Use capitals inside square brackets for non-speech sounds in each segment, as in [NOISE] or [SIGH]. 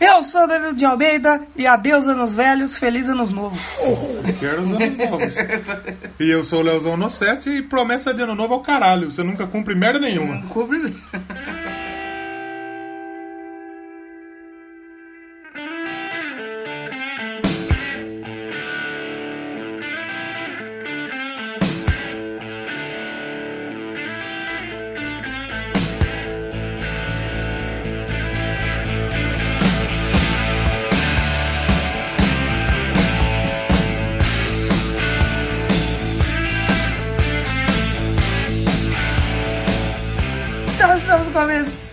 Eu sou Danilo de Almeida e adeus anos velhos, feliz anos novo. Quero os anos novos. E eu sou o Leozão Nocete e promessa de ano novo é o caralho. Você nunca cumpre merda nenhuma. Cumpre. Então estamos começando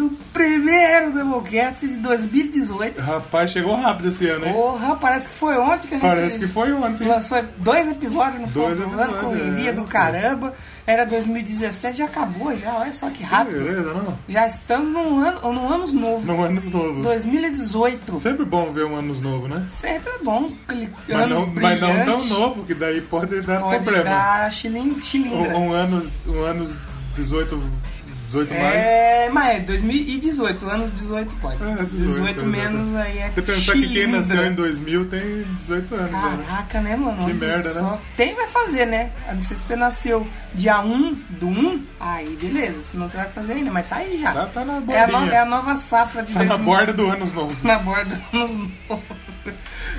o primeiro Democast de 2018. Rapaz, chegou rápido esse ano, hein? Porra, parece que foi ontem que a gente Parece que foi ontem. lançou dois episódios no final Dois do ano, episódios, correria é. do caramba. Era 2017, já acabou já, olha só que rápido. Beleza, não? Já estamos num ano, num anos novo, No anos É, novo. 2018. Sempre bom ver um anos novo, né? Sempre é bom clicar Mas não, mas não tão novo, que daí pode dar Pode problema. dar chilin- chilindra. Um, um anos, um anos 18, 18 mais. É, mas é 2018, anos 18 pode. É, 18, 18, menos aí é Você pensar que quem chilindra. nasceu em 2000 tem 18 anos, né? Caraca, né, mano? Que Olha merda, né? Tem vai fazer, né? A não ser se você nasceu dia 1 do 1, aí beleza. Senão você vai fazer ainda, mas tá aí já. Tá, tá na é, a no- é a bordinha. nova safra de Tá na 2000 borda do anos novo. [LAUGHS] na borda nos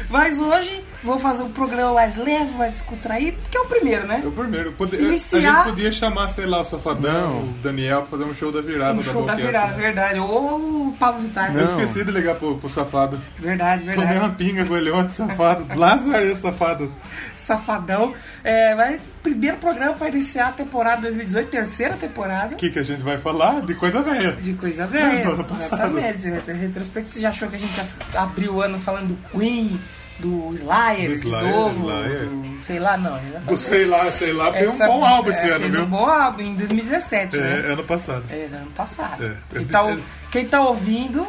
Mas hoje vou fazer um programa mais leve, mais descontraído, porque é o primeiro, né? Eu primeiro. Poder, Iniciar- A gente podia chamar, sei lá, o Safadão, o Daniel, pra fazer um show da virada Um da show da Boquete, virada, né? verdade. Ou o Pablo Vittar. Eu esqueci de ligar pro, pro Safado. Verdade, Tomei verdade. uma pinga com ele ontem, Safado. Lazareto, Safado. Safadão. É, vai, primeiro programa para iniciar a temporada 2018, terceira temporada. O que, que a gente vai falar? De coisa velha. De coisa velha. Do ano passado. Exatamente. né? Tem Retrospecto, você já achou que a gente a- abriu o ano falando do Queen, do Slayer, Do de Slayer, novo, Slayer. do- sei lá, não. já Do falou. sei lá, sei lá, foi um Essa- bom álbum esse é, ano, fez viu? um bom álbum em 2017, né? É, ano passado. É, ano passado. É. Quem, tá, o- quem tá ouvindo,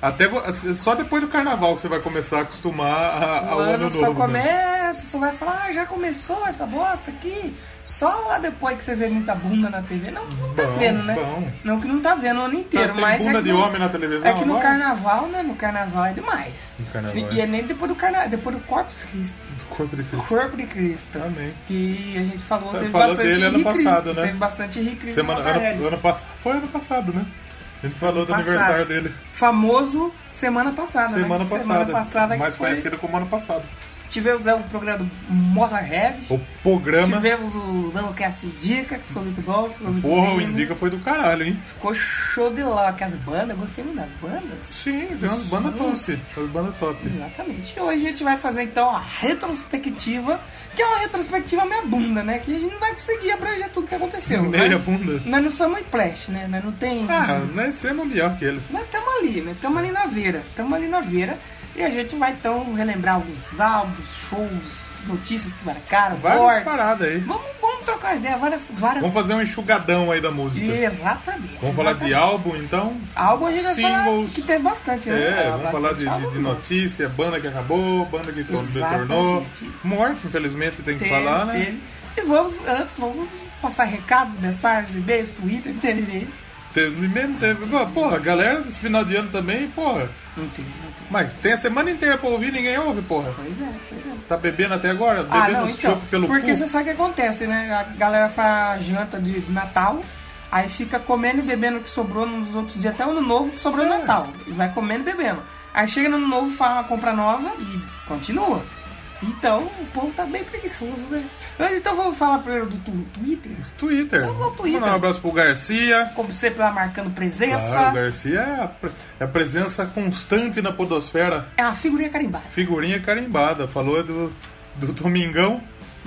Até vo- assim, só depois do carnaval que você vai começar a acostumar a- o ao ano ano novo. só né? começa, só vai falar, ah, já começou essa bosta aqui. Só lá depois que você vê muita bunda na TV. Não que não tá Bom, vendo, né? bom. Não que não tá vendo o ano Tá, inteiro, tem mas. bunda é que de não- homem na televisão É que no agora? carnaval, né? No carnaval é demais. No carnaval, E, e é nem depois do carnaval, depois do Corpus Christi. Corpo de Cristo. Corpo de Cristo. Amém. Que a gente falou, teve Falou bastante dele ano Henri Cristo, passado, né? Teve bastante Henri Cristo Semana, Macarelli. ano, ano passado. Foi ano passado, né? A gente falou do Passado. aniversário dele. Famoso semana passada, né? Semana passada. Semana passada que mais foi- conhecido como ano passado. Tivemos é, o programa do Motorhead. O programa. Tivemos o Velocast Indica, que foi muito bom, ficou muito Porra, o lindo. Indica foi do caralho, hein? Ficou show de lá, que as bandas, gostei muito das bandas. Sim, tem umas bandas Nossa. top. As bandas top. Exatamente. E hoje a gente vai fazer então a retrospectiva, que é uma retrospectiva meia bunda, né? Que a gente não vai conseguir abranger tudo que aconteceu. Meia né? bunda. Nós não somos em Plash, né? Nós não tem. Ah, né? Você é mundial que eles. Mas estamos ali, né? Estamos ali na veira. Estamos ali na veira. E a gente vai então relembrar alguns álbuns, shows, notícias que marcaram, Várias boards. paradas aí. Vamos, vamos trocar ideia, várias. várias... Vamos fazer um enxugadão aí da música. Exatamente. Vamos falar de exatamente. álbum, então? álbum. a gente vai falar singles. que tem bastante, né? É, Ah, vamos falar bastante de, de, álbum, de né? notícia, banda que acabou, banda que tornou- Exatamente. retornou. Morte, infelizmente, tem que Teve, falar, né? teve. E vamos, antes, vamos passar recados, mensagens, e-mails, Twitter, não teve e-mail. Teve, mesmo teve. Porra, a galera desse final de ano também, porra. Não teve, não teve. Mas tem a semana inteira pra ouvir, ninguém ouve, porra. Pois é, pois é. Tá bebendo até agora? Bebendo Ah, não, os então, chopp pelo porque cu? você sabe o que acontece, né? A galera faz janta de Natal, aí fica comendo e bebendo o que sobrou nos outros dias, até o ano novo que sobrou no É. Natal. E vai comendo e bebendo. Aí chega no ano novo, faz uma compra nova e continua. Então, o povo tá bem preguiçoso, né? Mas então vamos falar primeiro do tu- Twitter. Twitter. Vamos lá, Twitter. Mandar um abraço pro Garcia. Como sempre, lá marcando presença. Claro, o Garcia é a, pre- é a presença constante na podosfera. É uma figurinha carimbada. Figurinha carimbada. Falou do, do [LAUGHS] Domingão.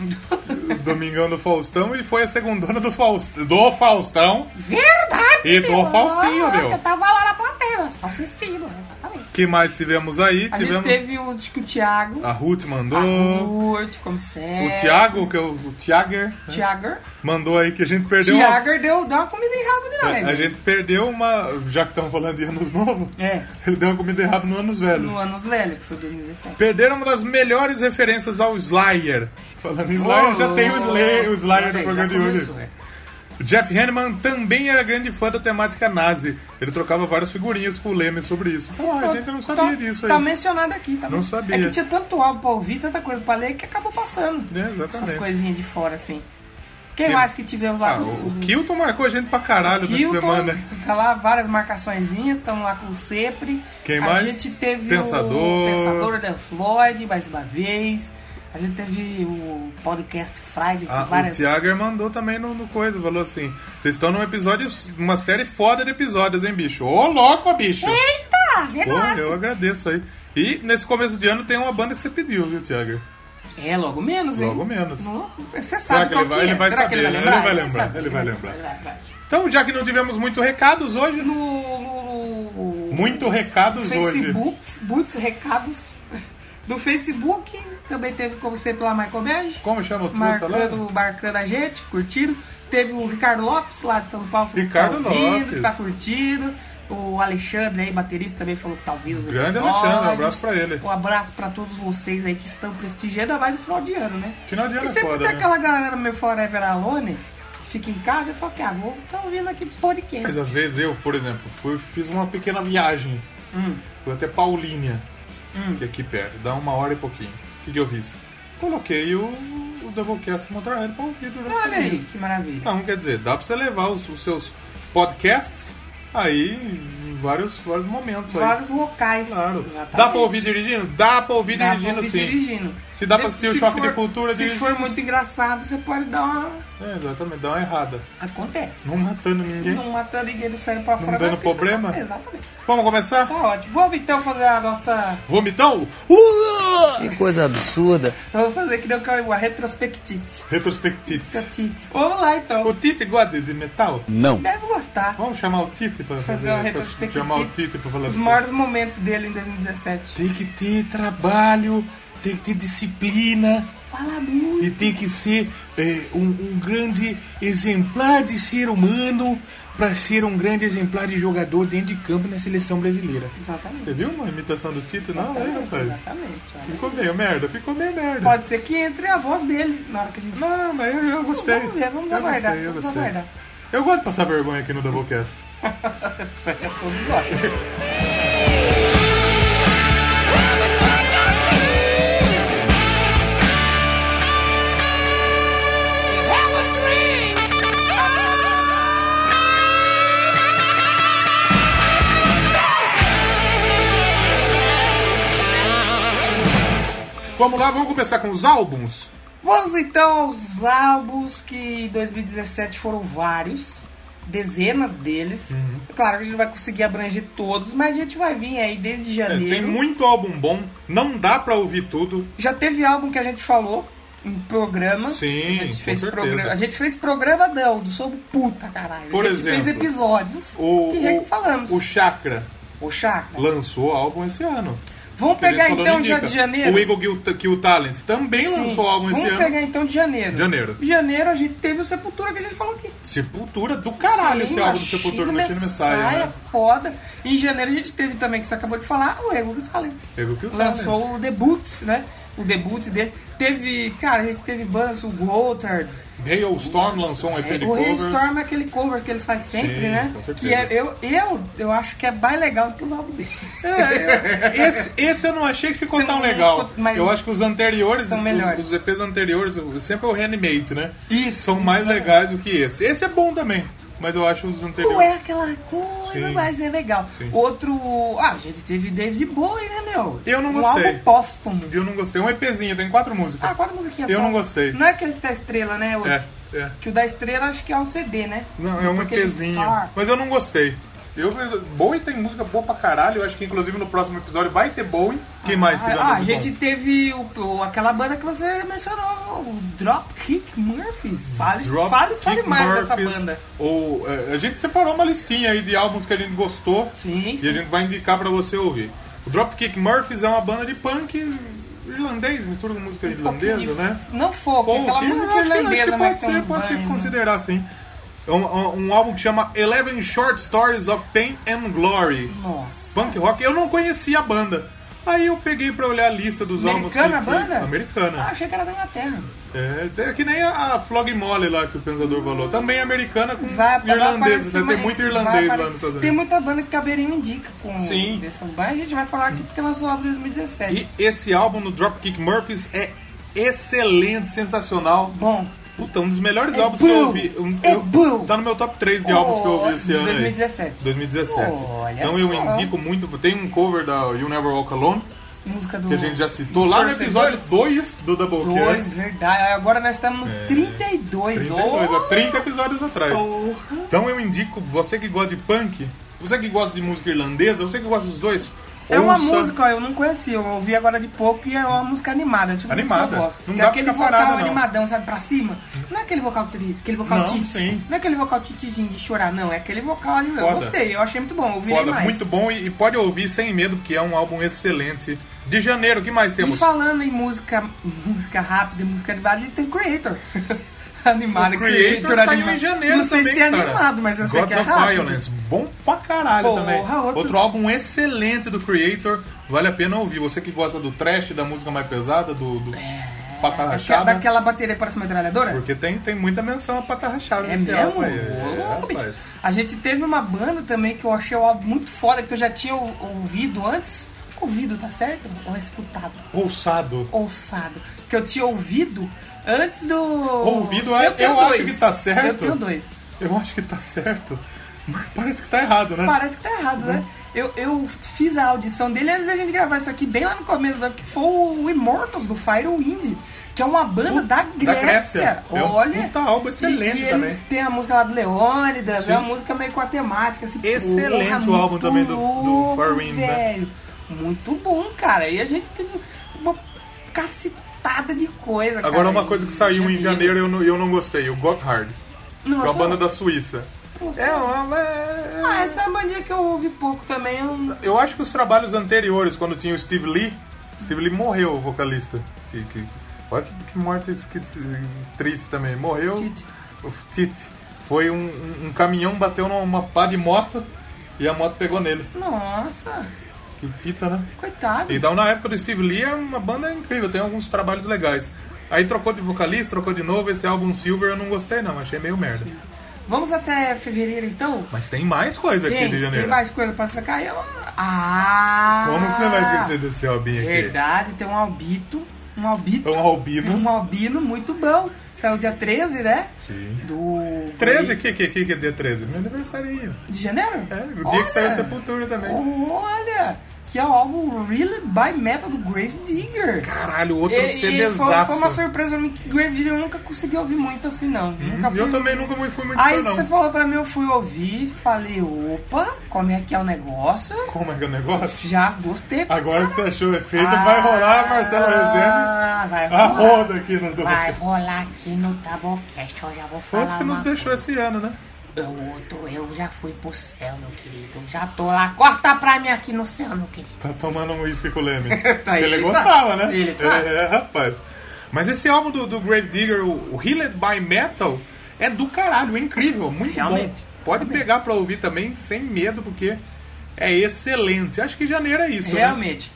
do Domingão do Faustão e foi a segundona do Faustão. Do Faustão. Verdade! E do meu. Faustinho, Ah, meu. Eu tava lá na plateia, assistindo, exatamente. que mais tivemos aí? A gente tivemos teve o, acho que o Thiago, A Ruth mandou. a Ruth, como sempre. O Thiago, que é o, o Thiager, né? O Thiago. mandou aí que a gente perdeu. uma- Thiago deu, deu uma comida errada de nós. né? a gente perdeu uma. Já que estamos falando de anos novos, É, ele deu uma comida errada no anos velhos. no Anos Velho, que foi 2017. Perderam uma das melhores referências ao Slayer. Falando em Slayer, já tem o Slayer, o Slayer Olha do aí, programa já de hoje. começou, é. O Jeff Hanneman também era grande fã da temática nazi. Ele trocava várias figurinhas com o Leme sobre isso. Então, a gente não sabia tá, disso aí. Tá mencionado aqui, tá Não men- sabia. É que tinha tanto álbum pra ouvir, tanta coisa pra ler, que acabou passando. É, Essas exatamente. coisinhas de fora, assim. Quem Tem- mais que tivemos lá? Ah, Tudo- o o Kilton marcou a gente pra caralho nessa Kilton, semana. Tá lá várias marcaçõezinhas, estamos lá com o Sepre. Quem a mais? gente teve Pensador. o Pensador Del Floyd mais uma vez. A gente teve o podcast Friday com Ah, várias O Tiager mandou também no, no coisa, falou assim: vocês estão num episódio, uma série foda de episódios, hein, bicho? Ô, louco, bicho! Eita, Pô, verdade. eu agradeço aí. E nesse começo de ano tem uma banda que você pediu, viu, Tiager? É, logo menos, hein? Logo menos. Não, Você Será sabe que qual ele vai- que é. ele vai Será que saber, ele vai né? Ele lembrar? vai lembrar, ele vai saber, lembrar. ele vai- vai. Então, já que não tivemos muito recados hoje, No, no- no- muito recados hoje. Facebook, muitos recados. Do Facebook, também teve, como sempre, lá Michael Bege. Como chama o truta lá? Marcando, marcando a gente, curtindo. Teve o Ricardo Lopes lá de São Paulo falou que Ricardo tá ouvindo, Lopes. que tá curtindo. O Alexandre aí, baterista, também falou que tá ouvindo. os Grande episódios. Alexandre, um abraço pra ele. Um abraço pra todos vocês aí que estão prestigiando, ainda mais no final de ano, né? Final de ano E é sempre foda, tem né? aquela galera meu Forever Alone que fica em casa e fala que ah, vou ficar ouvindo aqui podcast. Mas é às vezes eu, por exemplo, fui, fiz uma pequena viagem. Hum. Fui até Paulínia, Hum. que é aqui perto, dá uma hora e pouquinho. O que, que eu fiz? Coloquei o, o Doublecast Motorhead pra ouvir durante Olha o dia. aí, que maravilha. Então, quer dizer, dá pra você levar os, os seus podcasts aí em vários, vários momentos aí. Vários locais. Claro. Exatamente. Dá pra ouvir dirigindo? Dá pra ouvir Dá pra dirigindo, ouvir sim. dirigindo. Se dá pra assistir o Se Choque for- de Cultura Se dirigindo. for muito engraçado, você pode dar uma. É, exatamente, dá uma errada. Acontece. Não matando ninguém. Não matando ninguém do cérebro pra fora. dando da pista. problema? Exatamente. Vamos começar? Tá ótimo. Vamos então fazer a nossa. Vomitão? Uh! Que coisa absurda. Vamos fazer que deu uma retrospectite. Retrospectite. Tite. Vamos lá O então. Tite gosta de metal? Não. Deve gostar. Vamos chamar o Tite pra Fazer uma pra retrospectiva. Chamar o Tite pra falar Os assim. maiores momentos dele em 2017. Tem que ter trabalho, tem que ter disciplina Fala muito. e tem que ser é, um, um grande exemplar de ser humano pra ser um grande exemplar de jogador dentro de campo na seleção brasileira. Você Exatamente. viu uma imitação do Tite? Não, é, rapaz. Exatamente. olha. Ficou meio merda, ficou meio merda. Pode ser que entre a voz dele na hora que a gente. Não, mas eu, eu gostei. Vamos ver, vamos eu aguardar, Gostei, eu vamos gostei. aguardar. Eu gosto de passar vergonha aqui no Doublecast. Isso aí é todo igual. Have a drink. Ah! Vamos lá, vamos começar com os álbuns. Vamos então aos álbuns que em 2017 foram vários, dezenas deles. Uhum. É Claro que a gente não vai conseguir abranger todos, mas a gente vai vir aí desde É, janeiro. tem muito álbum bom, não dá pra ouvir tudo. Já teve álbum que a gente falou em programas. Sim, a gente com fez certeza. programa. A gente fez programa não, sobre puta caralho. Por a gente exemplo, fez episódios O, que já o- falamos. o Chakra O Chakra. lançou álbum esse ano. Vamos Ele pegar falou, então me já diga. de janeiro. O Eagle Kill, Kill Talents também Sim. lançou álbum esse Vamos ano. pegar então de janeiro. Janeiro. Janeiro a gente teve o Sepultura que a gente falou aqui. Sepultura do caralho Sim, esse álbum do Machine Sepultura Machine Messiah, Messiah. Né? é foda. Em janeiro a gente teve também, que você acabou de falar, o Ego Talent. Eagle Kill Talents. Lançou o debut, né? O debut dele. Teve, cara, a gente teve bands, o Gotard. Hailstorm lançou um EP de o covers. Rainstorm é aquele cover que eles fazem sempre, Sim, né? com certeza. Que é, eu, eu, eu acho que é mais legal do que os [LAUGHS] álbuns dele. É, Esse, esse eu não achei que ficou Você tão não- legal. ficou- mas- eu acho que os anteriores, São melhores. os, os EPs anteriores, o- sempre é o Reanimate, né? Isso. São mais legais do que esse. Esse é bom também, mas eu acho os anteriores. Não é aquela coisa, Sim. mas é legal. Sim. Outro. Ah, a gente teve David Bowie, né, meu? Eu não um gostei. álbum póstumo. Eu não gostei. Um EPzinho, tem quatro músicas. Ah, quatro musiquinhas Eu só. não gostei. Não é aquele que tá estrela, né? o- É, é. Que o da estrela acho que é um CD, né? Não, é um Aquele EPzinho. Star. Mas eu não gostei. Eu, Bowie tem música boa pra caralho. Eu acho que inclusive no próximo episódio vai ter Bowie. Quem mais? Ah, teve ah, a música gente teve o, o- aquela banda que você mencionou, o Dropkick Murphys. Fale, Drop fale, fale Kick mais dessa Murphys, banda. Ou, é, a gente separou uma listinha aí de álbuns que a gente gostou Sim. e é a gente vai indicar pra você ouvir. O Dropkick Murphys é uma banda de punk irlandês, mistura com música irlandesa, Um Pouquinho- né? Não folk, Folk, aquela eu música acho que- acho que irlandesa, né, pode mas ser, pode ser considerar assim. É um, um- um álbum que chama Eleven Short Stories of Pain and Glory. Nossa. Punk rock, eu não conhecia a banda. Aí eu peguei pra olhar a lista dos álbuns. Americana que- a que- banda? Ah, Americana. achei que era da Inglaterra. É, é que nem a, a Flog Mole lá que o pensador falou. Também é americana com Vai, vai irlandeses, aparecer né? uma- Tem muito vai irlandês lá aparecer- nos Estados Tem Unidos. muita banda que Cabeirinho indica com Sim. dessas bandas. A gente vai falar aqui porque lançou a obra em 2017. E esse álbum do Dropkick Murphys é excelente, sensacional. Bom, Puta, um dos melhores É álbuns que bom. eu ouvi. Um- É eu- bom. Tá no meu top 3 de álbuns que eu ouvi esse Oh, ano. aí. 2017. 2017. Olha então eu só. indico muito. Tem um cover da You Never Walk Alone, música do. que a gente já citou lá no episódio 2 do Dois, Doublecast. verdade. Agora nós estamos no É. 32. 32, Oh, há 30 episódios atrás. Porra. Então eu indico, você que gosta de punk, você que gosta de música irlandesa, você que gosta dos dois, É uma ouça- música, ó, eu não conhecia, eu ouvi agora de pouco e é uma música animada, tipo Animada. música que eu gosto. Que Não dá é pra aquele ficar vocal parada, não. animadão, sabe, pra cima. Não é aquele vocal triste, aquele vocal Não, titi. sim. Não é aquele vocal titizinho de chorar, não. É aquele vocal ali. Eu Foda. gostei, eu achei muito bom, eu ouvi Foda, mais. muito bom e, e pode ouvir sem medo, porque é um álbum excelente. De janeiro, o que mais E temos? falando em música, música rápida e música animada, a gente tem Creator. [LAUGHS] animada, O Creator saiu animado. em janeiro então Não sei também, se é cara. animado, mas eu sei Gods que é of rápido. Violence, bom pra caralho Porra, também. outro- Outro... álbum excelente do Creator, vale a pena ouvir. Você que gosta do trash, da música mais pesada, do, do É, pata Daquela, rachada, daquela bateria para essa metralhadora? porque tem, tem muita menção a pata rachada É nesse álbum mesmo? aí. Ô, É, louco, bicho. rapaz. a gente teve uma banda também que eu achei o álbum muito foda, que eu já tinha ou- ouvido antes. Ouvido, tá certo? Ou escutado? Pulsado. Ouçado. Que eu tinha ouvido antes do. Ouvido, é- tenho eu acho dois. que tá certo. Eu tenho dois. Eu acho que tá certo, mas parece que tá errado, né? Parece que tá errado, né? Uhum. Eu, eu fiz a audição dele antes da gente gravar isso aqui, bem lá no começo, né? que foi o Immortals do Firewind, que é uma banda Puta, da Grécia. É um Olha. puta álbum excelente E- e ele também. Tem a música lá do Leônidas, Sim. é uma música meio com a temática. Assim, Excelente porra, o álbum muito também do- do louco, Firewind, né? velho. Muito bom, cara. E a gente teve uma cacetada de coisa. Agora, é uma coisa que saiu em janeiro e eu não, eu não gostei, o Gotthard, que é uma banda da Suíça. É uma... Ah, essa é uma bandinha que eu ouvi pouco também. Eu não- Eu acho que os trabalhos anteriores, quando tinha o Steve Lee, Steve Lee morreu, o vocalista. Que, que, olha que, que morte es- que des- triste também. Morreu Tite. o Tite. Foi um, um- um caminhão, bateu numa pá de moto e a moto pegou nele. Nossa, Que fita, né? coitado. Então, na época do Steve Lee, é uma banda incrível, tem alguns trabalhos legais. Aí trocou de vocalista, trocou de novo, esse álbum Silver eu não gostei não, achei meio merda. Vamos até fevereiro então? Mas tem mais coisa Tem, aqui de janeiro. tem mais coisa pra sacar? Eu... Ah! Como que você vai esquecer desse albinho aqui? Verdade, tem um albito. Um albito. É um albino. Um albino muito bom. Saiu dia 13, né? Sim. Do. 13? Que, que, que, que é dia 13? Meu aniversarinho. De janeiro? É, o dia Olha! que saiu a Sepultura também. Olha! Que é o álbum Really by Metal do Grave Digger. Caralho, outro E- e CDzaço. foi, foi uma surpresa pra mim que Grave Digger eu nunca consegui ouvir muito assim, não. nunca Hum, fui. Eu também nunca fui muito Aí fã, não. você falou pra mim, eu fui ouvir, falei, opa, como é que é o negócio? Como é que é o negócio? Já gostei. Agora que você achou o efeito, vai rolar, Marcelo Rezende, Ah, vai a rolar. roda aqui no do Vai rolar aqui no Tabocast, eu já vou Foi outro falar que nos uma deixou esse ano, né? Eu, outro, eu já fui pro céu, meu querido. Eu Já tô lá. Corta pra mim aqui no céu, meu querido. Tá tomando um uísque com o Leme. [LAUGHS] Tá, ele, ele tá. gostava, né? Ele tá. É, é, rapaz. Mas esse álbum do, do Grave Digger, o, o Healed by Metal, é do caralho, é incrível, muito bom. Realmente. Pode pegar pra ouvir também, sem medo, porque é excelente. Acho que janeiro é isso, né? Realmente.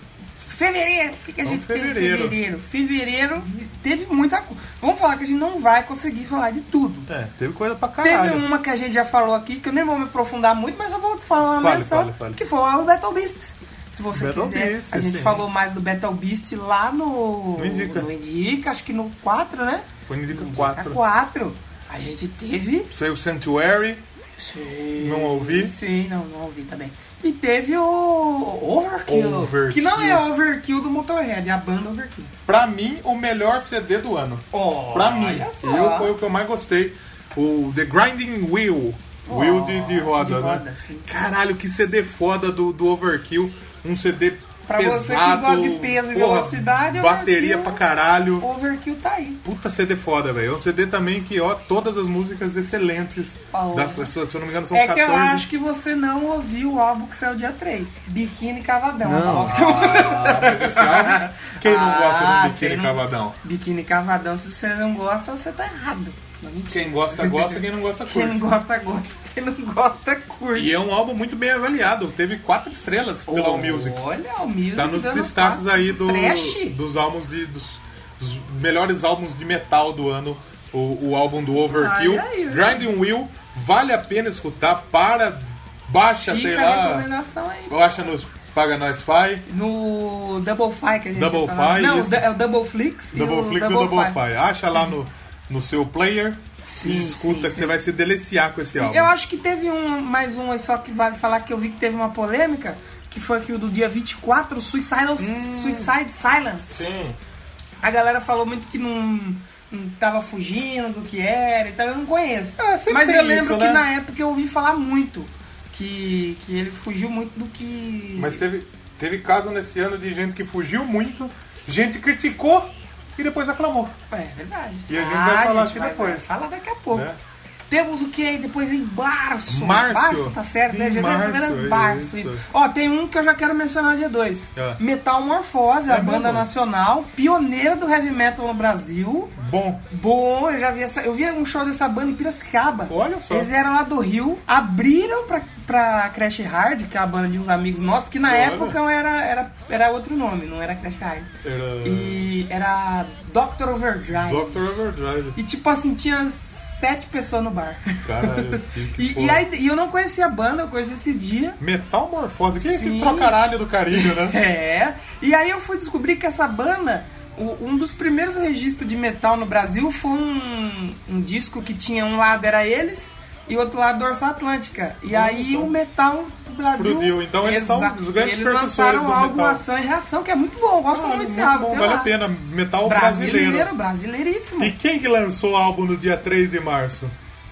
Fevereiro, o que, que a Então, gente teve em fevereiro. fevereiro? Fevereiro teve muita coisa. Vamos falar que a gente não vai conseguir falar de tudo. É, teve coisa pra caralho. Teve um. uma que a gente já falou aqui, que eu nem vou me aprofundar muito, mas eu vou falar uma Fale, menção, fale, fale. que foi o Battle Beast. Se você Battle quiser, Beast, a gente sim. falou mais do Battle Beast lá no... No Indica. no Indica, acho que no 4, né? Foi no Indica A 4. 4. A gente teve... Saiu Sanctuary, Sim. não ouvi. Sim, não, não ouvi também. E teve o Overkill, Overkill. que não é Overkill do Motorhead, é a banda Overkill. Pra mim, o melhor CD do ano. Oh, Pra mim, eu, foi o que eu mais gostei. O The Grinding Wheel. Wheel de, de roda, Oh, de roda, né? sim. Caralho, que CD foda do, do Overkill. Um CD Pra pesado. você que gosta de peso e velocidade, Bateria Overkill. pra caralho. Overkill tá aí. Puta CD foda, velho. É um CD também que, ó, todas as músicas excelentes. Ó, Das, se eu não me engano, são é 14. que eu acho que você não ouviu o álbum que saiu dia 3. Biquíni Cavadão. Não. Ah. Esse álbum, [LAUGHS] Quem não gosta Ah, do Biquíni sei, não- Cavadão? Biquíni Cavadão, se você não gosta, você tá errado. Não, mentira. Quem gosta, gosta, quem não gosta, Quem não curte. gosta, gosta. Quem não gosta, curte. E é um álbum muito bem avaliado, teve quatro estrelas pela Oh. All Music. Olha, o Music. Tá nos dando destaques quatro. aí do, Trash? dos álbuns de. Dos, dos melhores álbuns de metal do ano. O, o álbum do Overkill. Olha aí, olha aí. Grinding Wheel, vale a pena escutar, para, baixa, Fica sei a lá. recomendação aí. Baixa nos Paga Nós Pai. No Double Fire que a gente Double ia falar. Fi, Não, isso. da- é o Double Flix e Double o Flix Double ou Double Fi. Fire. Acha lá no, no seu player e Sim, escuta sim, que você vai se deliciar com esse álbum. Eu acho que teve um, mais um, aí só que vale falar que eu vi que teve uma polêmica, que foi aqui o do dia 24, Suicidal, Suicide Silence. Hum. Sim. A galera falou muito que não, não tava fugindo do que era e tal, eu não conheço. Ah, sempre Mas tem eu lembro isso, que né? na época eu ouvi falar muito que, que ele fugiu muito do que. Mas teve, teve caso nesse ano de gente que fugiu muito, gente criticou e depois aclamou. É verdade. Ah, E a gente vai falar aqui depois. Fala daqui a pouco. Né? Temos o que aí depois em março? Março. tá certo, né? Em Já deve março, ser é março. isso. Isso. Ó, tem um que eu já quero mencionar dia 2. Ah. Metal Morfose, a É banda mesmo? nacional, pioneira do heavy metal no Brasil. Bom, Bom, eu já vi essa. Eu vi um show dessa banda em Piracicaba. Olha só. Eles eram lá do Rio, abriram pra, pra Crash Hard, que é a banda de uns amigos nossos, que na Olha. época era, era, era outro nome, não era Crash Hard. era E era Doctor Overdrive. Dr. Overdrive. E tipo assim, tinha sete pessoas no bar. Caralho, que- que E, e porra. aí, e eu não conhecia a banda, eu conheci esse dia. Metal Morfose, é que, que Sim. trocaralho do [LAUGHS] carinho, né? É. E aí eu fui descobrir que essa banda, o- um dos primeiros registros de metal no Brasil foi um, um disco que tinha um lado era eles e o outro lado Dorsal Atlântica. E aí só. o metal do Brasil. Explodiu. Então eles são Exato. os grandes Eles precursores lançaram do álbum metal. Ação e Reação, que é muito bom. Eu gosto Ah, muito desse muito álbum. bom, tem vale lá. a pena. Metal brasileiro. Brasileiro, brasileiríssimo. E quem que lançou o álbum no dia 3 de março?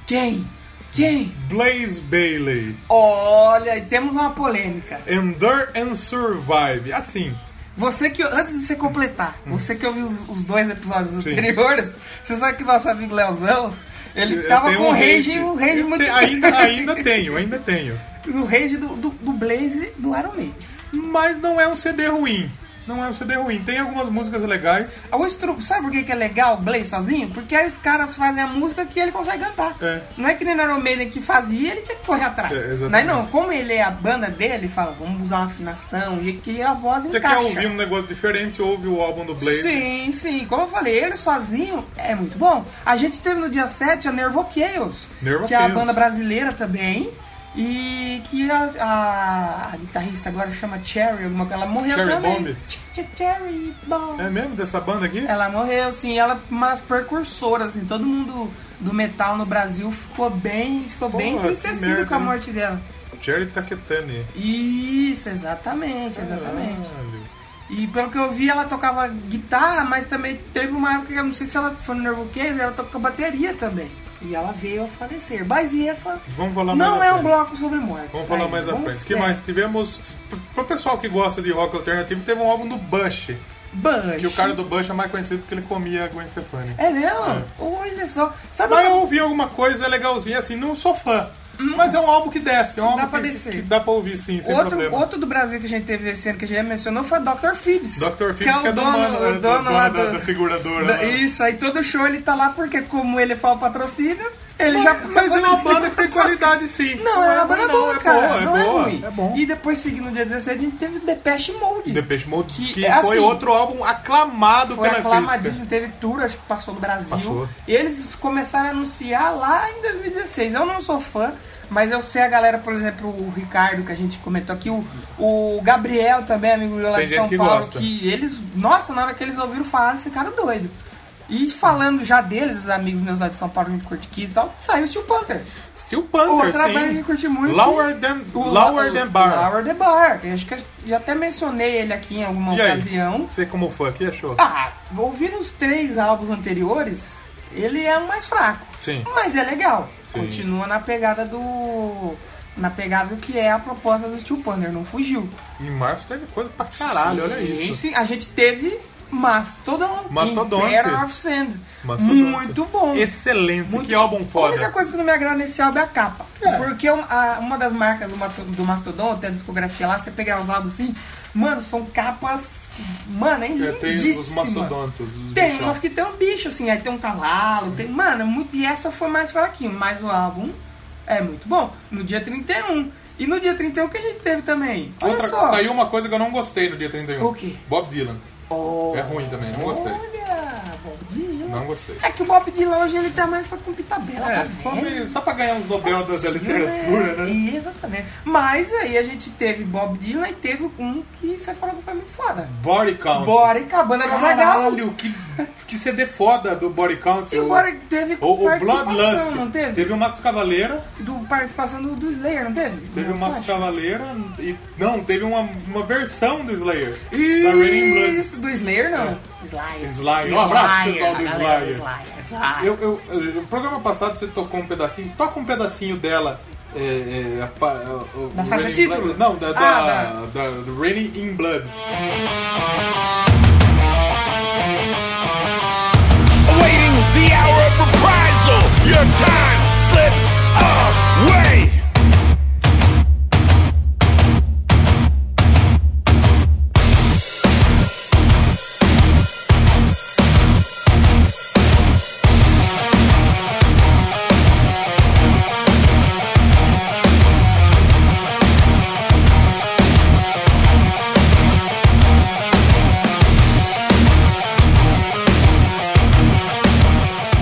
Quem? Quem? Blaze Bailey. Olha, e temos uma polêmica. Endure and Survive. Assim, Você que, antes de você completar, você que ouviu os, os dois episódios Hum. Sim. anteriores, você sabe que nosso amigo Leozão, ele eu tava tenho com um rage, um rage Eu muito te- ainda, ainda tenho, ainda tenho. O rage do, do, do Blaze do Iron Maiden. Mas não é um CD ruim. Não é um CD ruim. Tem algumas músicas legais. Ah, o estru- Sabe por que, que é legal o Blaze sozinho? Porque aí os caras fazem a música que ele consegue cantar. É. Não é que nem no Iron Maiden que fazia, ele tinha que correr atrás. É, exatamente. Mas não, como ele é a banda dele, fala, vamos usar uma afinação, um jeito que a voz Você encaixa. quer ouvir um negócio diferente, ouve o álbum do Blaze. Sim, sim. Como eu falei, ele sozinho é muito bom. A gente teve no dia 7 a Nervo Chaos, Nervo que é a Chaos. banda brasileira também. E que a, a- a guitarrista agora chama Cherry, alguma coisa. Ela morreu Cherry também. Bomb? Ch- ch- Cherry Bomb. É mesmo dessa banda aqui? Ela morreu, sim. Ela é uma precursora, assim. Todo mundo do metal no Brasil ficou bem, ficou bem Pô, que entristecido merda, né? com a hein? morte dela. Cherry Taketani. Isso, exatamente, exatamente. Caralho. E pelo que eu vi, ela tocava guitarra, mas também teve uma época que eu não sei se ela foi no Nervo Case, ela tocou bateria também. E ela veio a falecer. Mas e essa Vamos falar mais não à é frente. um bloco sobre mortes. Vamos falar ainda. mais à Vamos- frente. O que é. mais? Tivemos. pro- Pro pessoal que gosta de rock alternativo, teve um álbum do Bush. Bush. Que o cara do Bush é mais conhecido porque ele comia Gwen Stefani. É mesmo? Ah. Olha só. Sabe Mas eu o ouvi alguma coisa legalzinha, assim, não sou fã. Mas é um álbum que desce, é um Uhum. Dá álbum pra que, descer. que dá pra ouvir sim, sem outro, problema. outro do Brasil que a gente teve esse ano que a gente já mencionou foi Dr. Phibs. Dr. Phillips, que é do dono, mano, né, o dono lá da, do- da seguradora. da- lá. Isso, aí todo show ele tá lá porque como ele faz o patrocínio, ele já Mas é uma [LAUGHS] banda que tem qualidade sim. Não, é uma banda não, boa, cara. É não boa, é ruim. é bom. E depois, seguindo o dia 17, a gente teve The Pest Mode. Depeche Mode, que, Que é foi assim. outro álbum aclamado Foi pela aclamadíssimo, teve tour, acho que passou no Brasil. Passou. E eles começaram a anunciar lá em 2016. Eu não sou fã, mas eu sei a galera, por exemplo, o Ricardo, que a gente comentou aqui, o, o Gabriel também, amigo meu lá Tem de gente São que Paulo, gosta. que eles, nossa, na hora que eles ouviram falar desse cara doido. E falando já deles, os amigos meus lá de São Paulo, que a gente curte Kiss e tal, saiu o Steel Panther. Steel Panther, Outra sim. banda que eu curti muito. Lower Than, O Lower La- than Bar. Lower the Bar. que acho que eu já até mencionei ele aqui em alguma E aí, ocasião. você como fã, o que achou? Ah, ouvindo os três álbuns anteriores, ele é o mais fraco. Sim. Mas é legal. Sim. Continua na pegada do. Na pegada do que é a proposta do Steel Panther, não fugiu. Em março teve coisa pra caralho, olha Sim, isso. sim. A gente teve Mastodon. Mastodonte. Emperor of Sand. Mastodonte. Muito bom. Excelente, Muito que álbum A única é foda. coisa que não me agrada nesse álbum é a é capa. Porque um- a- uma das marcas do, Mato- do Mastodon, até a discografia lá, você pegar os álbuns assim, Mano, são capas. Mano, é Já tem os lindíssima. mastodontos, os Tem bichão. umas que tem uns bichos, assim, aí tem um cavalo, tem. Mano, é muito. E essa foi mais fraquinho, mas o álbum é muito bom. No dia 31. E no dia 31 que a gente teve também. Olha Outra, só. saiu uma coisa que eu não gostei no dia 31. O quê? Bob Dylan. Oh, É ruim também, não gostei. Olha, Bob Dylan. Não gostei. É que o Bob Dylan hoje ele tá mais pra cumprir tabela, É, tá só velho. pra- só pra ganhar uns Nobel da, da Sim, literatura, né? né? Exatamente. Mas aí a gente teve Bob Dylan e teve um que você falou que foi muito foda. Body Count. Bora e cabana com Zagal. Caralho, que, que CD foda do Body Count. é E o Bora teve o, o participação, Bloodlust. não teve? o Max Cavaleira. Do, participação do, do Slayer, não teve? Teve Não, o Max acho. Cavaleira. E, não, teve uma, uma versão do Slayer. Da Raining Blood. Isso, do Slayer não. Slayer. Slayer. Um abraço, Slayer, pessoal a do galera do Slayer. Slayer. Slayer. Eu, eu- eu- no programa passado você tocou um pedacinho, toca um pedacinho dela. é, é, a pa- o- o- Da o faixa Raining título? Blood- não, da, Ah, da, da, do Raining in Blood. awaiting the hour of reprisal. Your time slips away.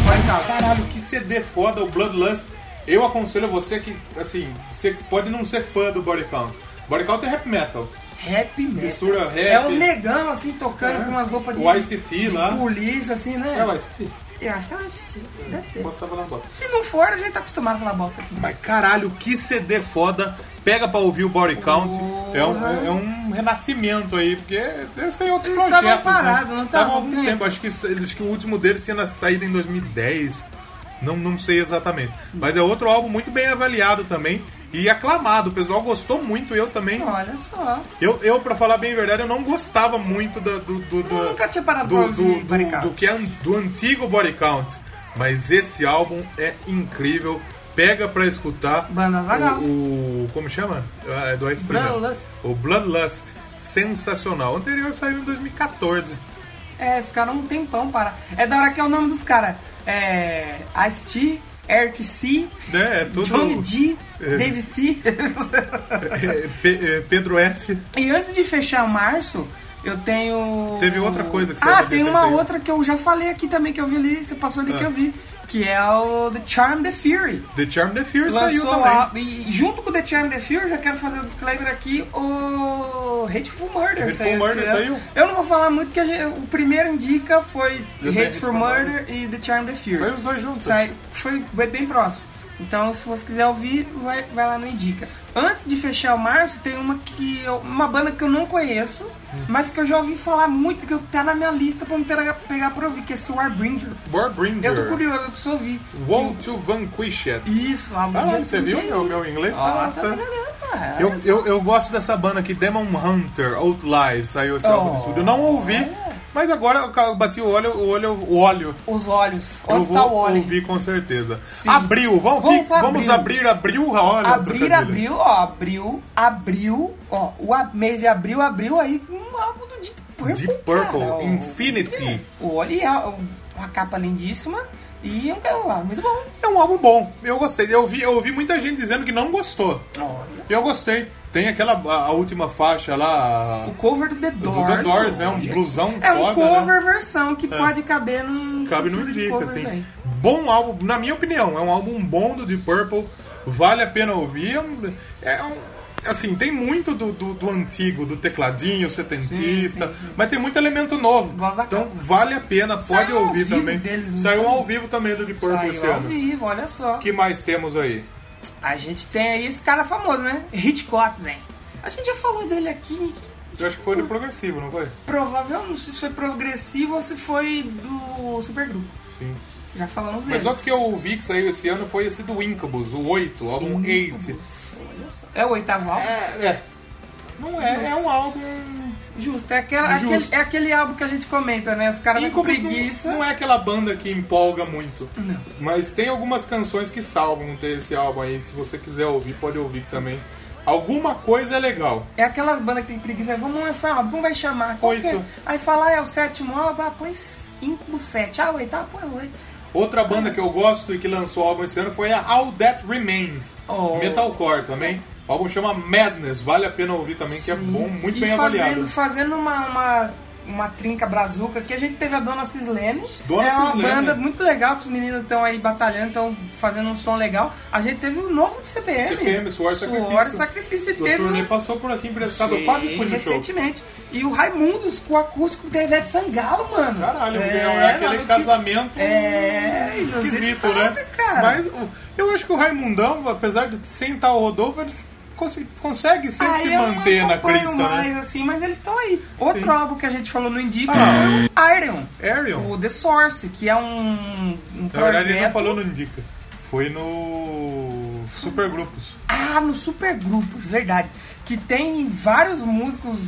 Mas tá. caralho, que CD foda o Bloodlust. Eu aconselho você que, assim, você pode não ser fã do Body Count. Body Count é rap metal. Rap mesmo. Mistura rap. É uns negão assim tocando É. com umas roupas de, O ICT de lá. polícia, assim, né? É, o ICT. Eu acho que é um estilo, deve ser. Posso estar falando bosta. Se não for, a gente tá acostumado a falar bosta aqui. Mas caralho, que CD foda. Pega pra ouvir o Body Count. É um, é- é um renascimento aí, porque eles têm outros Uhum. Eles projetos. estavam parados, né? não Estavam há estavam algum tempo. tempo. Acho, que, isso- acho que o último deles tinha saído em 2010. Não, não sei exatamente. Mas é outro álbum muito bem avaliado também. E aclamado. O pessoal gostou muito, eu também. Olha só. Eu, eu pra falar bem a verdade, eu não gostava muito da- do. do, do- Nunca tinha parado pra do, do, ouvir do, Body Count. do que é an- do antigo Body Count. Mas esse álbum é incrível. Pega pra escutar. Banda Zagal. O, o- Como chama? Ah, É do Ice Cream, né? Bloodlust. O Bloodlust. Sensacional. O anterior saiu em 2014. É, os caras não tem pão para. É da hora que é o nome dos caras. É. Ice-T, Eric C, Né? É tudo. Johnny D, É. Dave C. [LAUGHS] É, Pe- é, Pedro F. e antes de fechar março, eu tenho. Teve outra coisa que saiu Ah, no tem dia uma 31. outra que eu já falei aqui também, que eu vi ali, você passou ali Ah. que eu vi. Que é o The Charm The Fury. The Charm The Fear saiu Lançou também. a, e junto com o The Charm The Fury, eu já quero fazer o disclaimer aqui, o Hateful Murder Hateful Murder esse ano. saiu. Eu não vou falar muito, porque a gente- o primeiro indica foi E o Hateful Hateful Murder e The Charm The Fury. Saiu os dois juntos. é. Sai- foi, foi bem próximo. Então, se você quiser ouvir, vai, vai lá no Indica. Antes de fechar o março, tem uma que eu- uma banda que eu não conheço, mas que eu já ouvi falar muito, que eu tá na minha lista pra me pegar, pegar pra ouvir, que é esse Warbringer. Warbringer. Eu tô curioso, eu preciso ouvir. Woe to Vanquished. Isso, a é Ah, música você que viu tem. meu, meu inglês? Ah, tá Tá- tá- melhorando, cara. Eu, eu, eu gosto dessa banda aqui, Demon Hunter, Outlive, saiu esse Oh. álbum de estúdio. Eu não ouvi, É. mas agora eu ca- bati o olho, o olho, o olho. Os olhos. Eu Onde está o vou óleo? ouvir com certeza. Abril, vamos, Vamos que- pra vamos abril. abrir, abril, olha. Abrir, trocadilho. abril, ó, abril, abril, ó, o a- mês de abril, abril aí um álbum do Deep Purple. Deep Purple, cara, ó. Infinity. O óleo é uma capa lindíssima e um carro muito bom. É um álbum bom, eu gostei. Eu ouvi, eu ouvi muita gente dizendo que não gostou. Olha. Eu gostei. Tem aquela, a, a última faixa lá, O cover do The do Doors. The Doors, né? Um olha. blusão É um foda, né? cover versão que pode caber num. cabe no futuro de indica, covers assim. aí. Bom álbum, na minha opinião, é um álbum bom do Deep Purple, vale a pena ouvir. É um, é um- assim, tem muito do, do, do antigo, do tecladinho setentista, mas tem muito elemento novo. Gosto da Então capa. vale a pena, pode Saiu ao ouvir vivo também. deles, não Saiu saiu? ao vivo também do Deep Purple esse Saiu ao ano. vivo, olha só. O que mais temos aí? A gente tem aí esse cara famoso, né? Hitchcock, hein? A gente já falou dele aqui, Eu acho que Hum. foi do progressivo, não foi? provável, não sei se foi progressivo ou se foi do supergrupo. Sim. Já falamos dele. Mas outro que eu ouvi que saiu esse ano foi esse do Incubus, o 8, o álbum 8. É o oitavo álbum? É, é. Não é, é um álbum Justo, é, aquela, Justo. Aquele, é aquele álbum que a gente comenta, né? Os caras vão com Incubus preguiça. Não, não é aquela banda que empolga muito. Não. Mas tem algumas canções que salvam ter esse álbum aí. Se você quiser ouvir, pode ouvir também. Alguma coisa é legal. É aquelas bandas que tem preguiça, vamos lançar um álbum, vai chamar. Qual que é? Oito. Aí fala, ah, é o sétimo álbum, ah, põe cinco, sete. Ah, oito, ah, põe oito. Outra banda que eu gosto e que lançou álbum esse ano foi a All That Remains. Oh. Metalcore também. O álbum chama Madness, vale a pena ouvir também, que é bom, muito e bem fazendo, avaliado. Fazendo uma, uma, uma trinca brazuca aqui, a gente teve a Dona Cislene. Dona é uma Cislene. banda muito legal, que os meninos estão aí batalhando, estão fazendo um som legal. A gente teve o novo do CPM. CPM, Suor e Sacrifício. Sacrifício. E O teve turnê passou por aqui emprestado, né? eu Sim, quase fui no show. recentemente. E o Raimundos com o acústico da Ivete Sangalo, mano. Caralho, é, aquele mano, casamento tipo, É, esquisito, inusitado, né? cara. Mas o- eu acho que o Raimundão, apesar de sentar o Rodolfo, ele conse- consegue sempre Aí é se eu não manter na acompanho crista, mais, né? assim, mas eles estão aí. Outro Sim. álbum que a gente falou no Indica Ah. foi o Iron, Ariel. o The Source, que é um, um Na verdade, ele não projeto- falou no Indica. Foi no Supergrupos. Ah, no Supergrupos, verdade. Que tem vários músicos,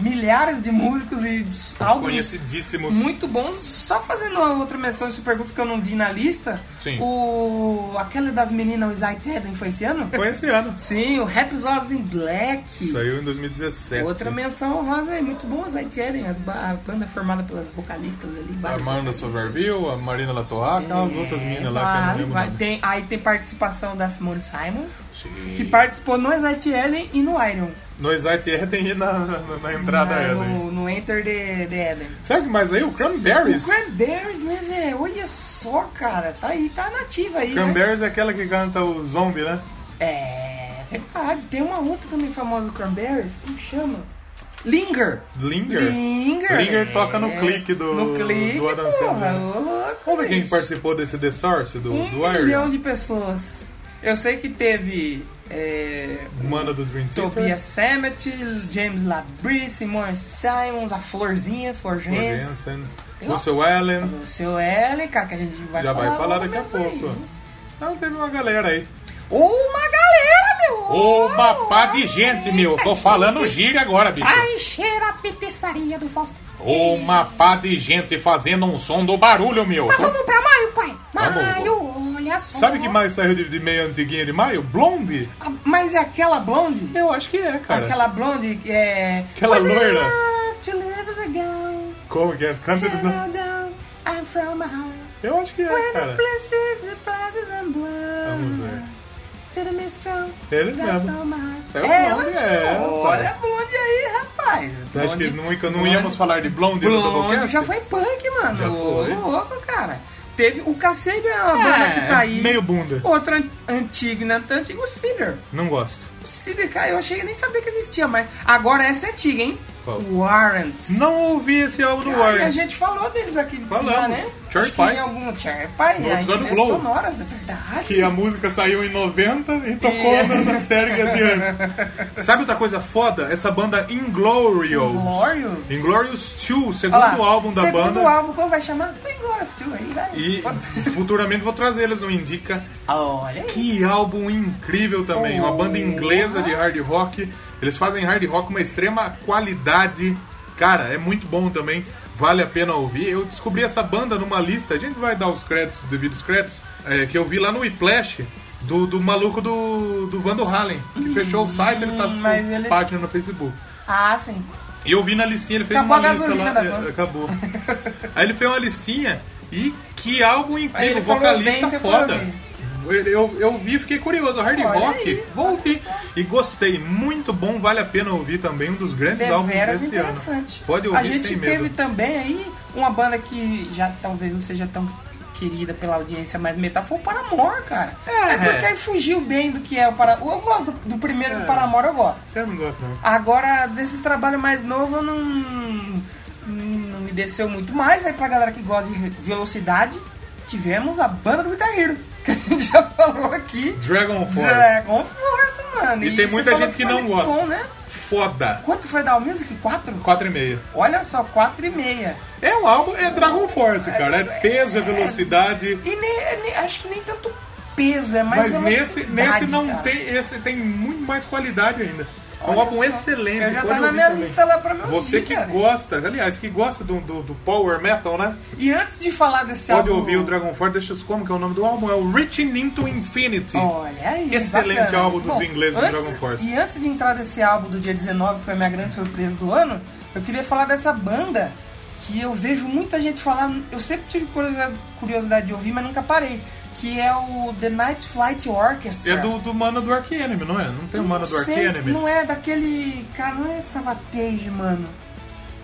milhares de músicos e álbuns Conhecidíssimos. muito bons. Só fazendo uma outra menção de Supergrupos que eu não vi na lista. Sim. O... Aquela das meninas, o Zayt Eden, foi esse ano? Foi esse ano. Sim, o Rap Os Olhos em Black. Saiu em 2017. Outra menção rosa aí, muito bom, Zayt Eden. As ba- A banda é formada pelas vocalistas ali. A várias Amanda Soverville, a Marina Latoa, aquelas outras meninas lá que eu não Vale, lembro. Então, É, vai. o nome. Tem, aí tem participação da Simone Simons, Sim. que participou no Exite Ellen e no Iron. No Excite R tem na, na, na entrada Na- ela. no, no Enter the, the Ellen. Sabe o que mais aí? O Cranberries. O Cranberries, né, velho? Olha só, cara. Tá aí, tá nativa aí. Né? Cranberries é aquela que canta o zombie, né? É verdade. Tem uma outra também famosa do Cranberries. Como chama? Linger. Linger. Linger. É. Linger toca no clique do, No clique, do porra. Adam Sandler. Ô, louco. Vamos ver quem bicho. participou desse The Source do, Um do milhão Iron. de pessoas. Eu sei que teve... É, Mano do Dream Theater. Tobias Sammet, James Labrie, Simone Simons, a Florzinha, Florgense, Jensen. Eu- Russell Allen. o seu L, cara, que a gente vai Já vai falar daqui a logo menos pouco. aí. Então teve uma galera aí. Uma galera, meu! Uma pá de gente, meu. Tô falando gíria agora, bicho. Vai encher a petiçaria do Faustão. Uma pá de gente fazendo um som do barulho, meu. Vamos pra maio, pai. Vamos. Maio, olha só. Sabe que mais saiu de, de meio antiguinha de maio? Blonde? Ah, Mas é aquela blonde? Eu acho que é, cara. Aquela blonde que é... Aquela Was it loira. enough to live as a girl? Como que é? Canta Turn do... it down, I'm from a heart. Eu acho que é, cara. Places, the places and Vamos blood. ver. To the mistral, Eles I'm mesmo. from a heart. Saiu É, Blonde, ela- é. Olha a rapaz. blonde aí, rapaz. Você acha que Blonde- nunca não Blonde- íamos falar de Blonde, no Blonde Doublecast? já foi punk, mano. Já foi. Ô, Louco, cara. Teve o Cacete é uma banda que tá aí. meio bunda. Outra an- antiga, né? Tanto antiga, o Cider. Não gosto. O Cider, cara, eu achei, eu nem sabia que existia, mas agora essa é antiga, hein? Qual? Warrants. Não ouvi esse álbum do Aí a Warren. gente falou deles aqui. Falamos. já, né? Cherry Acho que Pie. Em algum Cherry Pie. No aí episódio trilhas Glow. sonoras, é verdade. Que a música saiu em 90 e tocou E- na, na série que é de [LAUGHS] antes. Sabe outra coisa foda? Essa banda Inglorious. Inglorious? Inglorious 2, segundo Olha lá, álbum da segundo banda. álbum, como vai chamar? Tem Glorious Too aí, vai. E Foda-se. futuramente vou trazer eles no Indica. Ah, Olha aí. Que álbum incrível também. Uma Oh. banda inglesa de hard rock. Eles fazem hard rock uma extrema qualidade. Cara, é muito bom também. Vale a pena ouvir. Eu descobri essa banda numa lista. A gente vai dar os créditos, devidos créditos, é, que eu vi lá no Whiplash. Do, do maluco do, do Vando Halen, que fechou o site, ele tá com Hum, mas ele- página no Facebook. Ah, sim. E eu vi na listinha, ele fez Acabou uma a lista lá. gasolina né? da é, banda. acabou. [LAUGHS] Aí ele fez uma listinha e que álbum Aí incrível, ele falou vocalista bem, você foda. falou Eu, eu, eu vi, fiquei curioso. Hard Olha Rock, aí, tá vou ouvir. E gostei, muito bom, vale a pena ouvir também. Um dos grandes álbuns Deveras desse ano. interessante. Pode ouvir A gente sem teve medo. também aí uma banda que já talvez não seja tão querida pela audiência, mas metal foi o Paramore, cara. É, porque aí fugiu bem do que é o Paramore. Eu gosto do, do primeiro É. do Paramore, eu gosto. Você não gosta, não. Agora, desses trabalhos mais novos, eu não, não me desceu muito mais. Aí pra galera que gosta de velocidade, tivemos a banda do Guitar Hero, [LAUGHS] que a gente já falou aqui. Dragon Force. Dragon Force, mano. E tem você muita falou gente que foi não muito gosta. Bom, né? Foda. Quanto foi da Music? 4? 4,5. Olha só, 4 e meia. É um álbum, é Dragon Force, cara. É peso, é velocidade. E nem, nem- acho que nem tanto peso, é mais Mas nesse, velocidade, nesse não cara. tem. Esse tem muito mais qualidade ainda. É um Olha álbum só. excelente. Eu já pode tá na ouvir minha também. lista lá pra me ouvir, Você que cara. gosta, aliás, que gosta do, do, do Power Metal, né? E antes de falar desse Pode álbum... ouvir o Dragon Force, deixa eu ver como que é o nome do álbum, é o Reaching Into Infinity. Olha aí, Excelente bacana, álbum muito dos bom. ingleses do antes, Dragon Force. E antes de entrar desse álbum do dia 19, que foi a minha grande surpresa do ano, eu queria falar dessa banda que eu vejo muita gente falar, eu sempre tive curiosidade, curiosidade de ouvir, mas nunca parei, que é o The Night Flight Orchestra. É do, do mano do Ark Enemy, não é? Não tem o mano do Não Ark sei, Enemy? Não é daquele. Cara, não é Savatage, mano.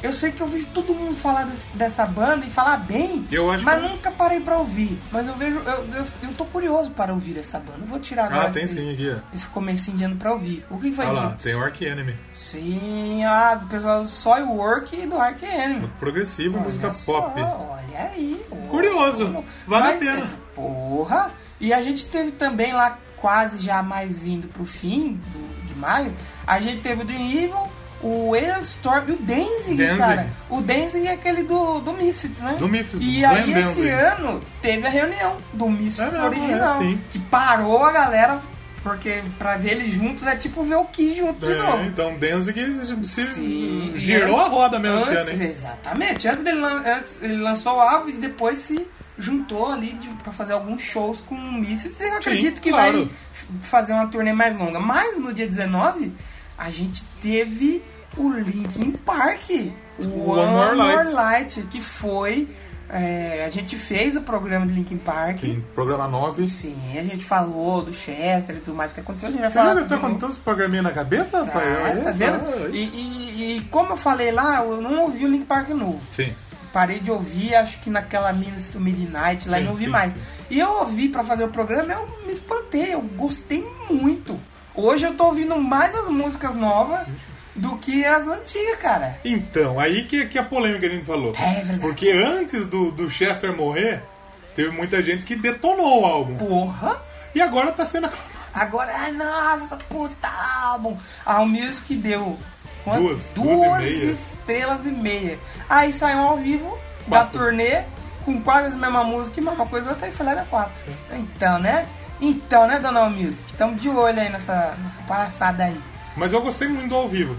Eu sei que eu vejo todo mundo falar desse- dessa banda e falar bem, Eu acho mas que- nunca parei pra ouvir. Mas eu vejo. Eu, eu, eu tô curioso para ouvir essa banda. Eu vou tirar agora Ah, tem esse, sim aqui, ó. esse comecinho de ano pra ouvir. O que foi Olha lá, dito? tem o Ark Enemy. Sim, ah, do pessoal do Soy Work e do Ark Enemy. Muito progressivo, música Olha só, pop. Olha aí. ó. Curioso, vale Mas, a pena. Porra! E a gente teve também lá, quase já mais indo pro fim do- de maio, a gente teve o Dream Evil, o Aelstorm e o Danzig, Danzig. cara. O Danzig é aquele do, do Misfits, né? Do Misfits, E Glenn aí esse Danzig. ano teve a reunião do Misfits É, não, original, é, sim. que parou a galera, porque pra ver eles juntos é tipo ver o Ki junto de É, novo. então Danzig se Sim. girou a roda mesmo esse ano, Antes, hein? exatamente. Antes dele lan- antes ele lançou o álbum e depois se juntou ali de, pra fazer alguns shows com o Misfits. Eu acredito que claro. vai f- fazer uma turnê mais longa. Mas no dia 19, a gente teve o Linkin Park. O One, More, Light. que foi... é, a gente fez o programa de Linkin Park. Sim, programa 9. Sim, a gente falou do Chester e tudo mais que aconteceu. A gente vai Você falar ainda tá tudo com todos os programinhas na cabeça, Tá, rapaz? Olha, tá olha. vendo? E, e- e como eu falei lá, eu não ouvi o Link Park novo. Sim. Parei de ouvir, acho que naquela Minas do Midnight lá Sim, e não ouvi sim, mais. sim. E eu ouvi pra fazer o programa, eu me espantei, eu gostei muito. Hoje eu tô ouvindo mais as músicas novas do que as antigas, cara. Então, aí que, que a polêmica que a gente falou. É verdade. Porque antes do, do Chester morrer, teve muita gente que detonou o álbum. Porra! E agora tá sendo aclamado. Agora, ah, nossa, puta álbum. A All Music deu quant- Duas, duas e duas meia. estrelas e meia. Aí saiu ao vivo Quatro. da turnê com quase a mesma música e mesma coisa outra e foi lá da quatro. Então, né? Então, né, Dona All Music? Estamos de olho aí nessa, nessa palhaçada aí. Mas eu gostei muito do ao vivo.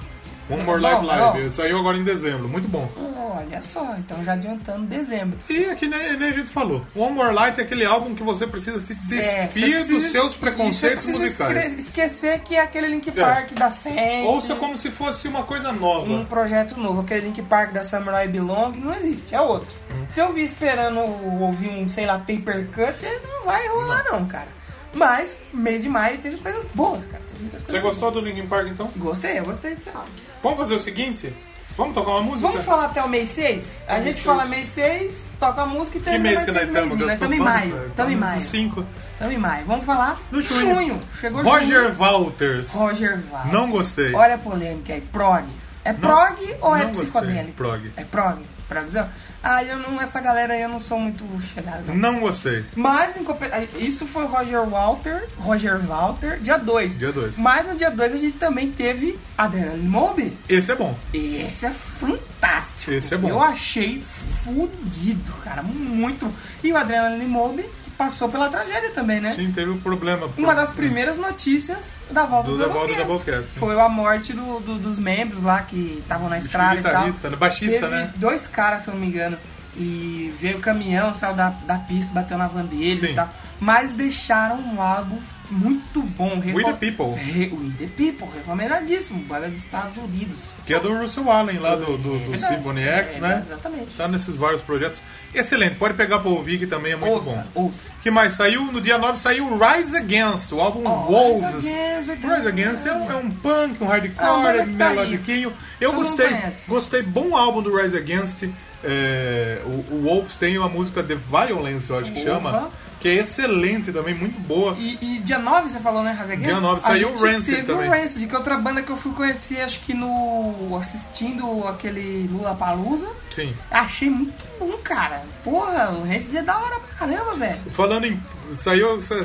One More Bom, Live Live. bom. Saiu agora em dezembro. Muito bom. Olha só, então já adiantando dezembro. E aqui nem, nem a gente falou. One More Light é aquele álbum que você precisa se É, você despir precisa- dos seus e preconceitos você precisa musicais. esque- Esquecer que é aquele Link Park da frente. Ouça como se fosse uma coisa nova. né? um projeto novo. Aquele Link Park da Samurai Belong não existe, é outro. Uhum. Se eu vir esperando ouvir um, sei lá, paper cut, eh, não vai rolar não, cara. Mas, mês de maio teve coisas boas, cara. Teve muitas Você coisas gostou do Linkin Park então? boas. Gostei, eu gostei desse álbum. Vamos fazer o seguinte? Vamos tocar uma música? Vamos falar até o mês 6? A gente mês fala seis. mês 6, toca a música e Que termina mês mais que seis nós estamos? meses, né? Tamo em maio, tamo em maio, tá Cinco. tamo em maio. Vamos falar No junho. Chegou Roger junho. Walters. Roger Val. Não gostei. Olha a polêmica aí, prog. É prog ou é não gostei, psicodélico? prog. É prog, progzão. Ah, eu não, essa galera aí eu não sou muito chegada. não. Não gostei. Mas em compe- ah, isso foi Roger Walter, Roger Walter, dia 2. Dia dois. Mas no dia 2 a gente também teve Adrenaline Mob. Esse é bom. Esse é fantástico. Esse é bom. Eu achei fudido, cara, muito. E o Adrenaline Mob que passou pela tragédia também, né? Sim, teve um problema. Uma das primeiras notícias da volta do, Do- da volta do Doublecast, sim. foi a morte do- do- dos membros lá que estavam na Bicho, estrada e tal. guitarrista, né? Baixista, Teve né? dois caras, se eu não me engano, e veio o caminhão, saiu da, da pista, bateu na van deles Sim. e tal. Mas deixaram um álbum muito bom. We the People. Re, We the People, recomendadíssimo. Banda dos Estados Unidos. Que é do Russell Allen lá do, do, do É verdade. Symphony X, É, né? Exatamente. Tá nesses vários projetos. Excelente, pode pegar pra ouvir que também é muito ouça, bom. ouça. que mais saiu? No dia 9 saiu o Rise Against, o álbum Ó, Wolves. Oh, Rise Against, verdade. Rise Against é um, é um punk, um É uma hardcore, banda que tá aí. melodiquinho. Eu Todo mundo gostei, conhece. gostei. Bom álbum do Rise Against. É, o, o Wolves tem uma música The Violence, eu acho que Opa. chama, que é excelente também, muito boa. E, e dia 9 você falou, né, Razeguinha? Dia 9 saiu o Rancid teve também. o Rancid, que é outra banda que eu fui conhecer, acho que no... assistindo aquele Lula Palusa. Sim. Achei muito bom, cara. Porra, o Rancid é da hora pra caramba, velho. Falando em. Saiu essa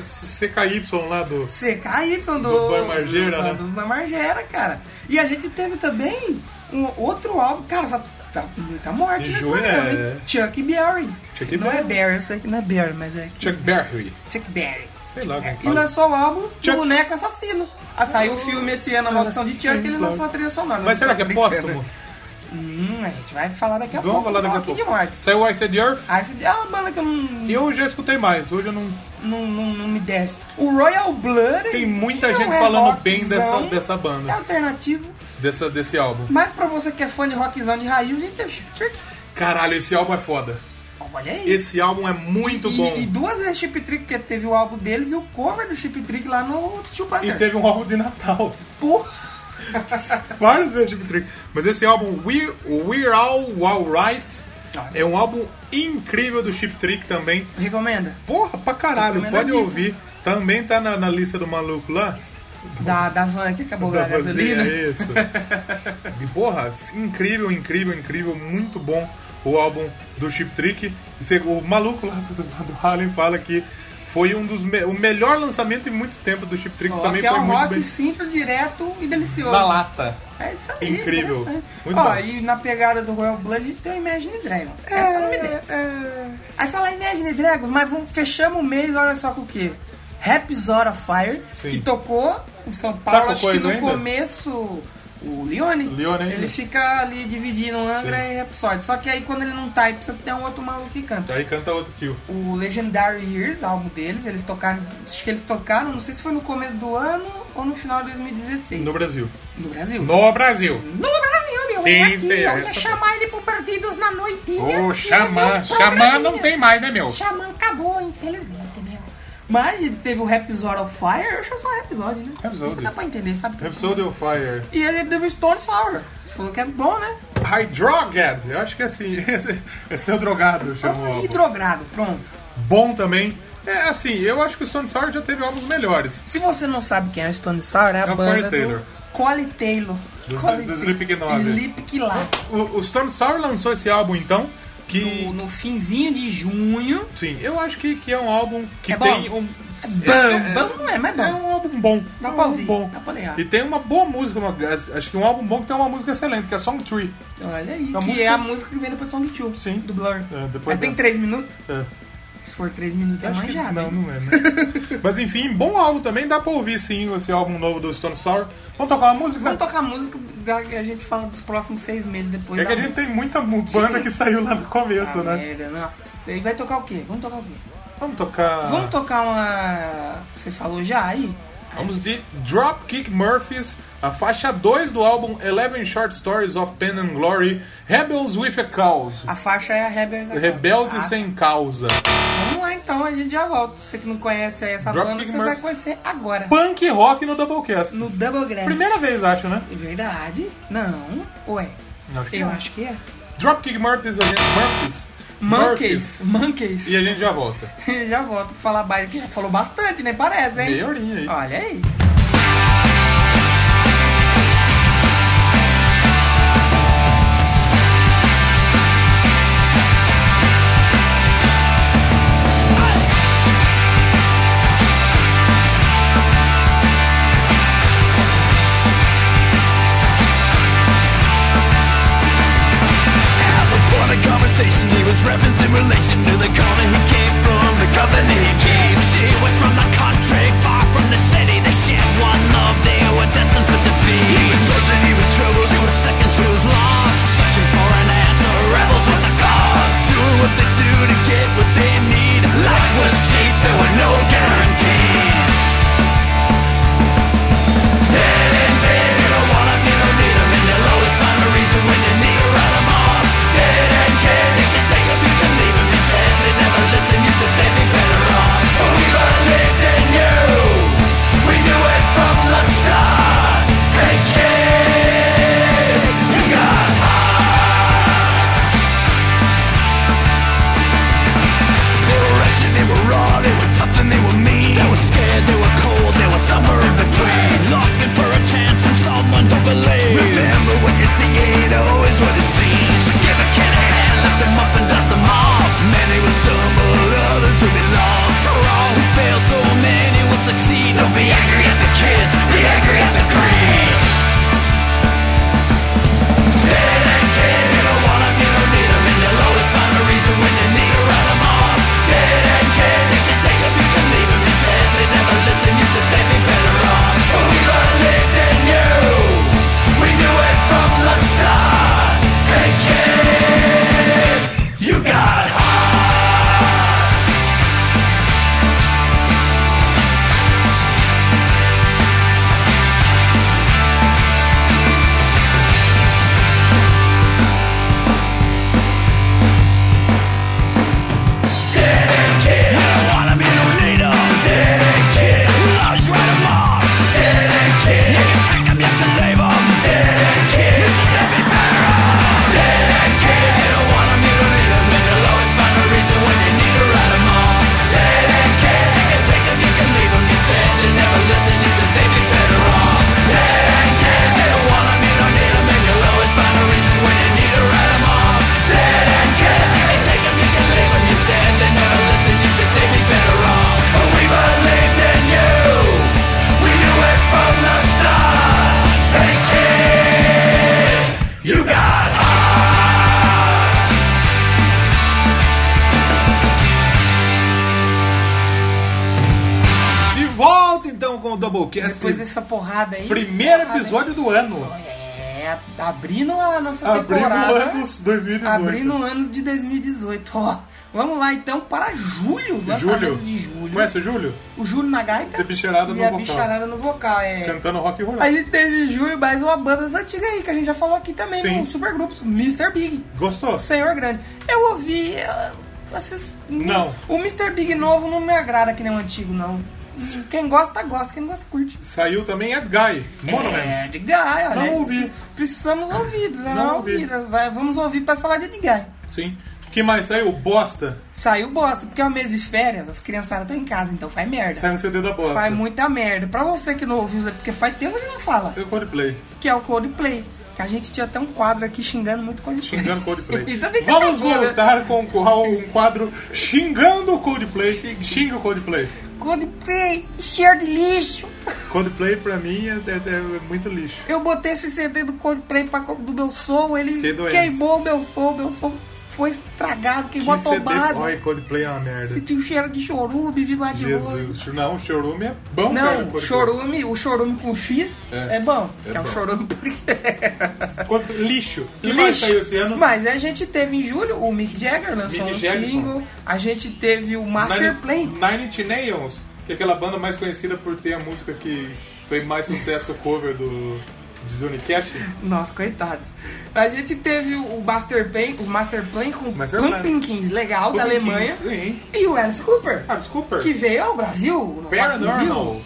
CKY lá do. CKY do... Do Ban Margera, do, né? do Ban Margera, cara. E a gente teve também um outro álbum, cara, só tá muita morte De nesse junho, programa, é. hein? Chuck Berry. Chuck não Berry. é Berry, eu sei que não é Berry, mas é... Chuck Berry. Chuck Berry. É, Sei lá como E fala. lançou o álbum Chuck. do Boneco Assassino. Ah, saiu o filme esse ano, A Maldição de Chuck, Sim, e ele claro. lançou a trilha sonora. né? Mas será que é póstumo? Hum, a gente vai falar daqui a Vamos pouco. falar daqui a Rock pouco. de Mortes. Saiu I Said Earth? Ah, esse é uma banda que eu não, Eu já escutei mais, hoje eu não. não, não, não me desce. O Royal Blood... Tem muita que não gente é falando rockzão, bem dessa, dessa banda, É alternativo. dessa, desse álbum. Mas pra você que é fã de rockzão de raiz, a gente tem o Chip Trick. Caralho, esse álbum é foda. Olha aí. Esse álbum é muito e, bom. e duas vezes Chip Trick, porque teve o álbum deles e o cover do Chip Trick lá no Steel E Panther. teve um álbum de Natal. [LAUGHS] Porra! Vários vezes Chip Trick. Mas esse álbum, We're, We're All Alright, é um álbum incrível do Chip Trick também. Recomenda. Porra, pra caralho, pode Recomendadíssimo. ouvir. Também tá na, na lista do maluco lá. Da, da van que acabou [LAUGHS] da a gasolina. É [LAUGHS] isso. E, porra, incrível, incrível, incrível, muito bom o álbum do Chip Trick. Você- O maluco lá do, do, do Allen fala que foi um dos me- o melhor lançamento em muito tempo do Chip Trick. Ó, Também que é foi um muito rock bem. simples, direto e delicioso. Na lata. É isso aí. Incrível. interessante. Muito Ó, bom. e na pegada do Royal Blood tem o Imagine Dragons. Essa não me É, desce. Aí fala Imagine Dragons, mas vamos, fechamos o mês, olha só com o quê? Rhapsody of Fire, Sim. Tá que tocou o São Paulo, com acho que coisa no ainda? começo... O Leone, Leone ainda. ele fica ali dividindo um Angra Sim. e Rhapsody. Só que aí quando ele não tá, aí precisa ter um outro maluco que canta. Aí canta outro tio. o Legendary Years, álbum deles, eles tocaram, acho que eles tocaram, não sei se foi no começo do ano ou no final de 2016. No Brasil. No Brasil. No Brasil. No Brasil, meu, Sim, é aqui, sim, eu essa- ia chamar ele pro Perdidos na Noitinha. Ô, que é xamã. meu Xamã não programinha. tem mais, né, meu? Xamã acabou, infelizmente, meu. Mas teve o Rhapsody of Fire, eu acho que é só Rhapsody, né? Rhapsody. Acho que Dá pra entender, sabe? Rhapsody of Fire. E ele teve o Stone Sour. Você falou que é bom, né? Hydrogad. Eu acho que é assim. [LAUGHS] Esse é o drogado, chamou. o álbum. um Hidrogrado, pronto. Bom também. É assim, eu acho que o Stone Sour já teve álbuns melhores. Se você não sabe quem é o Stone Sour, é a É o banda Corey Taylor. do Cole Taylor. Do- Corey do Taylor. Slipknot. Slipknot. O, o Stone Sour lançou esse álbum então, que. No, no finzinho de junho. Sim, eu acho que, que é um álbum que É bom? tem um. Bom, bom não é, mas É bom. um álbum bom. Dá é um pra álbum ouvir, bom. dá pra olhar. E tem uma boa música, uma- acho que um álbum bom que tem uma música excelente, que é Song Tree. Olha aí, Tá que muito- é a música que vem depois do som do Tio. Sim. Do Blur. É, depois Mas tem dessa. 3 minutos? É. Se for 3 minutos é Acho que manjado. não, hein? não é, né? [LAUGHS] Mas enfim, bom álbum também, dá pra ouvir sim esse álbum novo do Stone Sour. Vamos tocar uma música? Vamos tocar música da- que a gente fala dos próximos 6 meses depois. É da que a gente música. tem muita mu- banda que saiu lá no começo, Ah, né? merda, nossa. E vai tocar o quê? Vamos tocar o quê? Vamos tocar. Vamos tocar uma... Você falou já aí? Vamos de Dropkick Murphys, a faixa 2 do álbum Eleven Short Stories of Pain and Glory, Rebels with a Cause. A faixa é a Rebelde. Rebelde ah, sem causa. Vamos lá então, a gente já volta. Você que não conhece aí essa Dropkick banda, você Murphy. vai conhecer agora. Punk rock no Doublecast. No Double Grass. Primeira vez, acho, né? É Verdade? Não. Ué. Acho que Eu não. acho que é. Dropkick Murphys, a gente. Murphys. Monkeys. Murphys. Monkeys. E a gente já volta. [LAUGHS] Já volto pra falar mais, que já falou bastante, né? Parece, hein? Meia horinha aí. Olha aí. As upon a conversation, he was reference in relation to the corner he came from, the company he keep. She was from the country, far from the city. They shared one love, they were destined for defeat. He was searching, he was troubled. She was second, she was lost. Searching for an answer, rebels with the cause. Doing what they do to get what they need. Life was cheap, there were no guarantees. Dead and dead, you don't want 'em, you don't need 'em, and they'll always find a reason when you need to run 'em off. Dead and dead, if you take 'em, you can leave 'em, he said. então, Nowcast Depois dessa porrada aí. primeiro porrada, hein? episódio do ano. É, abrindo a nossa Abrindo o temporada. ano dos 2018. Abrindo o ano de 2018. Ó, vamos lá então para julho. julho. lançamentos de julho. Conhece o Júlio? O Júlio na gaita. E a bicharada no e a vocal. bicharada no vocal. É. Cantando rock and roll. A gente teve em julho mais uma banda antiga aí, que a gente já falou aqui também, Sim. no Supergrupos, Mr. Big. Gostou? Senhor Grande. Eu ouvi. eh, Vocês. Não. O Mr. Big novo não me agrada que nem o antigo, não. Quem gosta, gosta. Quem não gosta, curte. Saiu também Ed Guy, É, Monuments. de Guy, olha. Não ouvi. Precisamos ouvir, não, Não ouvi. ouvir. Vai, vamos ouvir pra falar de Edgar. Sim. que mais saiu? Bosta. Saiu bosta, porque é o mês de férias, as criançadas estão em casa, então faz merda. Saiu um CD da bosta. Faz muita merda. Pra você que não ouviu, Zé, porque faz tempo que não fala, Eu Coldplay. que é o Coldplay. Que a gente tinha até um quadro aqui xingando muito Coldplay. Xingando Coldplay. [LAUGHS] Ainda bem que Vamos acabou, né? voltar com qual um quadro xingando o Coldplay. Xinga o Coldplay. Coldplay, cheiro de lixo. Coldplay pra mim é, é- é muito lixo. Eu botei esse CD do Coldplay pra, do meu som, ele Fiquei doente. queimou o meu som, meu som foi estragado, queimou Que a tomada. Olha, Coldplay é uma merda. Sentiu o cheiro de chorume, vindo lá tipo de longe. Jesus. Não, chorume é bom, cara. Não, Coldplay. chorume, o chorume com X É. é, bom. É que é o bom. chorume porque. Coldplay- Lixo. que mais saiu esse ano? Mas a gente teve em julho o Mick Jagger lançou Mick um Jackson. single. A gente teve o Master Play. Nine, Nine Inch Nails, que é aquela banda mais conhecida por ter a música que fez mais sucesso o cover do de Johnny Cash. Nossa, coitados. A gente teve o Master Play, o Master Play com Master Pumpkin Kings, legal, da Pumpkin Alemanha. Kings, Sim. E o Alice Cooper, Ah, desculpa. que veio ao Brasil. no Rock in Paranormal. Rio.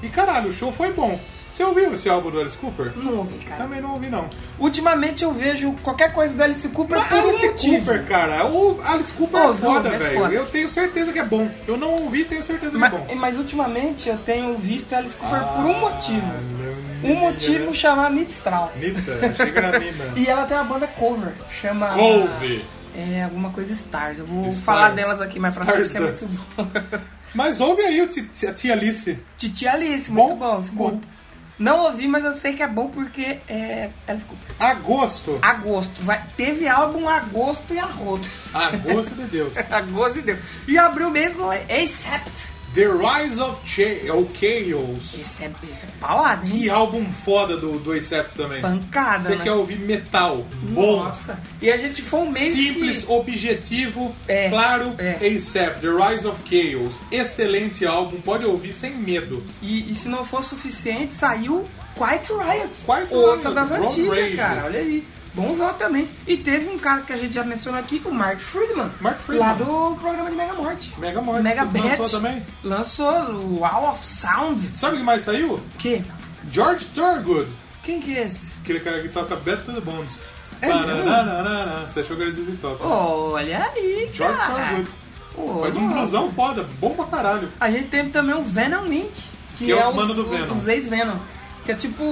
E caralho, o show foi bom. Você ouviu esse álbum do Alice Cooper? Não ouvi, cara. Também não ouvi, não. Ultimamente eu vejo qualquer coisa do Alice Cooper Mas por Alice esse motivo. Cooper, cara, o Alice Cooper Oh, é foda, não, é velho. foda. Eu tenho certeza que é bom. Eu não ouvi, tenho certeza que Mas, eh, é bom. Ah, mas ultimamente eu tenho visto Alice Cooper por um motivo. não. Um motivo chamado Nit Strauss. Nita, chega na mina. E ela tem uma banda cover, chama. Couve. É, alguma coisa Stars. Eu vou Stars. falar delas aqui mais pra frente, Stars que é muito Dust. bom. Mas ouve aí o ti- ti- a tia Alice. Titi Alice, muito Bom? bom. escuta. Não ouvi, mas eu sei que é bom porque é. Alice Cooper. Agosto. Agosto. Vai, teve álbum agosto e arroto. Agosto de Deus. agosto e Tá Deus. E abriu mesmo Acept. The Rise of Ch o Chaos. Esse é, esse é paulado, hein? Que álbum foda do, do A$AP também. Pancada, Você né? quer ouvir metal, bom, Nossa. E a gente foi um mês simples, que... objetivo, É, claro, é. A$AP, The Rise of Chaos. Excelente álbum, pode ouvir sem medo. E, e se não for suficiente, saiu Quiet Riot. Quiet outra Riot, das Road antigas, Rage. cara. Olha aí. Bonzão também. E teve um cara que a gente já mencionou aqui, o Mark Friedman. Mark Friedman. Lá do programa de Mega Morte. Mega Morte, Mega que lançou Bat. também. Lançou o Wall of Sound. Sabe o que mais saiu? Que? George Thorogood, Quem que é esse? aquele cara que toca Bad to the Bones. É Bananana, Você achou que eles dizem toca? Olha aí, George cara. Thorogood. Olha. Faz um blusão foda, bom pra caralho. A gente teve também o Venom Inc. Que, Que é os os, mano do Venom. Os ex-Venom. Que é tipo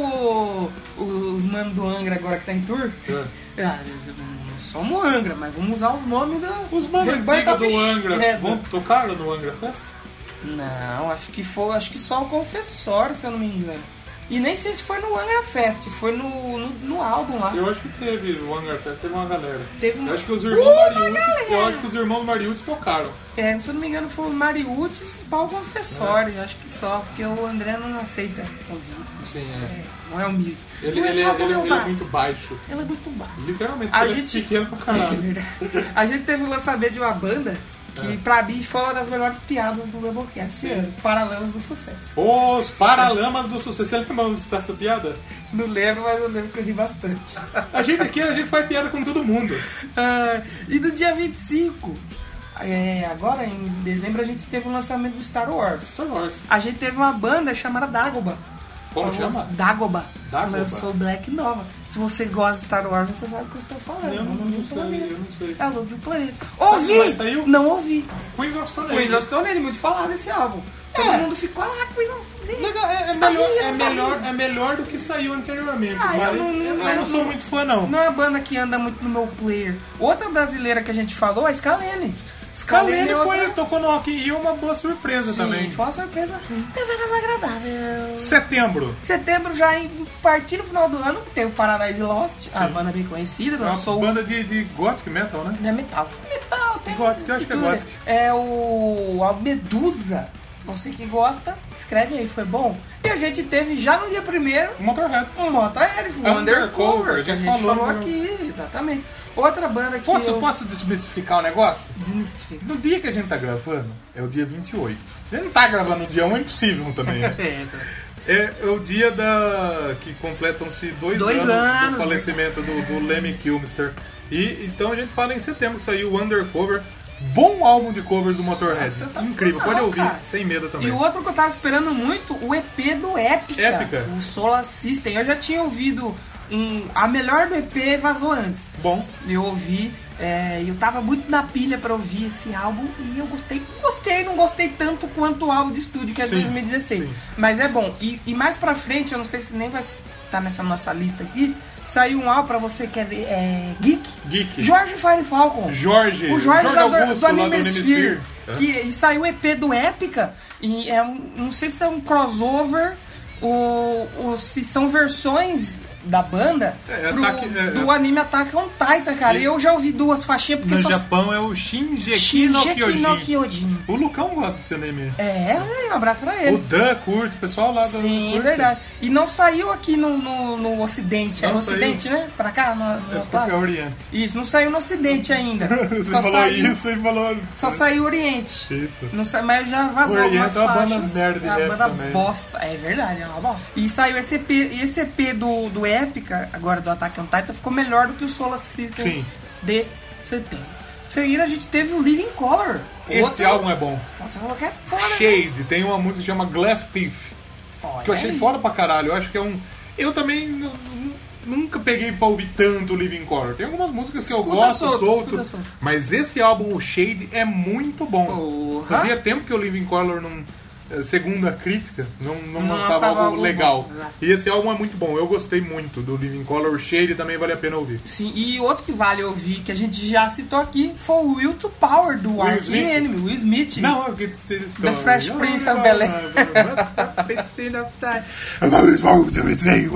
os manos do Angra agora que tá em tour. É. Ah, não somos Angra, mas vamos usar os nomes da. Os manos Reparta antigos do Angra Fechada. vão tocar no Angra Fest? É, Não, acho que foi. Acho que só o Confessor, se eu não me engano. E nem sei se foi no Angra Fest, foi no, no, no álbum lá. Eu acho que teve o Angra Fest, teve uma galera. Teve um uma- Eu acho que os irmãos Uma Mariucci, galera! eu acho que os irmãos Mariucci tocaram. É, se eu não me engano foi o Mariutis e Paulo Confessor, eu acho que só, porque o André não aceita convites. Sim, é. Não é humilde. Ele, Não ele, é- foto, ele- meu ele é bar. muito baixo. Ela é muito baixa. Literalmente, A ele é gente- pequeno pra É caralho. verdade. [LAUGHS] A gente teve o lançamento de uma banda que, É. pra mim, foi uma das melhores piadas do Doublecast. É, Paralelos do sucesso. Os Paralamas do Sucesso. Você lembra onde está essa piada? Não lembro, mas eu lembro que eu ri bastante. [LAUGHS] A gente aqui, a gente faz piada com todo mundo. Ah, e no dia 25, é, agora em dezembro, a gente teve o lançamento do Star Wars. Star Wars. A gente teve uma banda chamada Dagoba. Como chama? Dagoba. Dagobah. Lançou Black Nova. Se você gosta de Star Wars, você sabe o que eu estou falando. Eu não, Ela ouviu o sei, eu planeta. não sei. Ela ouviu É o planeta. mas Ouvi! saiu? Não ouvi. Queens of Stone Queens of Age. Stone Age, muito falado esse álbum. Todo É. mundo ficou lá, Queens of Stone Age. Legal, é, é Tá melhor, vindo, é, tá melhor, é melhor do que saiu anteriormente. Ah, eu mas não- não- eu eu não sou não- muito fã, não. Não é uma banda que anda muito no meu player. Outra brasileira que a gente falou é a Scalene. Calene é foi, outra- tocou no Rock in Rio, uma boa surpresa Sim, também. É Foi uma surpresa. Tava desagradável. Setembro. Setembro já em partindo do final do ano, teve Paradise Lost, a banda bem conhecida, É uma lançou banda de, de gothic metal, né? Então, Não é metal. Metal, tem. Gothic, eu acho que é tudo, né? gothic. É o. A Medusa. Você que gosta, escreve aí, foi bom? E a gente teve já no dia primeiro Motorhead. um Motorhead, um Undercover, Undercover, que a gente falou, no- aqui, exatamente. Outra banda que Posso, eu posso desmistificar o negócio? desmistifico. [LAUGHS] No dia que a gente tá gravando, é o dia 28. A gente não tá gravando no dia 1, é impossível também, [LAUGHS] né? tá, É, é o dia da que completam-se dois, Dois anos, do falecimento do, do Lemmy Kilmister. E então a gente fala em setembro que saiu o Undercover. Bom álbum de cover do Motorhead. Ah, Sensacional, Incrível, pode ouvir, cara. sem medo também. E o outro que eu tava esperando muito, o EP do Épica. Épica. O Solar System. Eu já tinha ouvido em- a melhor do EP vazou antes. Bom, Eu ouvi, é, eu tava muito na pilha pra ouvir esse álbum e eu gostei. Gostei, não gostei tanto quanto o álbum de estúdio, que é Sim, 2016. sim. Mas é bom. E, e mais pra frente, eu não sei se nem vai estar nessa nossa lista aqui, saiu um álbum pra você que é, é, geek. Geek. Jorge Fire Falcon. Jorge, O Jorge, da- do, Augusto do lá do Anime Sphere, Animesphere. É. que e saiu o EP do Épica, e é um, não sei se é um crossover ou, ou se são versões da banda É, pro- ataque- é, do é. anime Attack on Titan, cara. E- E eu já ouvi duas faixinhas porque No só Japão é o Shinjeki no Shingeki no Kyojin. Kyojin. O Lucão gosta desse anime. É, um abraço pra O ele. Dan curte, o pessoal lá do Sim, curte. verdade. E não saiu aqui no, no, no Ocidente. É Não no Ocidente, né? Pra cá, no, no É nosso porque é lado. Oriente. Isso, não saiu no Ocidente ainda. [LAUGHS] Você só falou saiu, isso e falou. Só saiu Oriente. Isso. Não sei, mas já vazou Oriente algumas é uma faixas. banda merda de é rap uma banda também. bosta. É verdade, é uma bosta. E saiu esse EP, e esse EP do, do Épica, agora do Attack on Titan, ficou melhor do que o Solar System Sim. de setembro. Seguindo, a gente teve o Living Color. Esse álbum é bom. Nossa, falou que é foda. Shade, tem uma música que chama Glass Thief. Olha Que eu achei aí. foda pra caralho. Eu acho que é um. Eu também nu- nu- nunca peguei pra ouvir tanto o Living Color. Tem algumas músicas que eu Escuta gosto, solto, solto. escuta solto. Mas esse álbum, o Shade, é muito bom. Porra. Fazia tempo que o Living Color não. eh, Segundo a crítica, não, não Não lançava lançava algo algo legal. bom, exato. E esse álbum é muito bom, eu gostei muito do Living Color. O Shade também vale a pena ouvir. Sim, e outro que vale ouvir, que a gente já citou aqui, foi o Will to Power, do Arch Smith? Enemy, Will Smith. [LAUGHS] Não, eu que eles Ah, The Fresh Prince of Bel-Air. Tá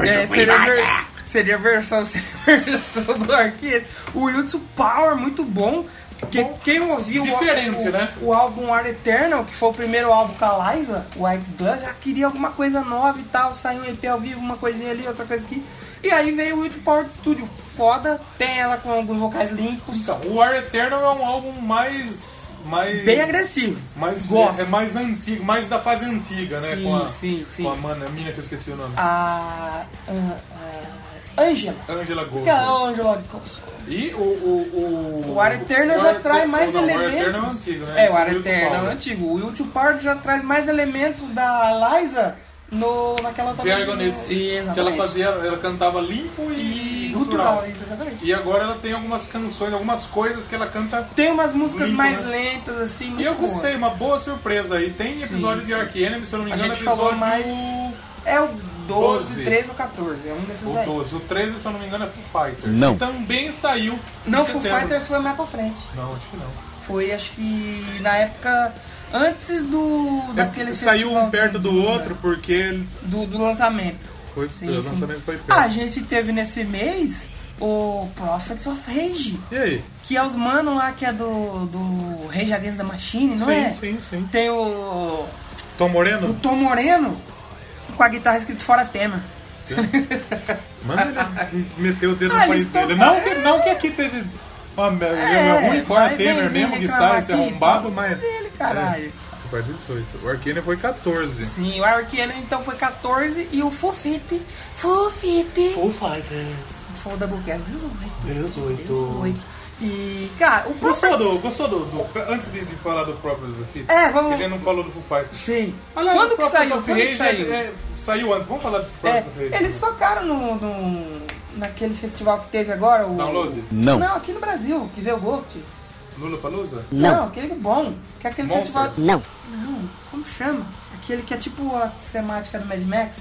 É, seria, a ver- seria a versão, [LAUGHS] seria a versão do arqueiro. O Yutsu Power, muito bom. Que, quem ouviu o- Diferente, o, né? o álbum Art Eternal, que foi o primeiro álbum com a Liza, White Blood, já queria alguma coisa nova e tal. Saiu um EP ao vivo, uma coisinha ali, outra coisa aqui. E aí veio o Yutsu Power Studio. Foda, tem ela com alguns vocais limpos. Então, o War Eternal é um álbum mais. mais Bem agressivo. Mais, Gosto. É mais antigo, mais da fase antiga, né? Sim, com a, sim, sim. Ah. Com a mana, a mina que eu esqueci o nome. A. a- a- Angela. Angela Gold. Que é a Angela Gold. E o. O, O War Eternal o já War traz Eter- mais não, elementos. O War Eternal é antigo, né? É, o War Esse Eternal é Wild antigo. O Will to Power já traz mais elementos da Liza no, naquela outra Power. banda. Diagonist. Exatamente. Que ela fazia, ela cantava limpo e. E Gutural, isso, exatamente. E agora ela tem algumas canções, algumas coisas que ela canta. Tem umas músicas Limpo, mais né? lentas, assim. E muito eu boas. gostei, uma boa surpresa aí. Tem episódio de Ark Enemy, se eu não me A engano, gente falou episódio mais. É o 12, 12. 13 ou 14. É um desses O daí. 12, o 13, se eu não me engano, é Foo Fighters. Não. Que Também saiu. em Não, Foo setembro. Fighters foi mais pra frente. Não, acho que não. Foi, acho que na época. Antes do. Daquele saiu um festivalzinho perto do do- outro porque eles. Do, do lançamento. Foi, Sim, o sim. Ah, lançamento foi perto. A gente teve nesse mês o Prophets of Rage. E aí? Que é os mano lá que é do, do Rage Against the Machine, não sim, é? sim, sim. Tem o, Tom o Moreno? Tom Moreno com a guitarra escrito Fora Temer. Manda [LAUGHS] ele meter o dedo Ah, no país eles tão- dele. Não que, não que aqui teve. Ó, meu, É, é ruim fora vai, Temer vem, vem mesmo que reclamar sai, esse aqui. arrombado, mas. Ele, caralho. Foi 18. O Arcane foi 14. É. Sim, o Arqueno então foi 14 e o Fufite. Fufite. Foo Fighters, Foi o Doublecast 18. 18. 18. E, cara, o Gostou Prophets. do. Gostou do. do- antes de, de falar do próprio do Fita? É, vamos- A gente não falou do Foo Fighters. Sim. Aliás, Quando tá o que Prophets saiu? of Quando que Rage saiu? é- é- saiu antes. Vamos falar desse É, Prophets of Rage. eles tocaram no, no- naquele festival que teve agora. O... Download? Não. Não, aqui no Brasil, que veio o Ghost. Lula Palusa? Não, aquele bom. Que é aquele Monsters. festival. Não, como chama? Aquele que é tipo a temática do Mad Max.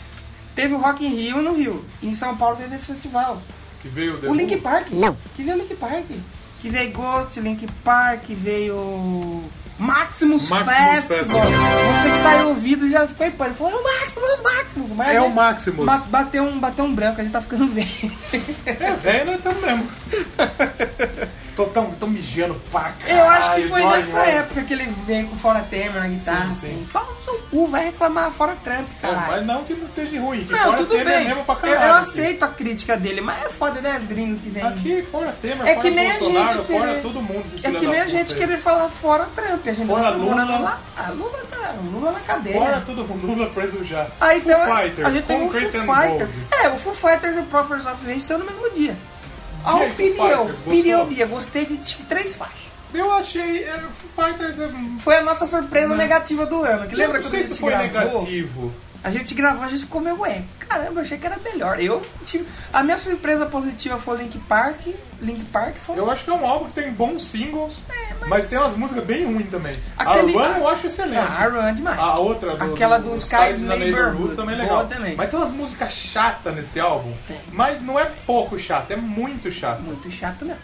Teve o Rock in Rio no Rio. E em São Paulo teve esse festival. Que veio O Link Park. Não. Que veio o Link Park. Que veio Ghost, Link Park, veio. Maximus, Maximus Festival. Festival. Você que tá aí ouvido já ficou em pânico. Falou, é o Maximus, Maximus. Mas É né, o Maximus. ba- Bateu [LAUGHS] um, bateu um branco, a gente tá ficando velho. É velho, nós estamos mesmo. né, então [LAUGHS] Tô tão, tão mijando pra caralho. Eu acho que foi dói, nessa dói. época que ele veio com fora tema na guitarra, Sim, sim. assim. Pau no seu cu, vai reclamar fora Trump, É, caralho. mas não que não esteja ruim. Que Não, fora tudo Temer é bem. mesmo pra eu, caralho. eu aceito a crítica dele, mas é foda, né? As gringos que vem. Aqui fora Temer, é fora que nem a Bolsonaro, gente fora querer... todo mundo. esses É filha que da nem a puta gente aí. querer falar fora Trump. A gente Fora tá procurando Lula. lá. Ah, Lula tá... Lula na cadeira. Fora todo mundo. Lula preso já. Aí Foo então, Fighters, a gente tem o Foo Concrete and Fighters. Gold. É, o Foo Fighters e o Prophets of Rage são no mesmo dia. A E aí, Foo opinião, Fighters, gostou? opinião minha, gostei de t- três faixas. Eu achei... É, Foo Fighters é... Foi a nossa surpresa negativa do ano. Que lembra eu não quando sei a gente se foi gravou? negativo. A gente gravou, a gente ficou meio, ué, caramba, eu achei que era melhor. Eu tive. A minha surpresa positiva foi Link Park. Link Park só. Eu acho que é um álbum que tem bons singles, mas... tem umas músicas bem ruins também. É, Aquele- A Run eu acho excelente. Ah, a Run é demais. A outra do, Aquela do dos Sky's Skies in the Neighborhood, também é boa legal. também. Mas tem umas músicas chatas nesse álbum. Mas não é pouco chato, é muito chato. Muito chato mesmo.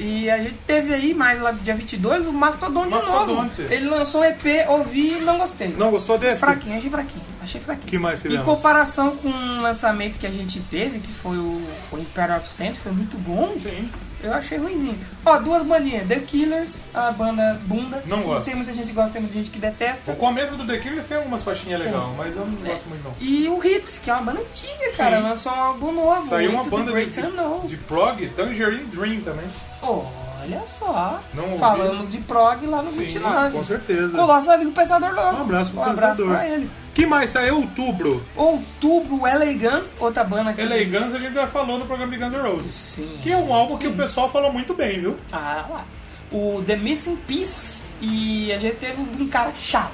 E a gente teve aí, mais lá no dia 22, o Mastodonte, Mastodonte. novo. Ele lançou um EP, ouvi e não gostei. Não gostou desse? É Fraquinho, achei fraquinho. Achei fraquinho. Que mais Em tivemos? comparação com um lançamento que a gente teve, que foi o, o Empire of Sand, foi muito bom. Sim. Eu achei ruimzinho. Ó, duas bandinhas. The Killers, a banda bunda. Não que gosto. Tem muita gente que gosta, tem muita gente que detesta. O começo do The Killers tem algumas faixinhas legais, mas eu É. não gosto muito não. E o Hits, que é uma banda antiga, cara. Sim. Lançou um álbum novo. Saiu uma Into the banda de, Great Unknown. de prog, Tangerine Dream também. Olha só. Não ouvi. Falamos de prog lá no Sim, 29. com certeza. Colosso amigo Pensador Louco. Um abraço pro um abraço Pensador. pra ele. Que mais? Saiu outubro. Outubro, Elegance, outra banda que... LA Guns a gente já falou no programa de Guns N' Roses. Sim. Que é um álbum que o pessoal falou muito bem, viu? Ah, lá. O The Missing Piece e a gente teve um cara chato.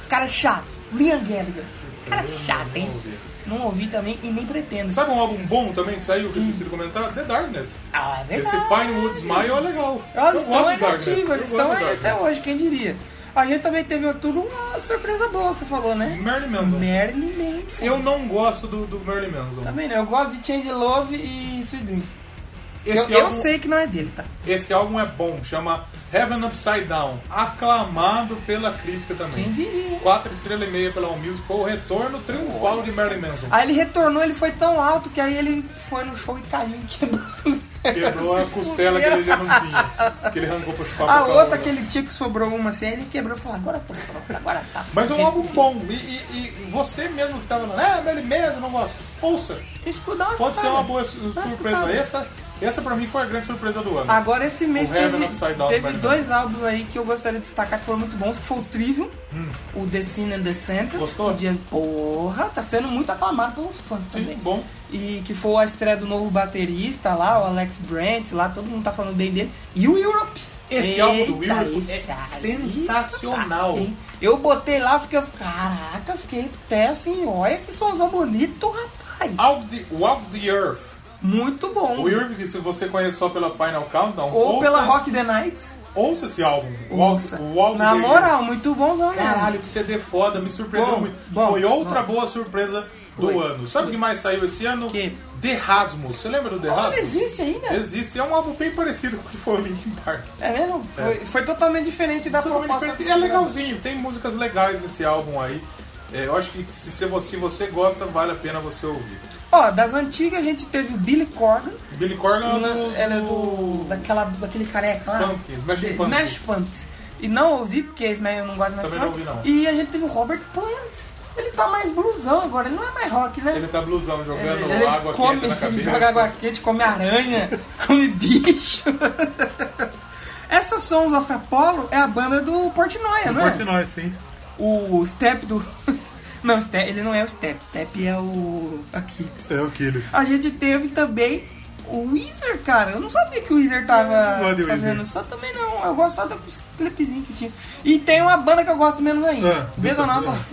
Esse cara é chato. Liam Gallagher. Cara chato, hein? Não ouvi. Não ouvi também e nem pretendo. Sabe um álbum bom também que saiu, que eu esqueci de comentar? The Darkness. Ah, é verdade. Esse Pinewood Smile é legal. Ah, Eu Eles estão gosto aí do no Darkness, ativo, eu eles gosto estão do aí Darkness. até hoje, quem diria. A gente também teve outubro uma surpresa boa que você falou, né? Marilyn Manson. Merlin Manson. Eu não gosto do, do Marilyn Manson. Também não, eu gosto de Change Love e Sweet Dream. Eu, Esse, eu álbum, sei que não é dele, tá? esse álbum é bom, chama Heaven Upside Down. Aclamado pela crítica também. Quem diria. Quatro estrelas e meia pela All Music. Foi o retorno triunfal de Marilyn Manson. Aí ele retornou, ele foi tão alto que aí ele foi no show e caiu e [LAUGHS] quebrou. Quebrou a Se costela que fudeu. ele já não tinha. Que ele arrancou pra chupar A pra outra, fora. aquele tio que sobrou uma assim, aí ele quebrou e falou, agora eu tô pronto, agora tá. Mas é um fudido. álbum bom. E, e- e você mesmo que tá falando, ah, Marilyn Manson, não gosto. Ouça. Escutar uma Pode ser parada. uma boa su- Vai surpresa. escutar. Essa, essa pra mim foi a grande surpresa do ano. tá Agora esse mês O Heaven teve, Upside Down, teve Heaven. dois álbuns aí que eu gostaria de destacar que foram muito bons, que foi o Trivium, o The Sin and the Sentence. Hum. Gostou? o dia- Porra, tá sendo muito aclamado pelos fãs Sim, também. bom. E que foi a estreia do novo baterista lá, o Alex Brandt, lá todo mundo tá falando bem dele. E o Europe. Esse Eita, álbum do Europe esse é aí, sensacional. hein? Eu botei lá, fiquei, caraca, fiquei até assim, olha que somzão bonito, rapaz. Out the, o Out the Earth. Muito bom. O Earth, que se você conhece só pela Final Countdown, Hum. Ou ouça, pela Rock the Night. ouça esse álbum. O Nossa. álbum- o álbum Na dele. moral, muito bonzão mesmo. Caralho, que CD foda, me surpreendeu Bom, muito. bom, Foi outra bom. boa surpresa do Foi. ano. Sabe o que mais saiu esse ano? Que? The Rasmus. Você lembra do The Não Rasmus? existe ainda? Existe. É um álbum bem parecido com o que foi o Linkin Park. É mesmo? Foi, foi totalmente diferente da Totalmente proposta. diferente. É legalzinho, tem músicas legais nesse álbum aí. É, eu acho que se, se você, se você gosta, vale a pena você ouvir. Ó, das antigas a gente teve o Billy Corgan. Billy Corgan Ela, do- ela é do. Daquela, daquele careca lá. Pumpkins, Smashing De- Pumpkins. Smash Pumpkins. E não ouvi, porque Smash eu não gosto de Smash Também não Pumpkins. ouvi, E a gente teve o Robert Plant. Ele tá mais blusão agora, ele não é mais rock, né? Ele tá blusão, jogando Ele água come, quente na cabeça. [LAUGHS] Joga água quente, come aranha, [LAUGHS] come bicho. [LAUGHS] Essa Sons of Apollo é a banda do Portnoy, não é? nós, sim. O Step do. [LAUGHS] Não, Step, ele não é o Step. Step é o. Aqui. É o Killers. A gente teve também o Weezer, cara. Eu não sabia que o Weezer tava Eu gosto de fazendo. Weezer. Só também não. Eu gosto só dos clipezinhos que tinha. E tem uma banda que eu gosto menos ainda. Ah, Detonautas. Fala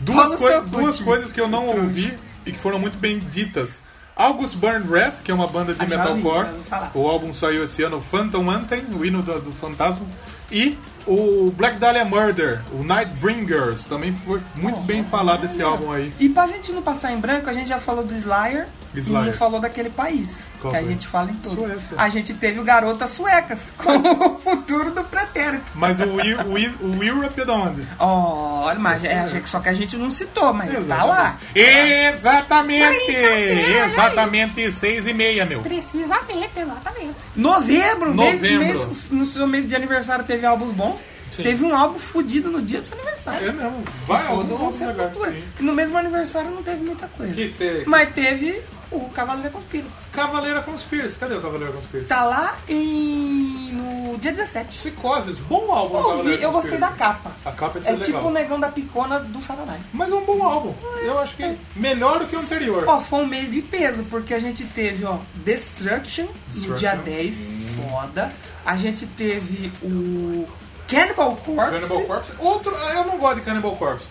Duas, o coi- seu duas cu, coisas que eu não ouvi e que foram muito bem ditas. August Burn Rat, que é uma banda de Ah, já metalcore. ouvi, já ouvi falar. O álbum saiu esse ano, Phantom Anthem, o hino do, do fantasma. E o Black Dahlia Murder, o Oh. Nightbringers. Também foi muito bem falado esse álbum aí. E pra gente não passar em branco, a gente já falou do Slayer, E não Slayer. falou daquele país, Qual que a foi? gente fala em tudo. Suécia. A gente teve o Garotas Suecas, [LAUGHS] como o futuro do pretérito. Mas o, Will- o, Will- o Europe é da onde? Olha, mas é, é que- só que a gente não citou, mas tá lá. Exatamente! Brincadeira, Exatamente seis e meia, meu. Precisamente, exatamente. Novembro, mês- Novembro. mês- no seu mês de aniversário teve álbuns bons. Teve um álbum fudido no dia do seu aniversário. É mesmo. Vai, Foda, algum vamos ser negócio cultura. aí. No mesmo aniversário não teve muita coisa. Que que você- Mas teve o Cavaleiro com Pires. Cavaleira Conspiracy. Cadê o Cavaleira Conspiracy? Tá lá em. no dia 17. Psicoses, bom álbum. Eu ouvi, Cavaleiro eu gostei da Conspiracy. capa. A capa é, É legal. tipo o negão da picona do Satanás. Mas é um bom álbum. Eu acho que melhor do que o anterior. Ó, foi um mês de peso, porque a gente teve, ó, Destruction, no dia Destruction. 10, foda. A gente teve o Cannibal Corpse. Cannibal Corpse. Outro, ah, eu não gosto de Cannibal Corpse.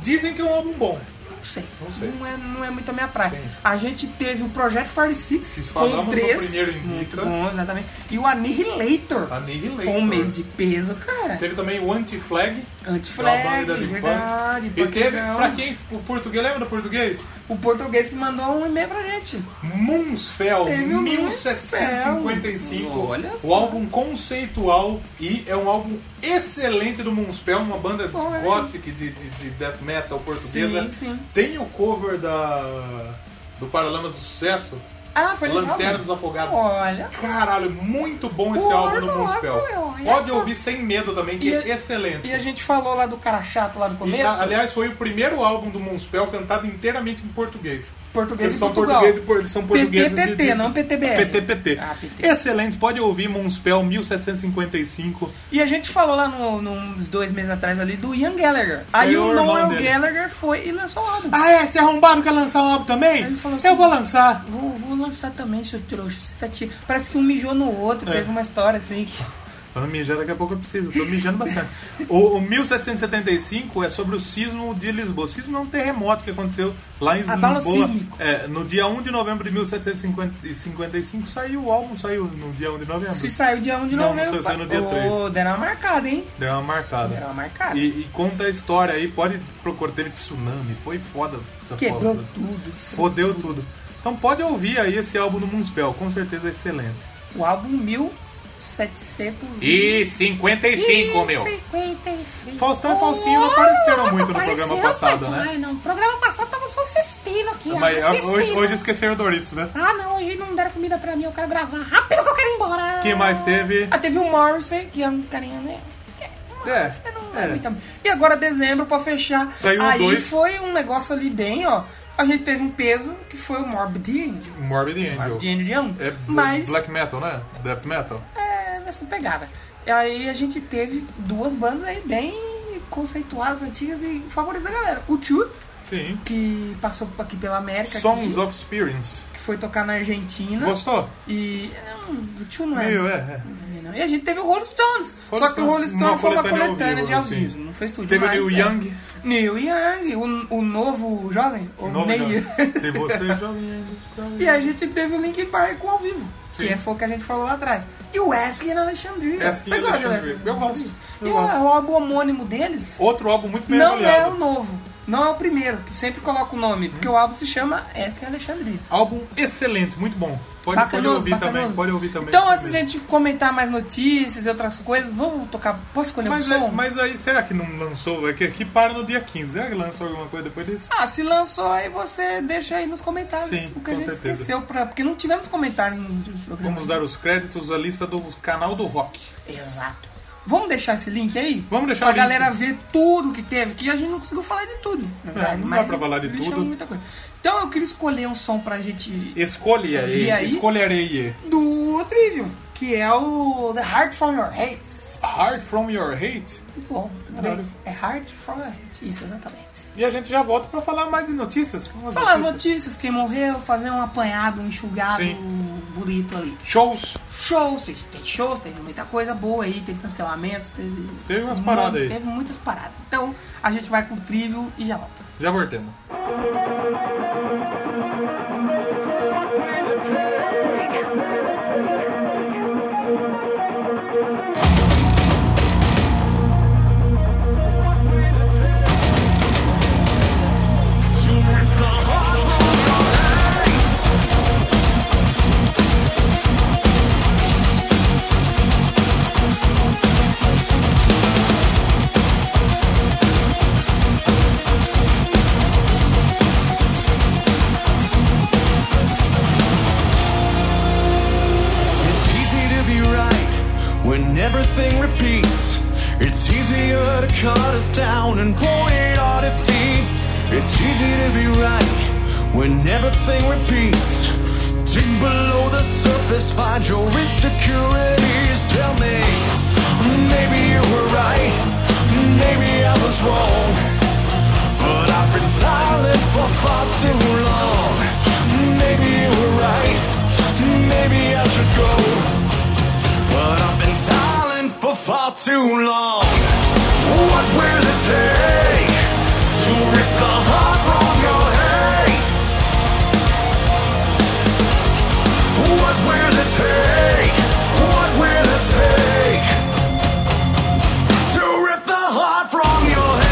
Dizem que é um álbum bom. Não sei. Não sei. Não é, não é muito a minha praia. Sim. A gente teve o Projeto Fire Six, falamos com no três. primeiro Indica. muito bom, exatamente. E o Annihilator. Tá Annihilator. Foi um mês de peso, cara. né? Teve também o Anti-Flag. Anti-flag, da banda de verdade, punk. E teve, punkzão. pra quem, o português, lembra do português? O português que mandou um e-mail pra gente. Moonsfell, Teve o 1755. Moonspell. Olha o só. álbum conceitual e é um álbum excelente do Moonspell, uma banda Olha. gothic de, de- de death metal portuguesa. Sim, sim. Tem o cover da do Paralamas do Sucesso, Ah, foi nesse Lanterna álbum? dos Afogados. Olha. Caralho, muito bom esse Porra, álbum do Moonspell. olha Pode só. ouvir sem medo também, que E é a- excelente. E a gente falou lá do cara chato lá no E, começo. a- aliás, foi o primeiro álbum do Moonspell cantado inteiramente em português. Português Eles de são, Portugal. portugueses, por- eles são portugueses de- PTPT, de- não PTBR. PTPT. Ah, PT. Excelente, pode ouvir Moonspell 1755. E a gente falou lá no, nos dois meses atrás ali do Ian Gallagher. Aí o o irmão Noel dele. Gallagher foi e lançou o álbum. Ah, é? Você arrombado quer lançar um álbum também? Ele falou assim, Eu vou lançar. Vou, vou lançar também, seu trouxa. Você tá te... Parece que um mijou no outro, É. teve uma história assim. que- [LAUGHS] Pra mijar daqui a pouco eu preciso, tô mijando bastante. o, o 1775 é sobre o sismo de Lisboa. O sismo é um terremoto que aconteceu lá em Abalo Lisboa. sísmico. É, no dia 1 de novembro de 1755 saiu o álbum, saiu no dia 1 de novembro. Se saiu dia 1 de Não, novembro. saiu no pá. dia três. Ô, deram uma marcada, hein? Deu uma marcada. Deram uma marcada. E, e conta a história aí, pode procurar, teve tsunami, foi foda. essa Quebrou foda. tudo. Fodeu tudo. Então pode ouvir aí esse álbum do Moonspell, com certeza é excelente. O álbum 1700. E 55, 55. Faustão e Faustinho não Oh, apareceram não muito no apareceu, programa passado, pai, né? Ai, não. No programa passado tava só assistindo aqui. ó, Mas ah, assistindo. hoje, hoje esqueceram o Doritos, né? Ah, não, hoje não deram comida pra mim, eu quero gravar rápido que eu quero ir embora. Quem mais teve? Ah, teve o Morrissey, que é um carinha, né? É, Você não é muito- E agora dezembro pra fechar. Saiu um Aí dois. foi um negócio ali bem, ó. A gente teve um peso que foi o Morbid Angel. Morbid Morbid Angel. Angel de um. É Mas black metal, né? Death metal. é nessa pegada. E aí a gente teve duas bandas aí bem conceituadas, antigas e favoritas da galera. O Tio, Sim. que passou aqui pela América, Songs que, of Experience. que foi tocar na Argentina. Gostou? E. Não, o Tio não é. Meio, é. é. E a gente teve o Rolling Stones. Rolling só que o Rolling Stones, uma Stones foi uma coletânea ao coletânea vivo, de ao vivo. assim. Não foi estúdio. Teve o mas, Neil é. Young. Neil Young, o, o novo jovem. O Novo Neil. [LAUGHS] Young. Se você joga. e a gente teve o Link Park ao vivo. Sim. Que foi o que a gente falou lá atrás. E o Wesley na Alexandria. Wesley É, Você in gosta né? de Alexandria? Wesley? Eu gosto, eu e o- gosto. o álbum homônimo deles Outro álbum muito bem não é avaliado. o novo. Não é o primeiro, que sempre coloca o nome. Porque Uhum. o álbum se chama Wesley in Alexandria. Álbum excelente, muito bom. Pode, pode Bacanoso, ouvir também, bacanoso. pode ouvir também. Então, antes de a gente comentar mais notícias e outras coisas, vamos tocar. Posso escolher Mas, um aí- som? mas aí, será que não lançou? É que aqui para no dia 15. Será que lançou alguma coisa depois disso? Ah, se lançou aí, você deixa aí nos comentários Sim, o que a com gente certeza. esqueceu, pra, porque não tivemos comentários nos últimos programas. Vamos dar os créditos à lista do canal do rock. Exato. Vamos deixar esse link aí? Vamos deixar pra o link. galera ver tudo que teve, que a gente não conseguiu falar de tudo. na verdade, É, não dá mas pra falar de deixamos tudo. muita coisa. Então eu queria escolher um som pra gente Escolha E aí? Escolherei. do Trivium, que é o The Heart From Your Hate. Hard From Your Hate. Bom, Claro. é Heart From Your Hate, isso exatamente. E a gente já volta pra falar mais de notícias. Vamos Falar notícias. notícias, quem morreu, fazer um apanhado, um enxugado Sim. bonito ali. Shows. shows, teve teve shows, teve muita coisa boa aí, teve cancelamentos, teve. um Teve umas paradas aí. Teve muitas paradas. Então a gente vai com o trivial e já volta. Já voltamos. Tonight, When everything repeats, it's easier to cut us down and point it our defeat. It's easy to be right when everything repeats. Dig below the surface, find your insecurities. Tell me, maybe you were right, maybe I was wrong. But I've been silent for far too long. Maybe you were right, maybe I should go. But I've been silent for far too long. What will it take to rip the heart from your hate? What will it take? What will it take to rip the heart from your hate?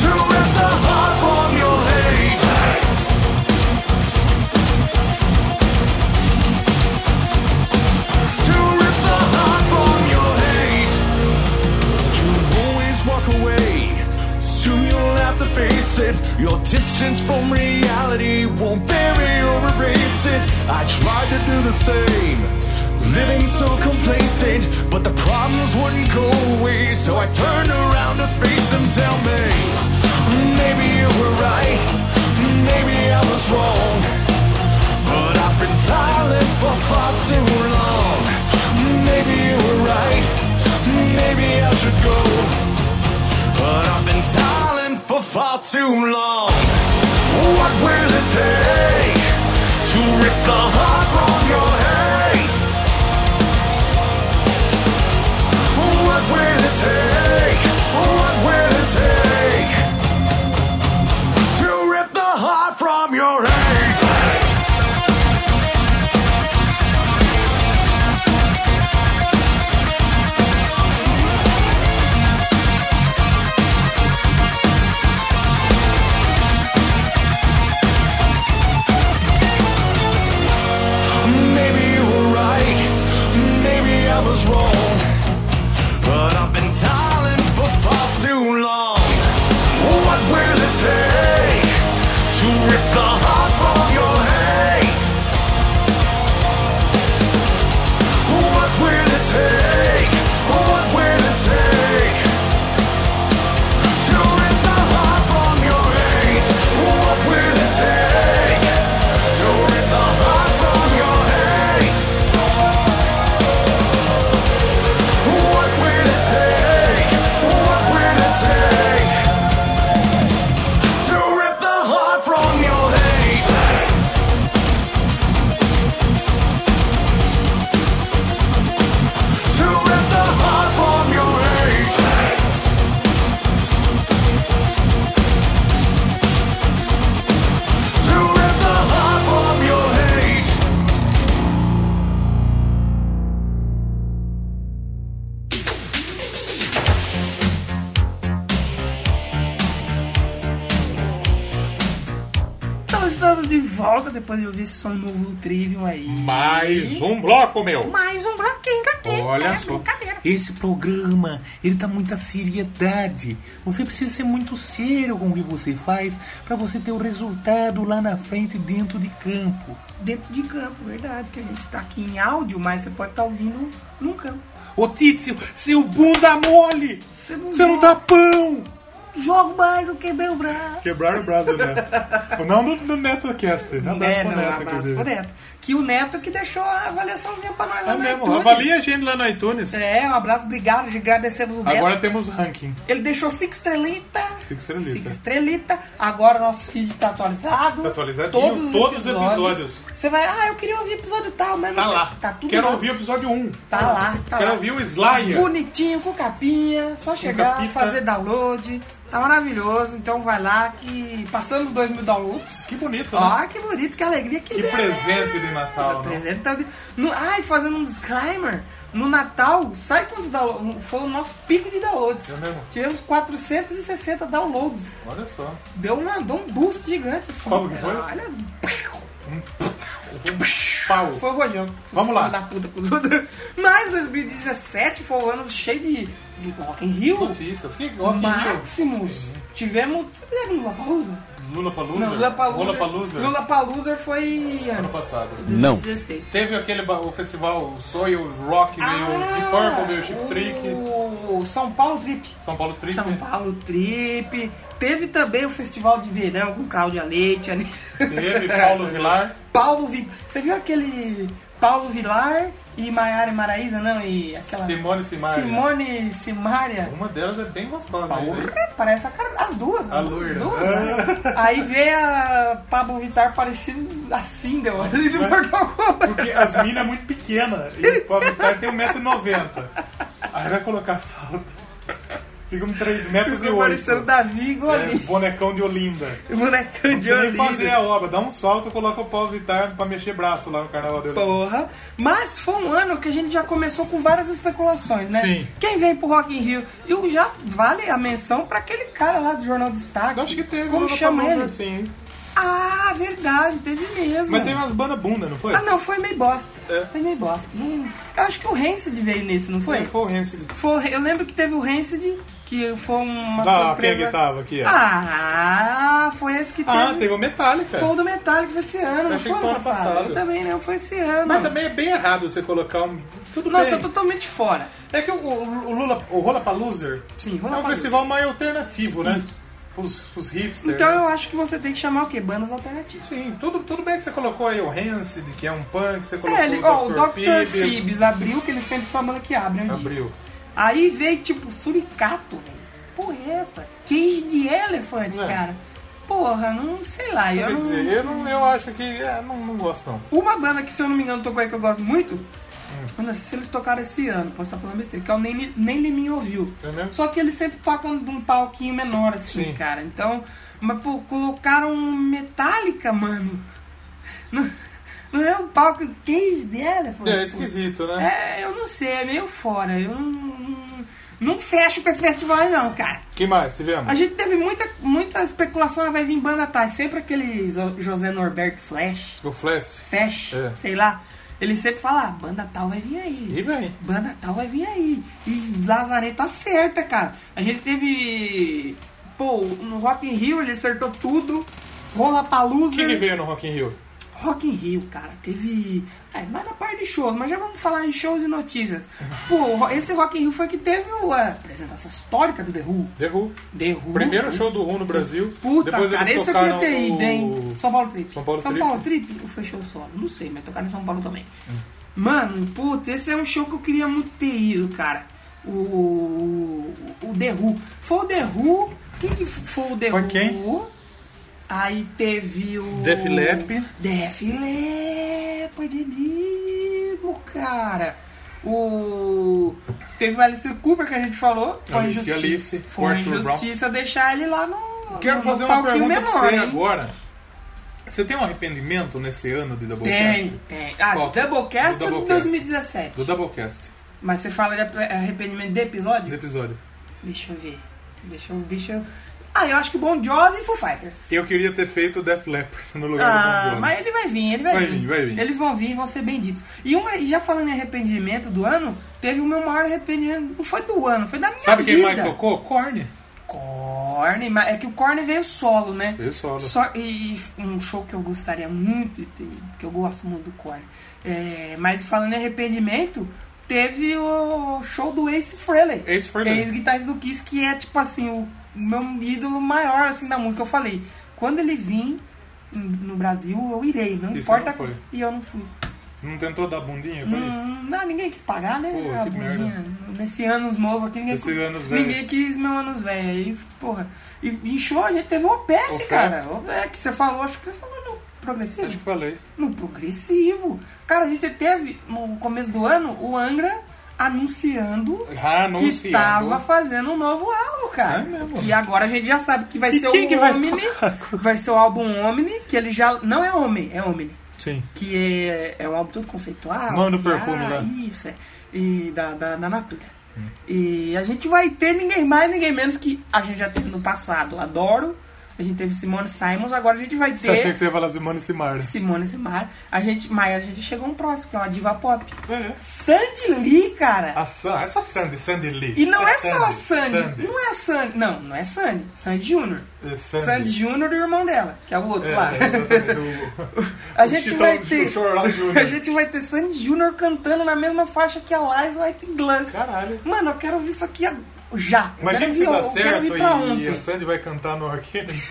To rip the heart from your hate. to rip the heart from your hate. You always walk away, soon you'll have to face it. Your distance from reality won't bury or erase it. I tried to do the same, living so complacent, but the problems wouldn't go away. So I turned around to face them. Tell me, maybe you were right, maybe I was wrong. But I've been silent for far too long. Maybe you were right. Maybe I should go. But I've been silent for far too long. What will it take to rip the heart from your hate? What will it take? What will it take to rip the heart from your hate? Maybe you were right, maybe I was wrong. But I've been silent for far too long. What will it take to rip the heart from your hate? What will it take? What will it take to rip the heart from your hate? What will it take to rip the heart from your hate? What will it take? What will it take to rip the heart from your hate? To rip the heart from your hate. To rip the heart from your hate. Então estamos de volta depois de ouvir esse som novo do Trivium aí. Mais um bloco, meu. Mais um bloquinho aqui. Olha é só. brincadeira. Esse programa, ele tá muita seriedade. Você precisa ser muito sério com o que você faz para você ter o resultado lá na frente dentro de campo. Dentro de campo, verdade, que a gente tá aqui em áudio, mas você pode estar ouvindo num campo. Ô, Tizio, seu bunda mole! Você não Você não dá pão! Jogo mais, eu quebrei o braço. Quebraram o braço né? do [LAUGHS] Neto. O nome do, do NetoCast. Abraço É, pro não, Neto, abraço pro Neto. Que o Neto que deixou a avaliaçãozinha pra nós lá É no mesmo, iTunes. avalia a gente lá no iTunes. É, um abraço, obrigado, agradecemos o Neto. Agora temos ranking. Ele deixou cinco estrelitas. Cinco estrelitas. Cinco estrelita. Agora nosso feed tá atualizado. Tá atualizadinho, Todos os todos os episódios. episódios. Você vai, ah, eu queria ouvir episódio tal, mas não Tá sei. lá. Tá tudo Quero lá. ouvir o episódio 1. Tá lá, tá Quero lá. ouvir o Slayer. Bonitinho, com capinha. Só chegar, capita. fazer download. Tá maravilhoso. Então vai lá que passamos dois mil downloads. Que bonito, Ó, né? que bonito, que alegria, que Que beleza. presente de Natal, né? Presente tá... no... Ai, fazendo um disclaimer. No Natal, sai quantos downloads? Foi o nosso pico de downloads. É mesmo? Tivemos 460 downloads. Olha só. Deu, uma, deu um boost gigante. Assim. Como que foi? Um Olha, Pau. foi o Rojão. Vamos lá. Da puta com tudo. Mas 2017 foi um ano cheio de, de Rock in Rio. Notícias. Que ótimo. Uhum. Maximus. Tivemos... Teve um Lollapalooza? Lula Palusa? Não, Lula Palusa. Lula Lula Palusa foi ano antes. passado. 2016. Teve aquele ba- o festival Soil Rock, meio Deep Ah, Purple, meio Chip Trick, O São Paulo Trip. São Paulo Trick. São Paulo Trip. Teve também o Festival de Verão com Cláudia Leite. [LAUGHS] ali. Teve Paulo Vilar. Paulo Vilar. Você viu aquele Paulo Vilar e Maiara e Maraísa, não? E aquela. Simone Simaria. Simone Simaria. Uma delas é bem gostosa. hein, né? Porra, Parece a cara das duas. A as loira. duas, [LAUGHS] né? Aí vê a Pablo Vittar parecendo a Sindel ali do Mortal Kombat. Porque as minas é muito pequena e o pobre cara tem 1,90m. Aí vai colocar salto. Fica um 3 metros e Ficou parecendo 8. Davi e É, Golias. bonecão [LAUGHS] de Olinda. Bonecão É. Não de precisa nem fazer Olinda. a obra. Dá um salto, coloca o Paulo Vittar pra mexer braço lá no carnaval de Olinda. Porra. Mas foi um ano que a gente já começou com várias especulações, né? Sim. Quem vem pro Rock in Rio? E o já vale a menção pra aquele cara lá do Jornal Destaque. Eu acho que teve Como Lula chama Palusa, ele? Sim. Ah, verdade, teve mesmo. assim, Mas teve umas bandas bunda, não foi? Ah, não, foi meio bosta. É. Foi meio bosta. Não- Eu acho que o Rancid veio nesse, não foi? Não Foi o Rancid. Foi- Eu lembro que teve o Rancid, que foi uma Ah, quem é surpresa. que tava aqui? ó? Ah, foi esse que teve. Ah, teve o Metallica. Foi o do Metallica, foi esse ano, não achei foi que ano foi ano passado. passado. Eu também não, foi esse ano. Mas também é bem errado você colocar um. Tudo Nossa, eu bem. tô totalmente fora. É que o, o Lula, o Rola Paluser Sim, é um Rollapalooza. festival mais alternativo, né? Pros, pros hipsters. Então né? eu acho que você tem que chamar o quê? Bandas alternativas. Sim, tudo, tudo bem que você colocou aí o Rancid, que é um punk, você colocou É, ele, ó, o Dr. Dr. Phoebus. Phoebs abriu, que ele sempre sua banda que abre. é um onde- Abriu. Aí veio, tipo, Suricato, velho. Porra, é essa? Cage de Elephant, É. cara. Porra, não sei lá. Eu Quer não... Hum. dizer, eu, não, eu acho que. É, não, não gosto não. Uma banda que, se eu não me engano, tocou aí que eu gosto muito. Hum. Eu não sei se eles tocaram esse ano, posso estar falando besteira, que é o Nem, Nem Liminho Ouviu. É mesmo? Só que eles sempre tocam de um palquinho menor, assim, Sim. cara. Então, mas, pô, colocaram um Metallica, mano. Não, não é um palco cage dela, pô. É esquisito, né? É, eu não sei, é meio fora. Eu não, não, não fecho com esse festival, não, cara. Quem mais? Tivemos? É. A gente teve muita, muita especulação, ah, vai vir banda atrás. Sempre aquele Zo- José Norberto Flash. O Flash. Fesh, É. sei lá. Ele sempre fala, ah, banda tal vai vir aí. E vem. Banda tal vai vir aí. E Lazareta tá certa, cara. A gente teve. Pô, no Rock in Rio ele acertou tudo. Rola O que, que palusa. veio no Rock in Rio? Rock in Rio, cara, teve. É, mais na parte de shows, mas já vamos falar em shows e notícias. Pô, esse Rock in Rio foi que teve o, a apresentação histórica do The Who. The Who. The Who. Primeiro show do Who no Brasil. Puta, Depois cara, eles esse eu queria tocaram ter ido, hein? o- São Paulo Trip. São Paulo Trip. Hum. Paulo Trip ou foi show solo? Não sei, mas tocaram em São Paulo também. Mano, puta, esse é um show que eu queria muito ter ido, cara. O. O The Who. Foi o The Who. Quem que foi o The Foi Who? quem? Aí teve o. Def Leppard. Def Leppard mesmo, cara. O. Teve o Alice Cooper que a gente falou. Foi Alice, injustiça. Alice, foi Arthur Brown. injustiça deixar ele lá no. Quero no fazer uma Um palquinho pergunta pra menor, né? você hein? agora. Você tem um arrependimento nesse ano de Doublecast? Tem, tem. Ah, Qual? do Doublecast Do ou do Doublecast. 2017? Do Doublecast, Mas você fala de ap- arrependimento de do episódio? episódio. Deixa eu ver. Deixa eu. Deixa eu. Ah, eu acho que o Bon Jovi e Foo Fighters. Eu queria ter feito o Def Leppard no lugar Ah, do Bon Jovi. mas ele vai vir, ele vai, Vai vir. vir, vai vir. Eles vão vir e vão ser benditos. E, uma, e já falando em arrependimento do ano, teve o meu maior arrependimento. Não foi do ano, foi da minha Sabe vida. quem mais tocou? Korn. Corne, mas é que o Corne veio solo, né? Veio solo. Só, e e um show que eu gostaria muito de ter, que eu gosto muito do Corne. É, mas falando em arrependimento, teve o show do Ace Frehley. Ace Frehley. Ex-guitarrista do Kiss, que é tipo assim, o meu ídolo maior assim da música. Eu falei, quando ele vir hum, no Brasil, eu irei, não E você importa. não foi? E eu não fui. Não tentou dar bundinha pra ele? Hum, não, ninguém quis pagar, né? Pô, a que merda. bundinha. Nesse anos novo aqui, ninguém, Esse quis- anos velho. ninguém quis meu anos velho. Aí, porra. E em show a gente teve o OPEF, OPEF. cara. O OPEF que você falou, acho que você falou no progressivo. Acho que falei. No progressivo. Cara, a gente teve no começo do ano o Angra anunciando. Ah, anunciando. Que tava fazendo um novo álbum, cara. É mesmo. E agora a gente já sabe que vai E ser quem o que vai Omni. Vai ser o álbum Omni, que ele já. Não é Homem, é Omni Sim. que é, é um álbum todo conceitual. Nome do que, perfume né? Hum. ah, lá. Isso, é. E da, da, da Natura. E a gente vai ter ninguém mais, ninguém menos que a gente já teve no passado. Adoro. a gente teve Simone Simons, agora a gente vai ter Você achou que você ia falar Simone e Simar? Simone Simar. A gente, mas a gente chegou um próximo, que é uma diva pop. É. Sandy Lee, cara. A Sa- essa Sandy, Sandy Lee. E não é Essa só a Sandy. Sandy. Não é a Sandy. Não, não é Sandy. Sandy Júnior. É Sandy. Sandy Júnior e o irmão dela, que é o outro É, lá. exatamente, [LAUGHS] o- A o gente Chitão- vai O ter. Chorão [LAUGHS] Júnior. A gente vai ter Sandy Júnior cantando na mesma faixa que a Lies Glass. Caralho. Mano, eu quero ouvir isso aqui a- já. Eu Imagina quero se ouvir- dá eu quero certo ir pra e, ontem. e a Sandy vai cantar no Arcane.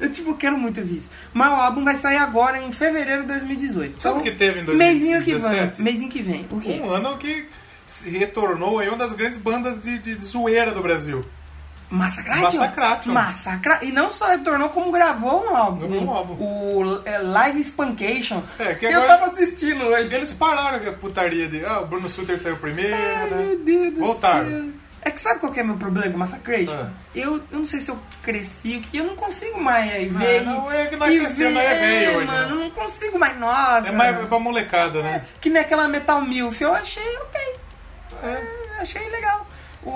Eu, tipo, quero muito ouvir isso. Mas o álbum vai sair agora, em fevereiro de 2018. Sabe o que teve em Mêsinho Então, que vem. 2017? Mêsinho que vem. O quê? Um ano que se retornou aí uma das grandes bandas de, de zoeira do Brasil. Massacration. Massacration. Massacra- E não só retornou, como gravou um álbum. Gravou um álbum. O é, Live Spancation. É, que Eu agora- tava assistindo hoje. Eles pararam com a putaria de. Ah, o Bruno Suter saiu primeiro, Ai, né? meu Deus do Voltaram. céu. É que sabe qual que é meu problema com Massacration? Ah. Eu, eu não sei se eu cresci, que eu não consigo mais aí ver. não, e- é que nós e crescemos, ver, é velho hoje, mano, né? eu não consigo mais, nossa. É mais pra molecada, né? Que nem aquela Metal Milf, eu achei ok. É, achei legal. O,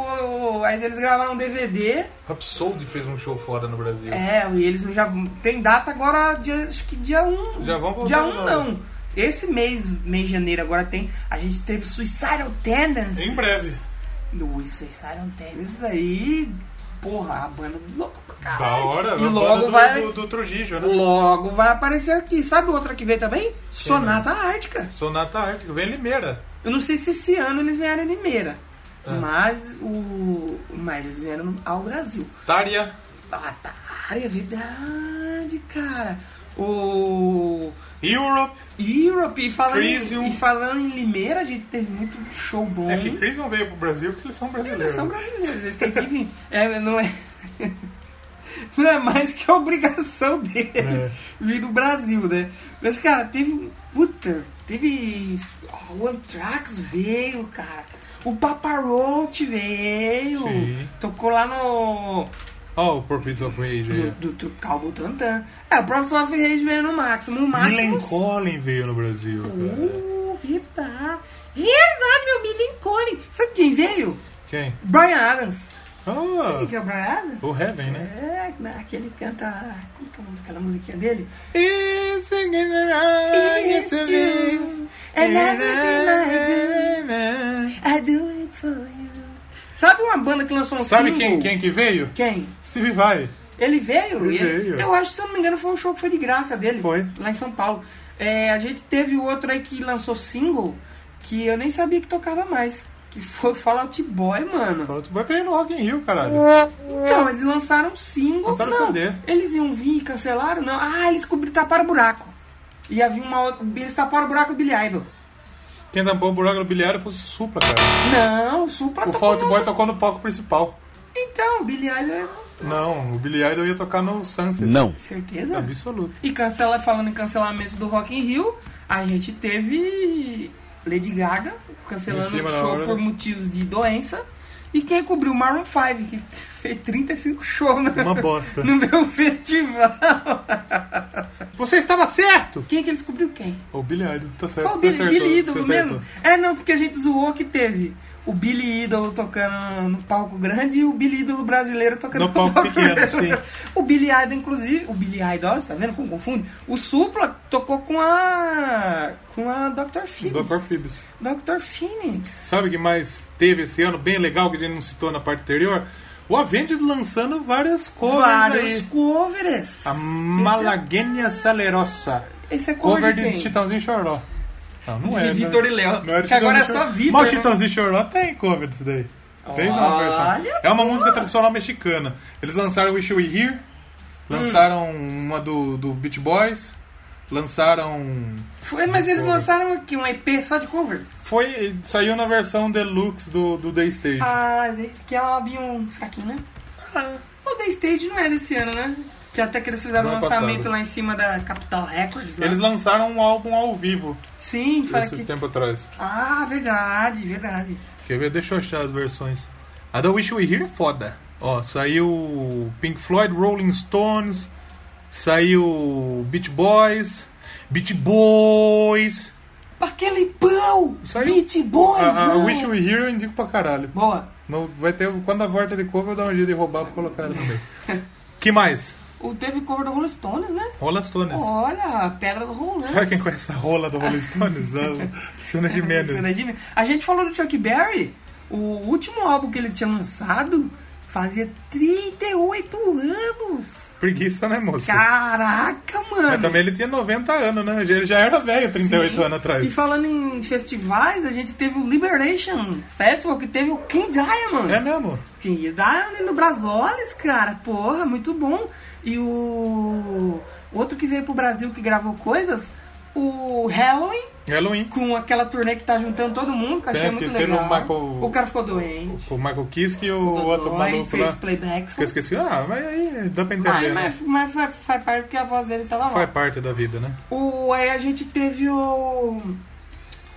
o- aí eles gravaram um DVD, Rhapsody fez um show foda no Brasil. é, e eles já tem data agora, dia- acho que dia 1. Já vão voltar Dia agora. 1 não. Esse mês, mês de janeiro agora tem, a gente teve Suicidal Tendencies. Em breve. Os Suicidal Tendencies aí, porra, a banda é louca pra Da caralho. hora. E uma logo banda do, vai- Do, do Trujijo, né? Logo vai aparecer aqui. Sabe outra que veio também? Sonata Ártica. Sonata Ártica. Vem Limeira. Eu não sei se esse ano eles vieram em Limeira. Ah. Mas o. Mas eles vieram ao Brasil. Tária. Ah, tá. É verdade, cara. O. Europe. Europe, e falando, Crisium. em, e falando em Limeira, a gente teve muito show bom. É que é Chris não veio pro Brasil porque eles são brasileiros. Eles são brasileiros, eles têm que vir. É, não é. [LAUGHS] Não é mais que obrigação dele É. vir no Brasil, né? Mas, cara, teve. um- Puta, teve. ó, O Anthrax veio, cara. O Paparote veio. Sim. Tocou lá no. Ó, o Purpose of Rage Do, aí. do, do Calvo Tantan. É, o Professor Love Reis veio no Máximo. No Millen Máximo. Collin veio no Brasil, cara. Uh, verdade. Verdade, meu Millen Cole. Sabe quem veio? Quem? Brian Adams. Quem que Ah, é o Brian Adams? o Heaven, né? É, na- aquele canta. Como que é o nome daquela musiquinha dele? It's true. And everything I I do it for you. Sabe uma banda que lançou um Sabe single? quem, quem que veio? Quem? Steve Vai. Ele veio? Ele veio. Eu acho, se eu não me engano, foi um show que foi de graça dele. Foi. Lá em São Paulo. É, a gente teve outro aí que lançou single que eu nem sabia que tocava mais. Que foi o Fallout Boy, mano. Falou, tu vai ver no Rock in Rio, caralho. Então, eles lançaram um single. É. Lançaram não, CD. Eles iam vir e cancelaram? Não. Ah, eles cobriram, taparam o buraco. E havia uma outra. Eles taparam o buraco do Billy Idol. Quem tampou o buraco no bilhar foi o Supla, cara. Não, o Supra O Ah, tocou Fault no- Boy tocou no palco principal. Então, o Billy Idol é... Não, o Billy Idol ia tocar no Sunset. Não. Certeza? Absoluto. E cancela, falando em cancelamento do Rock in Rio, a gente teve Lady Gaga Em cancelando cima o da show hora, por né? motivos de doença. E quem cobriu o Maroon 5, que fez 35 shows no, Uma bosta. [LAUGHS] no meu festival. Você estava certo! Quem é que ele descobriu quem? O Billy Idol, tá certo. Foi o você Billy, acertou, Billy você Idol acertou. mesmo? É, não, porque a gente zoou que teve o Billy Idol tocando no palco grande e o Billy Idol brasileiro tocando No palco pequeno, grande. sim. O Billy Idol, inclusive, o Billy Idol, ó, tá vendo como confunde? O Supla tocou com a. com a Dr. Phoenix. Dr. Phoebus. Dr. Phoenix. Sabe o que mais teve esse ano, bem legal, que a gente não citou na parte anterior? O Avenged lançando várias covers Vários aí. Ah, covers. A Malaguenha Salerosa. Esse é cover, Cover de de quem? Chitãozinho Choró. Não, não é. né? Vitor e Léo. Não era Que agora é Chitãozinho só Choró. Vitor, Mas né? Chitãozinho Choró tem cover disso daí. Fez uma Olha, versão. É uma música tradicional mexicana. Eles lançaram Wish You Were Hum. Here, lançaram uma do, do Beach Boys, lançaram. Foi, mas eles Cover. lançaram aqui um EP só de covers. Foi. Saiu na versão deluxe do, do The Stage. Ah, esse que é um avião fraquinho, né? Ah, o The Stage não é desse ano, né? Que até que eles fizeram um Não é lançamento passado. lá em cima da Capital Records, né? Eles lançaram um álbum ao vivo Sim, fala esse que... tempo atrás. Ah, verdade, verdade. Quer ver? Deixa eu achar as versões. A da Wish We Here é foda. Ó, saiu Pink Floyd, Rolling Stones, saiu Beach Boys, Beach Boys. Aquele pão! Saiu- Beat Boys, A, a mano! Wish We Here eu indico pra caralho. Boa. [LAUGHS] Não, vai ter, quando a volta de cover eu dou um jeito de roubar pra colocar ela também. Que mais? O teve cover do Rolling Stones, né? Rola Stones. Olha, a pedra do né? rolando. Sabe quem conhece a rola do [LAUGHS] Rolling Stones? A Luciana Luciana Gimenez. Gimenez. A gente falou do Chuck Berry, o último álbum que ele tinha lançado fazia 38 anos. Preguiça, né, moço? Caraca, mano. Mas tá também ele tinha 90 anos, né? Ele já era velho 38 anos E atrás. falando em festivais, a gente teve o Liberation Festival, que teve o King Diamond. É mesmo? King Diamond no Brasolis, cara. Porra, muito bom. E o outro que veio pro Brasil que gravou coisas, o Halloween, É Halloween. com aquela turnê que tá juntando todo mundo, que eu achei Tem muito aqui- tem legal. o Michael- O cara ficou doente. O Michael Kiske e o ficou outro doente, maluco fez lá. playbacks. Que eu esqueci. Ah, mas aí dá pra Ai, entender. né? mas, é mas faz, faz parte porque a voz dele tava lá. Faz parte da vida, né? O, aí a gente teve o.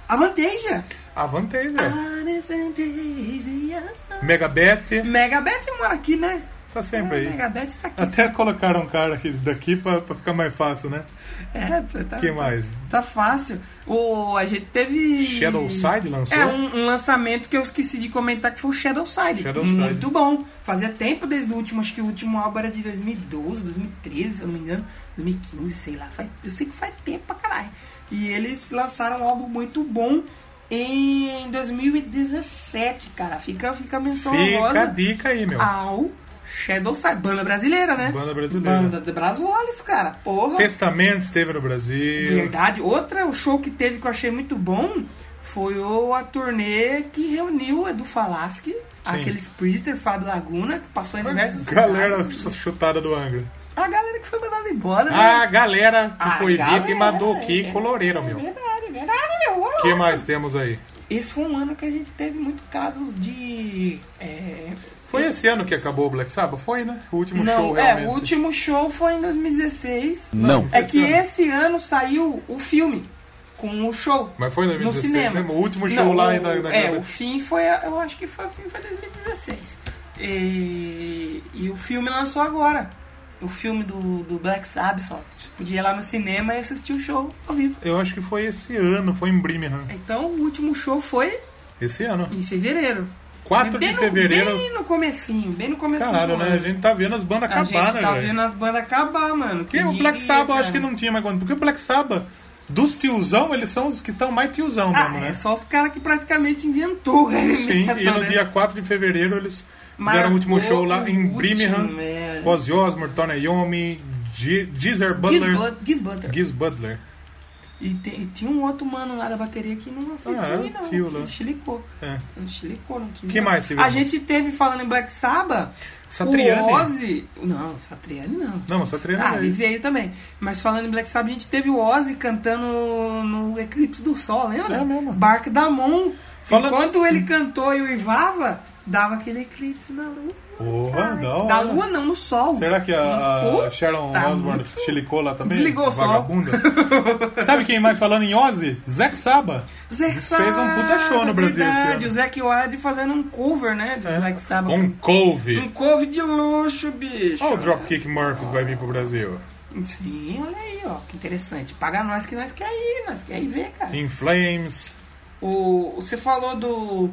A Vantasia. A vantagem Ah. é. Vantasia. Megabet Megabeth mora aqui, né? tá sempre aí. Megabeth tá aqui. Até colocaram um cara aqui, daqui pra, pra ficar mais fácil, né? É, tá, tá- que mais? tá fácil. O, a gente teve. Shadowside lançou? É, um, um lançamento que eu esqueci de comentar que foi o Shadowside. Shadowside. Muito bom. Fazia tempo desde o último, acho que o último álbum era de 2012, 2013, se eu não me engano. 2015, sei lá. Faz- eu sei que faz tempo pra caralho. E eles lançaram um álbum muito bom em 2017, cara. Fica, fica a menção Fica a honrosa dica aí, meu. ao Shadowside. Banda brasileira, né? Então. Banda brasileira. Banda de Brasolis, cara. Porra. Testamento esteve no Brasil. Verdade. Outra o show que teve que eu achei muito bom foi o, a turnê que reuniu o Edu Falaschi, aqueles Priester, Fábio Laguna, que passou em diversas Galera cidades. chutada do Angra. A galera que foi mandada embora, A né? galera que A foi galera, é. vítima do Kiko Loureiro, meu. Verdade, verdade, meu. O que mais temos aí? Esse foi um ano que a gente teve muitos casos de... é, Foi esse ano que acabou o Black Sabbath? Foi, né? O último show, não, realmente. é, o último show foi em 2016. Não. É que esse ano saiu o filme com o show. Mas foi em 2016 no cinema. mesmo? O último show lá o- da- da- É, o fim foi. Eu acho que foi, o fim foi 2016. E, e o filme lançou agora. O filme do, do Black Sabbath. Só. Você podia ir lá no cinema e assistir o show ao vivo. Eu acho que foi esse ano, foi em Birmingham. Então o último show foi Esse ano. em fevereiro. 4 Bem de no- fevereiro. Bem no comecinho, bem no comecinho. Caralho, do né? A ano. gente tá vendo as bandas A acabar, gente né, tá velho? vendo as é. bandas acabar, mano. Porque o Black Sabbath eu acho que não tinha mais quando. Porque o Black Sabbath, dos tiozão, eles são os que estão mais tiozão Ah, mesmo, né? é só os caras que praticamente inventou [LAUGHS] o heavy Sim, metal, e no né? dia 4 de fevereiro eles fizeram Marcou o último show lá em o Birmingham. último, é. Ozzy Osbourne, Tony Iommi, Ge- Geezer Giz Butler. Butler. Giz Butler. Giz Butler. E, te- e tinha um outro mano lá da bateria que não aceitou Ah, é, ir, não. tio lá. Ele Chilicou. É. Ele Chilicou, não quis. Que não. mais tivemos? A gente teve, falando em Black Sabbath, Satriani? o Ozzy... Não, Satriani não. Não, mas só Ah, treinando ele aí. veio também. Mas falando em Black Sabbath, a gente teve o Ozzy cantando no Eclipse do Sol, lembra? É mesmo. Barco da Moon. Falando- Enquanto ele cantou e uivava, dava aquele eclipse na lua. Porra, da hora. Na lua não, no sol. Será que a, a Puta, tá Sharon Osbourne muito- chilicou lá também? Desligou o sol. [LAUGHS] Vagabunda. Sabe quem mais falando em Ozzy? Zack Saba. Zack Fez um puta show no Brasil esse verdade, ano. O Zack Wilde fazendo um cover, né? Do Black Sabbath. Um Um couve. couve de luxo, bicho. Olha o Dropkick Murphys vai vir pro Brasil. Sim, olha aí, ó. Que interessante. Paga nós que nós quer ir, nós quer ir ver, cara. In Flames. O, você falou do.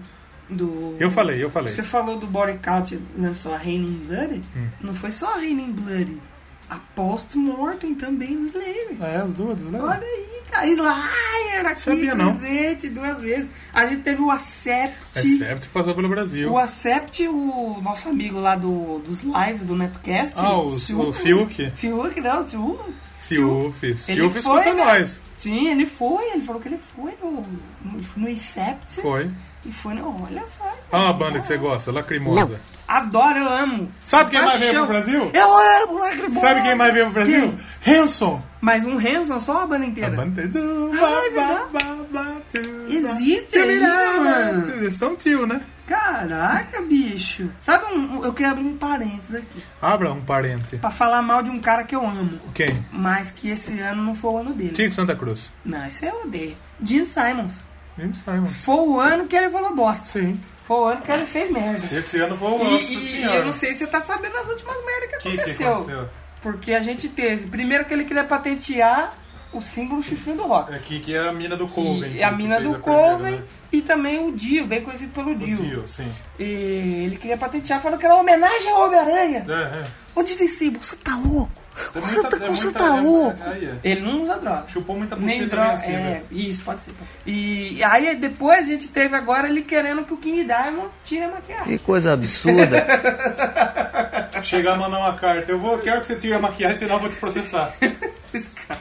do Eu falei, eu falei. Você falou do Body Count lançou a Raining Bloody. Hum. Não foi só a Raining Bloody. A Post Mortem também no Slayer. É, as duas, né? Olha aí, cara. Slayer aqui Sabia não. presente duas vezes. A gente teve o Acept. É Sept passou pelo Brasil. O Acept, o nosso amigo lá do, dos lives do Netcast. Ah, o- Silva. o Fiuk. Fiuk, não, Silva. Silf. Ele Silf foi, escuta né? nós. Sim, ele foi, ele falou que ele foi no, no, no Incept. Foi. E foi, não, olha só. Olha uma banda que você gosta, Lacrimosa. Adoro, eu amo. Sabe quem mais veio Paixão. É pro Brasil? Eu amo Lacrimosa. Sabe quem mais veio pro Brasil? Hanson. Mas um Hanson, só a banda inteira. A banda do Ah, é ba- ba- ba- do- Existe ba- ainda, ba- mano. Eles estão tio, né? Caraca, bicho. Sabe, um, um- eu queria abrir um parênteses aqui. Abra um parente. Pra falar mal de um cara que eu amo. Quem? Mas que esse ano não foi o ano dele. Tico Santa Cruz. Não, isso eu odeio. Gene Simons. Jim Simon. Foi o ano que ele falou bosta. Sim. Foi o ano que ele fez merda. Esse ano foi um o E- Nossa e, Senhora. eu não sei se você tá sabendo as últimas merdas que, O que, que aconteceu. aconteceu? Porque a gente teve. Primeiro que ele queria patentear o símbolo chifrinho do rock. É aqui que é a mina do Colvin. E que- a que mina fez do a primeira, Coven né? e também o Dio, bem conhecido pelo O Dio. Dio, sim. E ele queria patentear, falando que era uma homenagem ao Homem-Aranha. É, é. Ô DDC, você tá louco? É Você muita- tá, é você muita- tá é- louco? aí é. Ele não usa droga. Chupou muita Nem buceta droga, também assim, é, né? isso, pode ser, pode ser. E aí depois a gente teve agora ele querendo que o King Diamond tire a maquiagem. Que coisa absurda. Chegar a mandar uma carta. Eu vou, quero que você tire a maquiagem, senão eu vou [LAUGHS] te processar.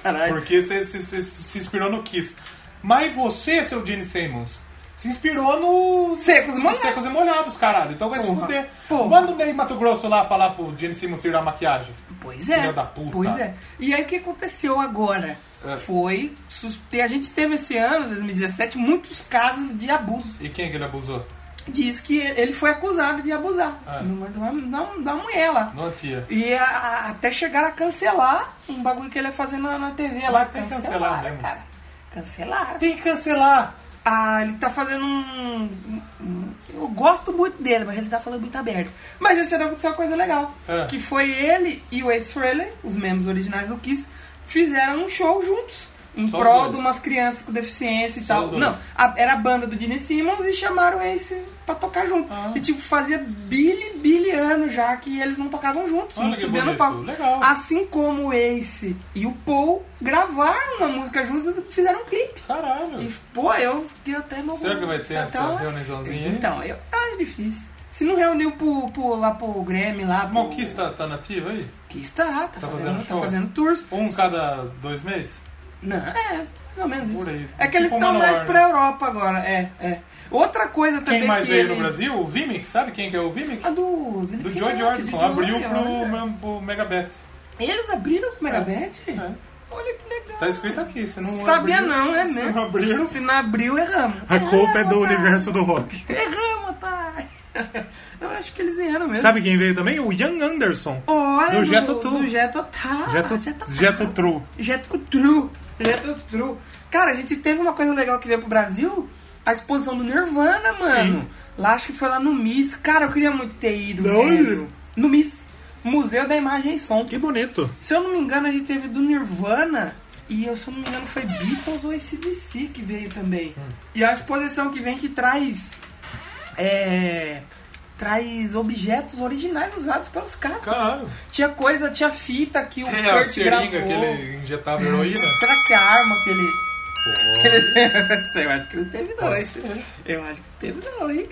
Caralho. Porque você, você- você se inspirou no Kiss. Mas você, seu Gene Simmons, se inspirou no... Secos e no molhados. Secos e molhados, caralho. Então vai se Porra. fuder. Porra. Manda o Ney Mato Grosso lá falar pro Gene Simmons tirar a maquiagem. Pois é. Filha da puta. Pois é. E aí o que aconteceu agora? É. Foi. sus- ter- A gente teve esse ano, 2017, muitos casos de abuso. E quem é que ele abusou? Diz que ele foi acusado de abusar É. numa- numa- numa- da mulher lá. Não, tia. E a- a- até chegaram a cancelar um bagulho que ele ia fazer na, na TV lá. tem é que Cancelaram, cancelar mesmo. cara. Cancelaram. Tem que cancelar. Ah, ele tá fazendo um, um- Eu gosto muito dele, mas ele tá falando muito aberto. Mas esse ano aconteceu uma coisa legal. É. Que foi ele e o Ace Frehley, os membros originais do Kiss, fizeram um show juntos. Em Só os prol dois. de umas crianças com deficiência e Só tal. os dois. Não, a- era a banda do Gene Simmons e chamaram o Ace pra tocar junto. Ah. E tipo, fazia bilhão, bilhão já que eles não tocavam juntos, Olha não que subiam no bonito. palco. Legal. Assim como o Ace e o Paul gravaram uma música juntos e fizeram um clipe. Caralho. E, pô, eu fiquei até mal. Será que vai ter essa Então, reuniãozinha aí? Então, eu acho difícil. Se não reuniu pro, pro, lá pro Grêmio, lá pro. Bom, o Kiss tá, tá nativo aí? Kiss tá, tá, fazendo, fazendo tá show? fazendo tours. Um cada dois meses? Não, é, mais ou menos Por isso. aí. É que eles Tipo estão Manowar, mais né? pra Europa agora, é, é. Outra coisa também. Quem mais que veio ele... Ah, no Brasil? O Vimic, sabe quem que é o Vimic? A do. é, Do, Do Joy Jordan, abriu pro, olha. pro Megabet. Eles abriram pro Megabet? Olha que legal. É. Tá escrito aqui, você não Sabia abriu, não, é se mesmo. não abriu, Se não abriu, erramos. Ah, A culpa é do Erramos, otário. universo do rock. Erramos, tá? [LAUGHS] Eu acho que eles erraram mesmo. Sabe quem veio também? O Ian Anderson. Olha, do Do Jethro Tull. Do Jeto Tá. Jeto, Jeto Jeto True. Jeto True. Jeto True. Cara, a gente teve uma coisa legal que veio pro Brasil. A exposição do Nirvana, mano. Sim. Lá, acho que foi lá no Miss. Cara, eu queria muito ter ido. Da velho. onde? No Miss. Museu da Imagem e Som. Que bonito. Se eu não me engano, a gente teve do Nirvana. E eu, se eu não me engano, foi Beatles ou ACDC que veio também. Hum. E é a exposição que vem que traz. É. Traz objetos originais usados pelos caras. Claro. Tinha coisa, tinha fita que o Tem É, a Kurt seringa gravou. um que ele injetava heroína. Será que é a arma que ele. Oh. Não [LAUGHS] sei, eu acho que não teve não, hein? Eu acho que teve não, hein?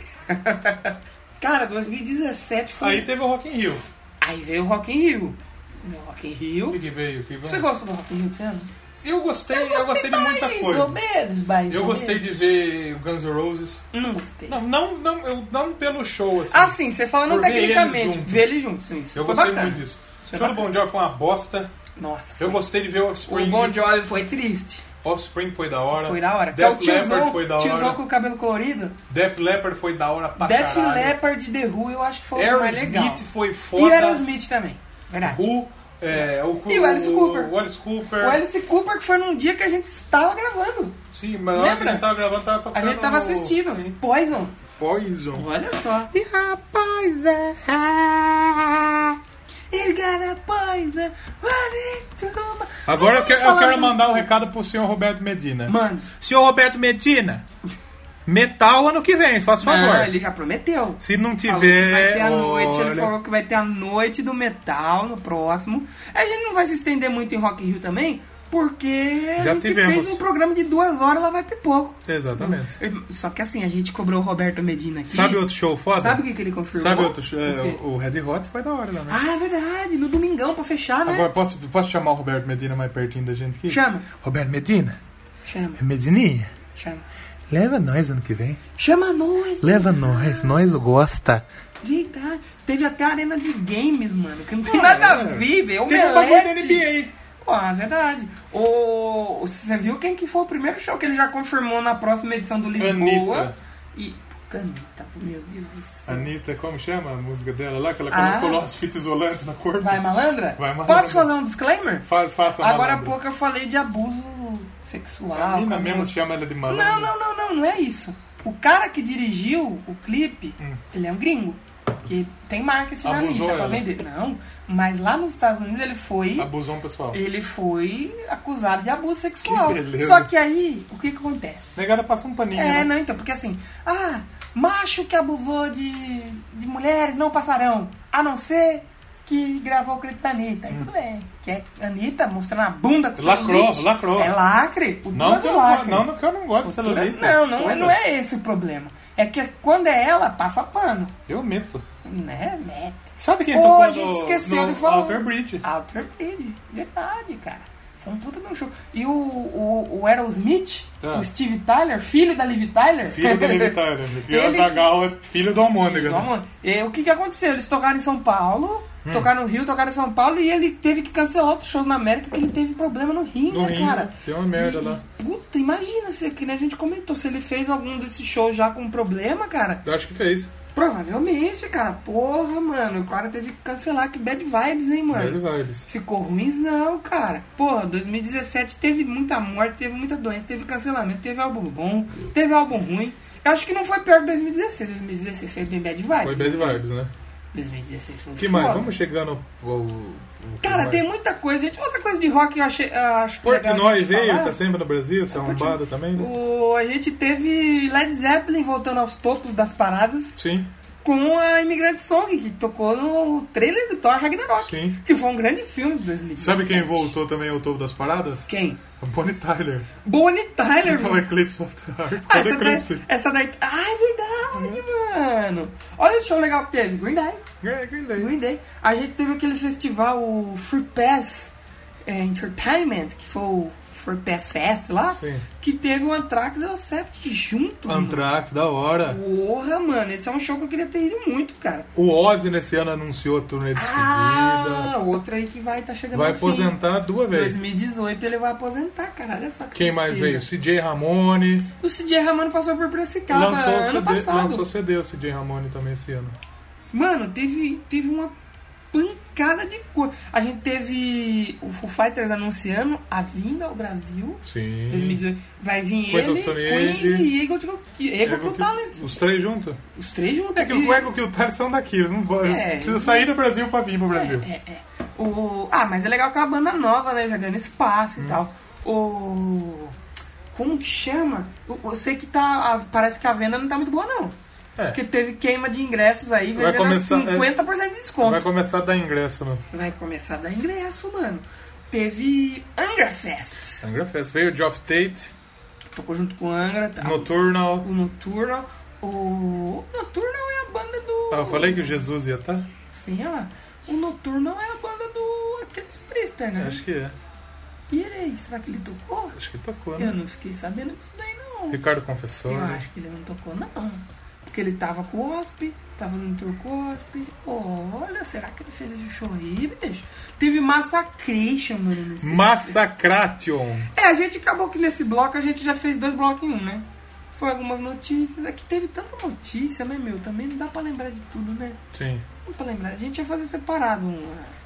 [LAUGHS] Cara, 2017 foi. Aí teve o Rock in Rio. Aí veio o Rock in Rio. No Rock in O que Rio. que veio? Que Você gosta do Rock in Rio desse ano? Eu gostei, eu gostei, de muita mais coisa. Ou menos, mais Eu ou gostei de ver o Guns N' Roses. menos. Não gostei. Não, não, não, eu, não pelo show, assim. Ah, sim, você falando Por ver eles tecnicamente. juntos. Ver ele junto, sim. isso eu foi gostei bacana. muito disso. O Foi show do Bon Jovi foi uma bosta. Nossa. Eu foi- gostei de ver o Offspring. O Bon Jovi foi triste. Offspring foi da hora. Foi da hora. Que é o Def Leppard tiozão, foi da tiozão hora. com o cabelo colorido. Def Leppard foi da hora pra Def caralho. Leppard e The Who eu acho que foi o mais legal. Aerosmith foi E foda. Aerosmith também. Verdade. Who, é, o, E o Alice Cooper. O Alice Cooper. O Alice Cooper que foi num dia que a gente estava gravando. Sim, mas na hora que Lembra? ele tava gravando, tava tocando A gente tava o- assistindo. Poison. Poison. Olha só. E a Poison. Ele é. got a poison. What it Agora eu quero, eu quero mandar um recado pro senhor Roberto Medina. Mano. Senhor Roberto Medina, metal ano que vem, faz favor. ele já prometeu. Se não Falou que vai tiver. ter a noite, ele olha, falou que vai ter a noite do metal no próximo. A gente não vai se estender muito em Rock in Rio também, porque Já a gente tivemos. fez um programa de duas horas, lá vai pipoco. Exatamente. Só que assim, a gente cobrou o Roberto Medina aqui. Sabe outro show foda? Sabe o que, que ele confirmou? Sabe outro show? É, O quê? o Red Hot foi da hora, né? Ah, é verdade, no domingão pra fechar, né? Agora, posso, posso chamar o Roberto Medina mais pertinho da gente aqui? Chama. Roberto Medina, é Chama, Medininha, chama. leva nós ano que vem. Chama nós! Leva nós, nós gosta. Verdade. Teve até a arena de games, mano, que não tem nada a ver, velho. Ah, é. Teve o bagulho da NBA. Pô, é verdade. O... Você viu quem que foi o primeiro show que ele já confirmou na próxima edição do Lisboa? Anitta. E. Puta, Anitta, meu Deus do céu. Anitta, como chama a música dela lá? Que ela Ah. colocou lá as fitas isolantes na cor. Vai, malandra? Vai, malandra. Posso fazer um disclaimer? Faz, faça Agora há malandro. pouco Ah, eu falei de abuso sexual. A É, mina com as mesmo moças. chama ela de malandro. Não, não, não, não, não é isso. O cara que dirigiu o clipe, ele é um gringo. Que tem marketing na Hum. Abusou é. Anitta pra ela. vender. Não, mas lá nos Estados Unidos ele foi. Abusão pessoal. Ele foi acusado de abuso sexual. Que beleza. Só que aí, o que, que acontece? Negada passa um paninho. É, né? não, então, porque assim, ah, macho que abusou de, de mulheres não passarão, a não ser que gravou o clipe da Anitta. Aí tudo bem, que é Anitta mostrando a bunda com Hum. Lacrou, celulite. lacrou. É lacre, o Não, duro que é eu do não, lacre. não, não, que eu não gosto de celulite. Não, não, Foda-se. não é esse o problema. É que quando é ela, passa pano, Eu meto. né, mete. Sabe quem Ou tocou a no- gente esqueceu no de falar. Alter Bridge? Alter Bridge, verdade, cara. Foi um puta de um show. E o, o, o Aerosmith, Ah. o Steve Tyler, filho da Liv Tyler. Filho [LAUGHS] da Levitária. E o Ele- Zagal é filho do Almôndega. né? Vamos- e Então, é, o que, que aconteceu? Eles tocaram em São Paulo, Hum. tocaram no Rio, tocaram em São Paulo e ele teve que cancelar outros shows na América porque ele teve problema no rim, No né, rim, cara? deu uma merda E- lá. e, Puta, imagina se que nem a gente comentou, se ele fez algum desses shows já com problema, cara. Eu acho que fez. Provavelmente, cara. Porra, mano, o cara teve que cancelar, que bad vibes, hein, mano? Bad vibes. Ficou ruins não, cara. Porra, 2017 teve muita morte, teve muita doença, teve cancelamento, teve álbum bom, teve álbum ruim. Eu acho que não foi pior que 2016. 2016 foi bem bad vibes. Foi bad vibes, né? 2016 foi O que foda. mais? Vamos chegar no. ao- ao- Cara, ao- tem muita coisa, gente. Outra coisa de rock que eu achei. eu acho que legal a Portnoy gente veio, falar. É tá sempre no Brasil, se arrombado também, né? O, a gente teve Led Zeppelin voltando aos topos das paradas Sim. com a Imigrante Song, que tocou no trailer do Thor Ragnarok. Sim. Que foi um grande filme de 2017. Sabe quem voltou também ao topo das paradas? Quem? A Bonnie Tyler. Bonnie Tyler, Então mano. Eclipse of the Heart. Ah, Todo essa, Eclipse. daí, essa daí. Ah, é verdade, mano. Olha o show legal que teve. Green Day. É, Green Day. Green Day. A gente teve aquele festival, o Free Pass eh, Entertainment, que foi o Free Pass Fest lá, Sim. que teve o Anthrax e o Sept junto. mano. Anthrax, da hora. Porra, mano, esse é um show que eu queria ter ido muito, cara. O Ozzy nesse ano anunciou a turnê de despedida. Ah, outra aí que vai estar chegando Vai ao fim. aposentar duas vezes. 2018 ele vai aposentar, cara. Olha só que Quem mais veio? tristeza. CJ Ramone. O CJ Ramano passou por Piracicaba Lançou o ano CD, passado. lançou CD o CJ Ramone também esse ano. Mano, teve, teve uma pancada de coisa. A gente teve o Foo Fighters anunciando a vinda ao Brasil. Sim. 2018. Vai vir Pois é, o ele, Sony Queens Age. e Eagle Kill, Eagle Kill Kill- Talent. Os três juntos? Os três juntos. É que E- o Ego que o Talent são daqui. Eles não vão. Eles É. precisam sair do Brasil pra vir pro Brasil. É, é. O... Ah, mas é legal que é uma banda nova, né? Já ganhando espaço Hum. e tal. O... Como que chama? Eu, eu sei que tá... a- Parece que a venda não tá muito boa, não. É. Porque teve queima de ingressos aí, Vai vendendo começar- é. a 50% de desconto. Vai começar a dar ingresso no Vai começar a dar ingresso, mano. Teve Angra Fest. Angra Fest. Veio o Geoff Tate, Tocou junto com o Angra, tá? Noturnal. o Noturno. O Noturno é a banda do. Ah, eu falei que o Jesus ia tá? estar? Sim, ela. O Noturno é a banda do. Aqueles Priester, né? Acho que é. E ele aí, será que ele tocou? Acho que tocou, Eu né? não fiquei sabendo disso daí, não. Ricardo Confessor. Eu né? acho que ele não tocou, não. Porque ele tava com o Osp, tava no tour com o Osp. Olha, será que ele fez esse show aí, bicho? Teve Massacration, mano. nesse- Massacration. É, a gente acabou que nesse bloco a gente já fez dois blocos em um, né? Foi algumas notícias. É que teve tanta notícia, né, meu? Também não dá pra lembrar de tudo, né? Sim. Não pra lembrar. A gente ia fazer separado uma,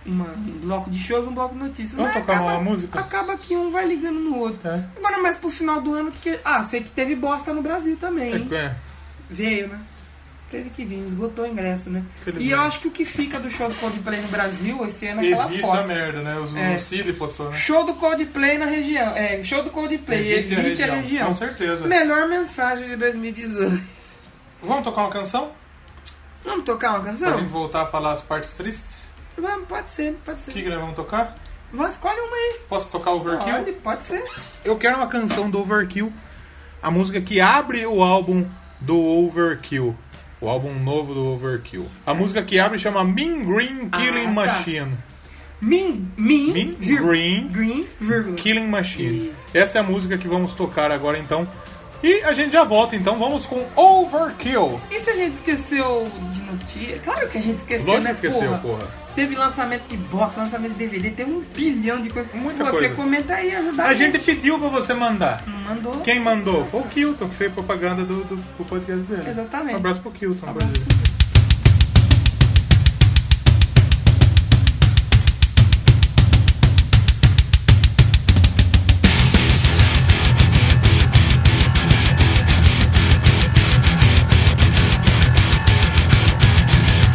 uma- um bloco de shows, um bloco de notícias. Vamos Mas tocar acaba- uma música? Acaba que um vai ligando no outro. É. Agora mais pro final do ano que. Ah, sei que teve bosta no Brasil também. É, hein? que é. Veio, né? Teve que vir, esgotou o ingresso, né? Felizmente. E eu acho que o que fica do show do Coldplay no Brasil esse ano é aquela Evita foto. a merda, né? Os É. o Cid postou, né? Show do Coldplay na região. É, show do Coldplay, evite, Evite a a região, região. com certeza. Melhor mensagem de 2018. Vamos tocar uma canção? Vamos tocar uma Pra canção? gente voltar a falar as partes tristes? Vamos, pode ser, pode O ser. que, que nós vamos tocar? Vamos, escolhe uma aí. Posso tocar Overkill? Pode, pode ser. Eu quero uma canção do Overkill, a música que abre o álbum do Overkill. O álbum novo do Overkill. A música que abre chama Mean Green Killing Ah, tá. Machine. Min, min, Mean vir- Green green, vírgula. Killing Machine. Essa é a música que vamos tocar agora então. E a gente já volta então, vamos com Overkill. E se a gente esqueceu de notícia? Claro que a gente esqueceu, Lógico né, que esqueceu, porra. Teve lançamento de box, lançamento de DVD, tem um bilhão de coisas. Muita Você coisa. comenta aí e ajuda A gente pediu pra você mandar. Não mandou. Quem mandou? Foi o Kilton, que fez propaganda do, do, do podcast dele. Exatamente. Tá Um abraço pro Kilton, Abraço inclusive. Overkill.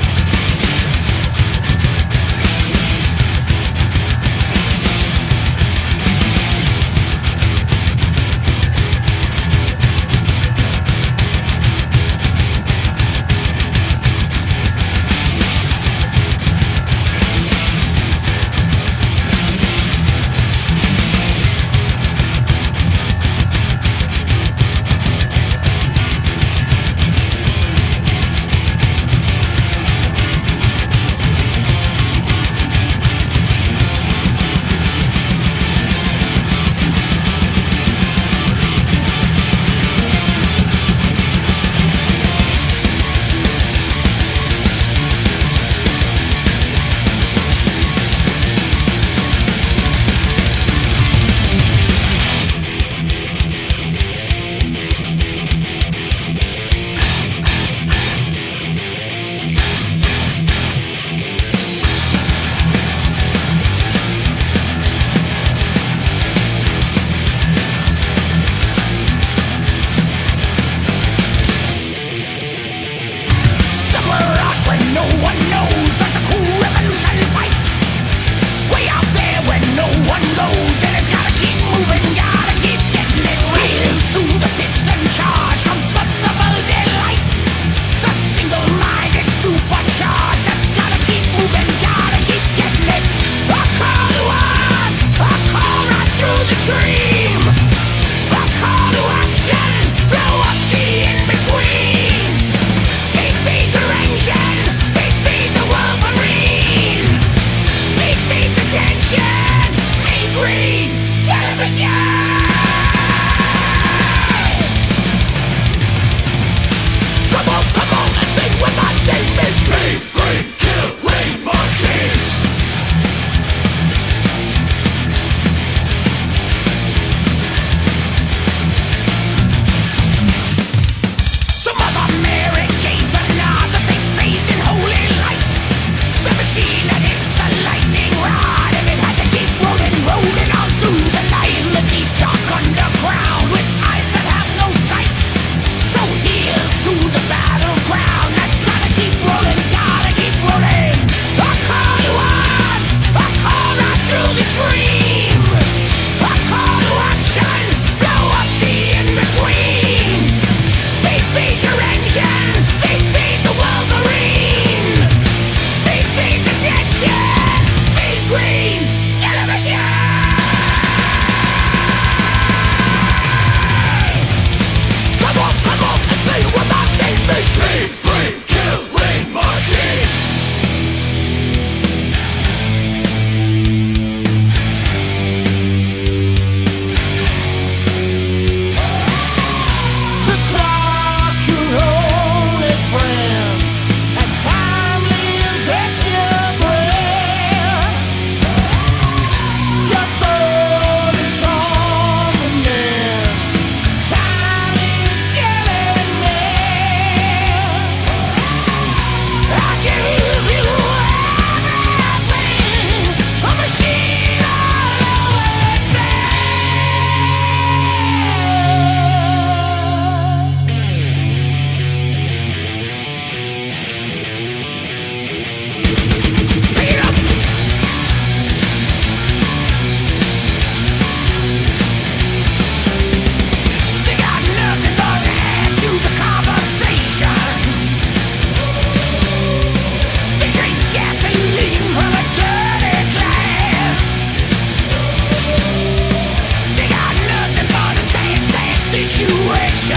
situation.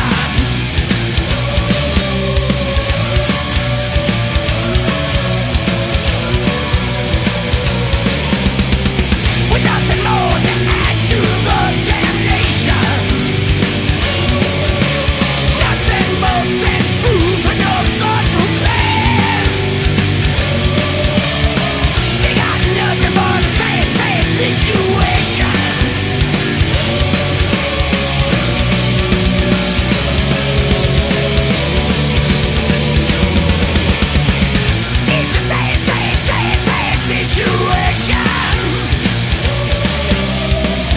With nothing more to add to the damnation. Nuts and bolts and screws with no social class. They got nothing more to say, say it's situation. It's a sad, sad, sad, sad situation.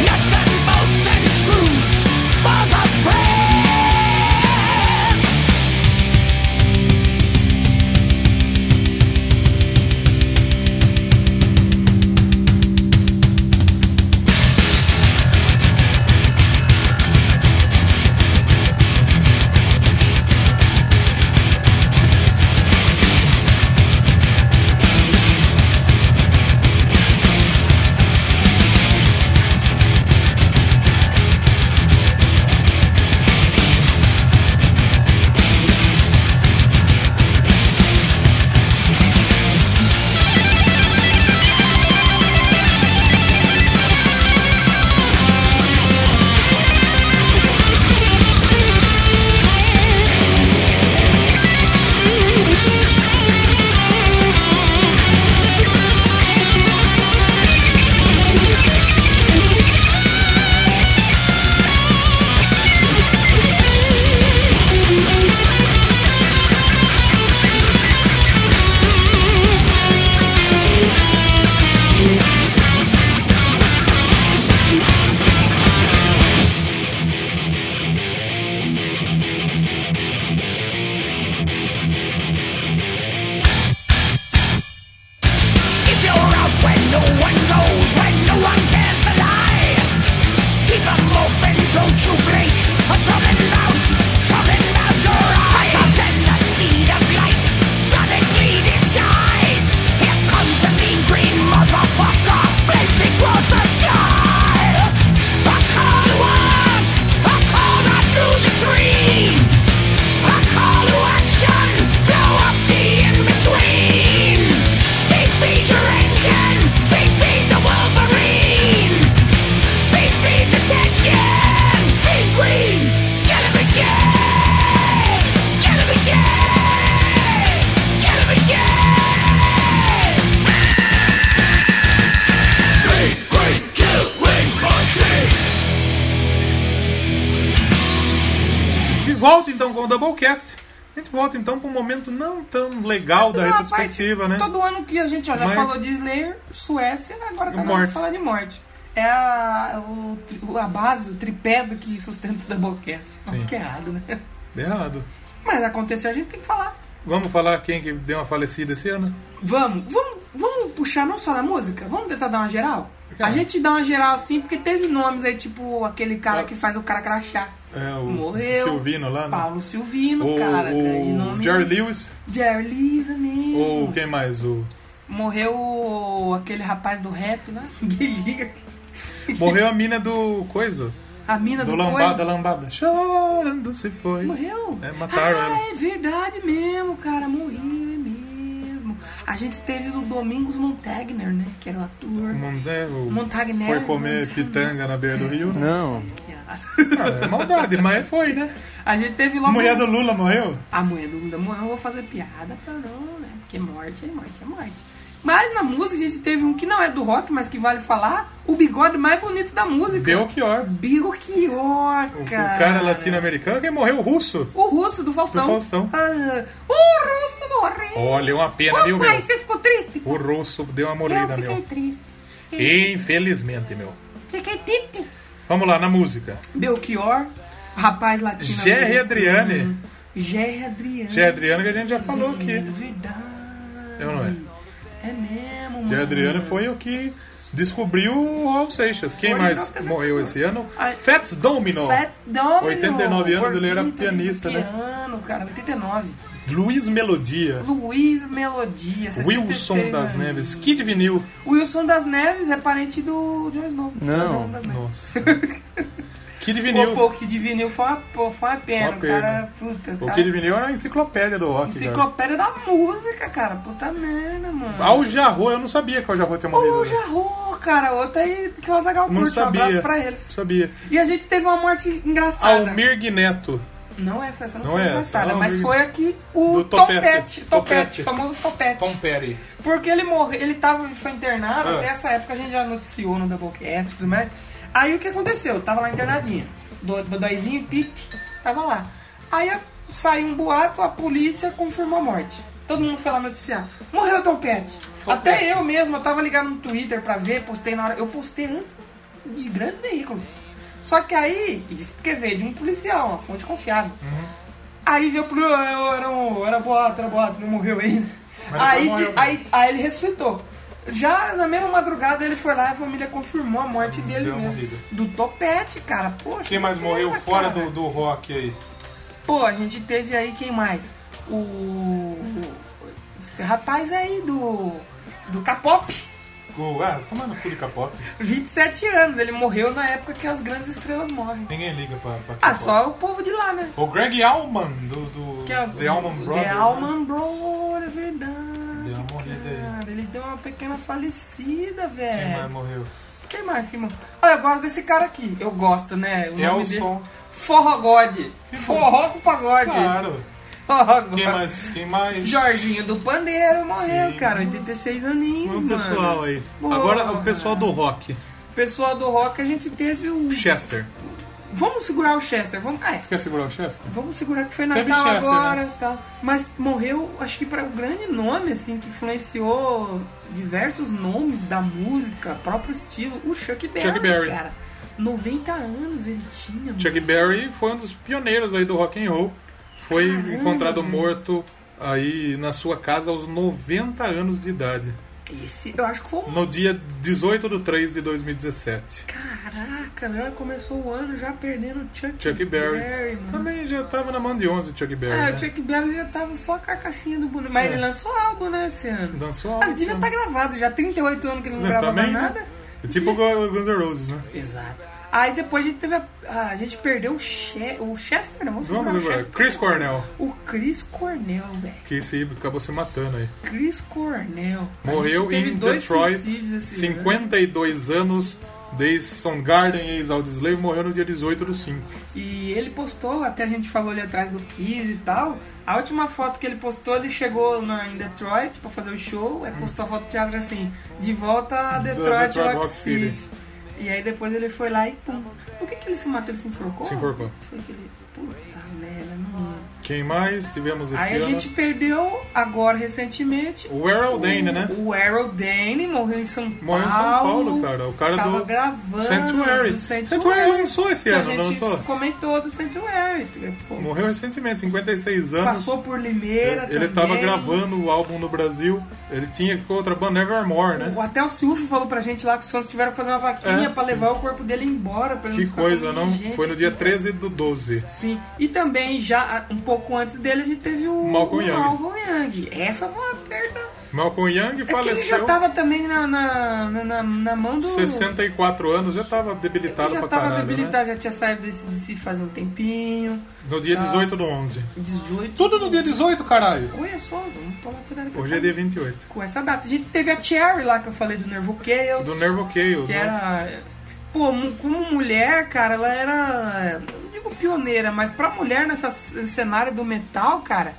Nuts and bolts and screws, balls of brass. If you're out when no one goes, when no one cares to lie, keep on moving, don't you blink. I'm talking about, talking about your eyes. Faster than the speed of light, suddenly disguised. Here comes a mean green motherfucker, blades across the sky. A cold one, a cold out through the tree. A call to action, blow up the in-between. Big feed your engine, big feed the Wolverine. Big feed the tension, big green, get a machine. Get a machine, get a machine. Big green killing machine. De volta então com o Doublecast. A gente volta então para um momento não tão legal da Não, a retrospectiva, parte- né? Todo ano que a gente ó, já Mas- é falou de Slayer, Suécia, agora tá na hora Morte. de falar de morte. É a, o tri- a base, o tripé do que sustenta o Doublecast. Nossa, Sim. que errado, né? Errado. Mas aconteceu, a gente tem que falar. Vamos falar quem que deu uma falecida esse ano? Vamos, vamos, vamos puxar não só na música, vamos tentar dar uma geral? Cara. A gente dá uma geral assim, porque teve nomes aí, tipo aquele cara que faz o cara crachá. É, o Morreu. Silvino lá, né? Paulo Silvino, o, cara. grande o nome. Jerry Lewis? Jerry Lewis mesmo. Ou quem mais? O... Morreu o- aquele rapaz do rap, né? [LAUGHS] Ninguém liga. Morreu a mina do coisa. A mina Do do, lambada, coisa. lambada. Chorando se foi. Morreu? É, mataram ah, ela. é verdade mesmo, cara. Morreu é mesmo. A gente teve o Domingos Montagner, né? Que era o ator. O Mon- é, o- Montagnero, Foi comer Montagnero. pitanga na beira do rio. né? Não. Ah, é maldade, mas foi, né? A gente teve A logo. mulher do Lula morreu? A mulher do Lula Moan, eu vou fazer piada pra não, né? Porque morte é morte, é morte. Mas na música a gente teve um que não é do rock, mas que vale falar, o bigode mais bonito da música. Belchior. Belchior, O, o cara. cara é latino-americano que morreu o russo. O russo do Faustão. Do Faustão. Ah, o russo morreu. Olha, é uma pena, Papai, viu, meu? você ficou triste? O russo deu uma é- Eu morrida, fiquei meu. triste. Infelizmente, meu. Fiquei tite. Vamos lá, na música. Belchior, rapaz latino. Jerry Adriane. Jerry Adriano. Tia Adriana, que a gente já falou É aqui. verdade. Eu não é. É mesmo, mano. Tia Adriana foi o que descobriu o Raul Seixas. Quem Foi, mais não, morreu esse ano? Ai. Fats Domino. Fats Domino. 89 anos, ele era Gordinho, pianista, né? Piano, cara, 89. Luiz Melodia. Luiz Melodia, 66 Wilson das anos. Neves. Kid Vinil. Wilson das Neves é parente do John Snow. Não. John das Neves. Nossa. Kid Vinil. Pô, pô, o Kid Vinil foi uma, pô, foi uma pena, Uma pena. o cara, puta, O cara- Kid Vinil era a enciclopédia do rock. Enciclopédia. Enciclopédia da música, cara, puta merda, mano. Al Jarro, eu não sabia que o Al Jarro tinha morrido. Ô, né? Jarro, cara, outro aí que o Azagal Não curte, um sabia. abraço pra ele. Não sabia. E a gente teve uma morte engraçada. Almir Neto. Não essa, essa não, Não foi é essa, engraçada, não, mas amigo. foi aqui o Do topete. Topete, Topete. Topete, o famoso Topete. Tom Petty. Porque ele morreu, ele tava, ele foi internado, Ah. até essa época a gente já noticiou no Doublecast e tudo mais. Aí o que aconteceu? Eu tava lá internadinho, do dodóizinho, tic, tava lá. Aí a- saiu um boato, a polícia confirmou a morte. Todo mundo foi lá noticiar. Morreu o Tom Petty. Até eu mesmo, eu tava ligado no Twitter pra ver, postei na hora. Eu postei antes de grandes veículos. Só que aí, isso porque veio de um policial, uma fonte confiável. Uhum. Aí veio pro. Era, um, era boato, era boato, não morreu ainda. Mas Aí, depois de- morreu. né? aí, aí ele ressuscitou. Já na mesma madrugada ele foi lá e a família confirmou a morte dele deu uma mesmo. vida. Do topete, cara. Poxa. Quem mais que morreu pena, fora cara. do, do rock aí? Pô, a gente teve aí quem mais? O. Esse rapaz aí do. Do K-pop. Go- Ah, tomando cu de capote. 27 anos. Ele morreu na época que as grandes estrelas morrem. Ninguém liga pra, pra Ah, K-pop. só o povo de lá, né? O Greg Allman, do, do Que é The Allman Brothers. The né? Allman Brothers, é verdade. Deu uma morrida aí. cara. Ele deu uma pequena falecida, Quem mais velho. morreu? Quem mais, Simão? Ah, eu gosto desse cara aqui. Eu gosto, né? O É nome o dele- som. Forró God. Forró com pagode. Claro. Forró God. Quem mais? Quem mais? Jorginho do Pandeiro morreu, Sim. cara. 86 aninhos, mano. Vamos pro pessoal aí. Porra. Agora o pessoal do rock. Pessoal do rock, a gente teve o... Chester. Vamos segurar o Chester. Vamos... Ah, é. Você quer segurar o Chester? Vamos segurar que foi Teve Natal Chester, agora né? tal. Mas morreu, acho que para o grande nome, assim, que influenciou diversos nomes da música, próprio estilo, o Chuck Berry. Chuck Berry. Cara, 90 anos ele tinha. mano. Chuck Berry foi um dos pioneiros aí do rock and roll. Foi Caramba, encontrado velho. morto aí na sua casa aos 90 anos de idade. Esse, eu acho que foi um. No dia 18 de 3 de 2017. Caraca, né? começou o ano já perdendo o Chuck, Chuck Berry. mano. Também já tava na mão de 11 Chuck Berry. Ah, né? o Chuck Berry já tava só com a cassinha do boneco. Mas É. ele lançou álbum, né, esse ano. Dançou Ah, ele devia estar gravado, já 38 anos que ele não É, grava mais também, né? nada. Tipo o Guns N' Roses, né? Exato. Aí depois a gente teve a. ah, a gente perdeu o, Che- o Chester, não? Vamos, lembrar Vamos o agora. Chester. Chris Cornell, O Chris Cornell, velho. que esse aí acabou se matando aí. Chris Cornell. Morreu A gente teve em dois Detroit, suicídios esse ano. 52 anos. Desde Soundgarden e Audioslave morreu no dia 18 do 5. E ele postou, até a gente falou ali atrás do Kiss e tal. A última foto que ele postou, ele chegou na, em Detroit pra fazer o show. Aí postou a foto do teatro assim: de volta a Da Detroit, Detroit Rock Rock City. City. E aí depois ele foi lá e pum. O que que ele se matou? Ele se enforcou? Se enforcou. Foi que ele. Puta merda, não. Quem mais tivemos esse Aí a ano? gente perdeu agora recentemente O Errol Dane, né? o Errol Dane morreu em São Paulo. Morreu em São Paulo, cara. O cara Tava do gravando Sanctuary. do Sanctuary. Sanctuary lançou esse Que ano, a é, não gente lançou? comentou do Sanctuary. Pô, Morreu recentemente, 56 anos. passou por Limeira ele também. tava gravando o álbum no Brasil. Ele tinha outra banda Evermore, né? Até o Silvio falou pra gente lá que os fãs tiveram que fazer uma vaquinha É, pra levar o corpo dele embora. Pra ele Que ficar coisa, com não? gente. Foi no dia 13 do 12. Sim, e também já ah, um pouco antes dele a gente teve o Malcolm o Young. Malcolm Young. Essa foi uma perda. Malcolm Young É que ele já faleceu. tava também na, na, na- na, na mão do. 64 anos, já tava debilitado já pra tava caralho, né? debilitado, já tinha saído desse DC faz um tempinho. No dia Tá. 18 do 11. 18. Tudo no dia 18, caralho! Olha só, vamos tomar cuidado com, Hoje essa, é dia 28. com essa data. A gente teve a Cherry lá que eu falei do Nervo Chaos. Do Nervo Chaos, Que né? era. Pô, mu- como mulher, cara, ela era. Não digo pioneira, mas pra mulher nessa c- cenário do metal, cara.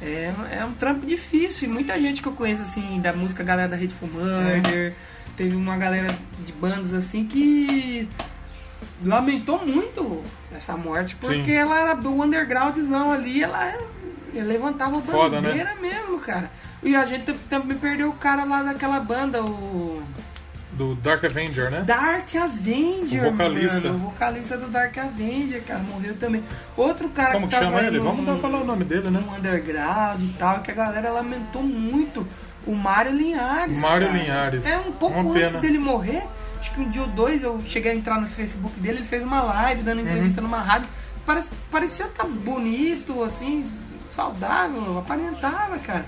É, é um trampo difícil. E muita gente que eu conheço, assim, da música, a galera da Rede Murder. Teve uma galera de bandas, assim, que lamentou muito essa morte, porque Sim. ela era do undergroundzão ali, ela levantava a Foda, né? bandeira mesmo, cara. E a gente também perdeu o cara lá daquela banda, o. Do Dark Avenger, né? Dark Avenger, O vocalista. mano. O vocalista do Dark Avenger, cara, morreu também. Outro cara Como que que tava chama aí ele? no- Vamos dar, falar o nome dele, né? no um underground e tal, que a galera lamentou muito. O Mário Linhares. Mário cara. Linhares. É um pouco Uma antes pena. dele morrer. Acho que um dia ou dois eu cheguei a entrar no Facebook dele, ele fez uma live dando Uhum. entrevista numa rádio. Parece, parecia tá bonito, assim, saudável, aparentava, cara.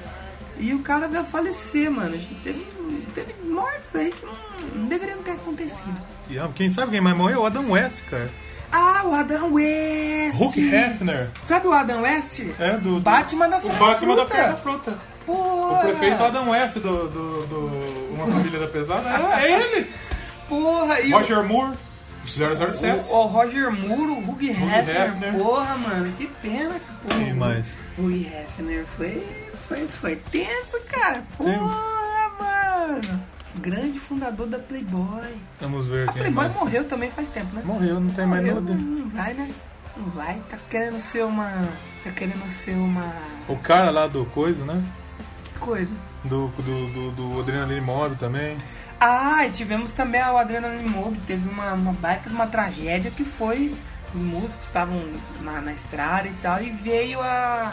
E o cara veio a falecer, mano. A gente Teve, teve mortes aí que não, não deveriam ter acontecido. E, ah, Quem sabe quem mais morreu? O Adam West, cara. Ah, o Adam West! Hulk Hefner. Sabe o Adam West? É, do, do- Batman da o Feira da Batman da Fruta. Feira da Fruta. Pô, O prefeito Adam West do, do, do Uma Família da Pesada. É ele! Porra, e o- Roger Moore, 007. O, o Roger Muro, o Hugh Hefner, Hefner. porra, mano, que pena que porra. Quem mais? O Hugh Hefner foi, foi, foi tenso, cara. Porra, mano. Grande fundador da Playboy. Vamos ver A quem Playboy mais. morreu também faz tempo, né? Morreu, não tem mais Morreu, nada. não, não vai, né? Não vai. Tá querendo ser uma. Tá querendo ser uma. O cara lá do coisa, né? Que coisa. Do, do, do, do Adrenaline Mob também. Ah, e tivemos também a Adrenaline Mob, teve uma, uma baita de uma tragédia que foi. Os músicos estavam na, na estrada e tal, e veio a.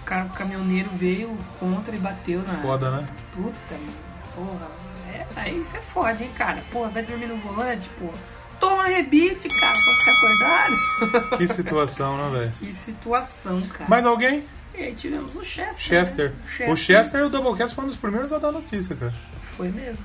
O cara, o caminhoneiro veio contra e bateu na. Foda, né? Puta, mano, porra. É, aí você fode, hein, cara. Porra, vai dormir no volante, porra. Toma rebite, cara, pra ficar [LAUGHS] acordado. Que situação, né, velho? que situação, cara. Mais alguém? E aí tivemos o Chester. Chester. né? O Chester e o Doublecast foram um dos primeiros a dar notícia, cara. Foi mesmo.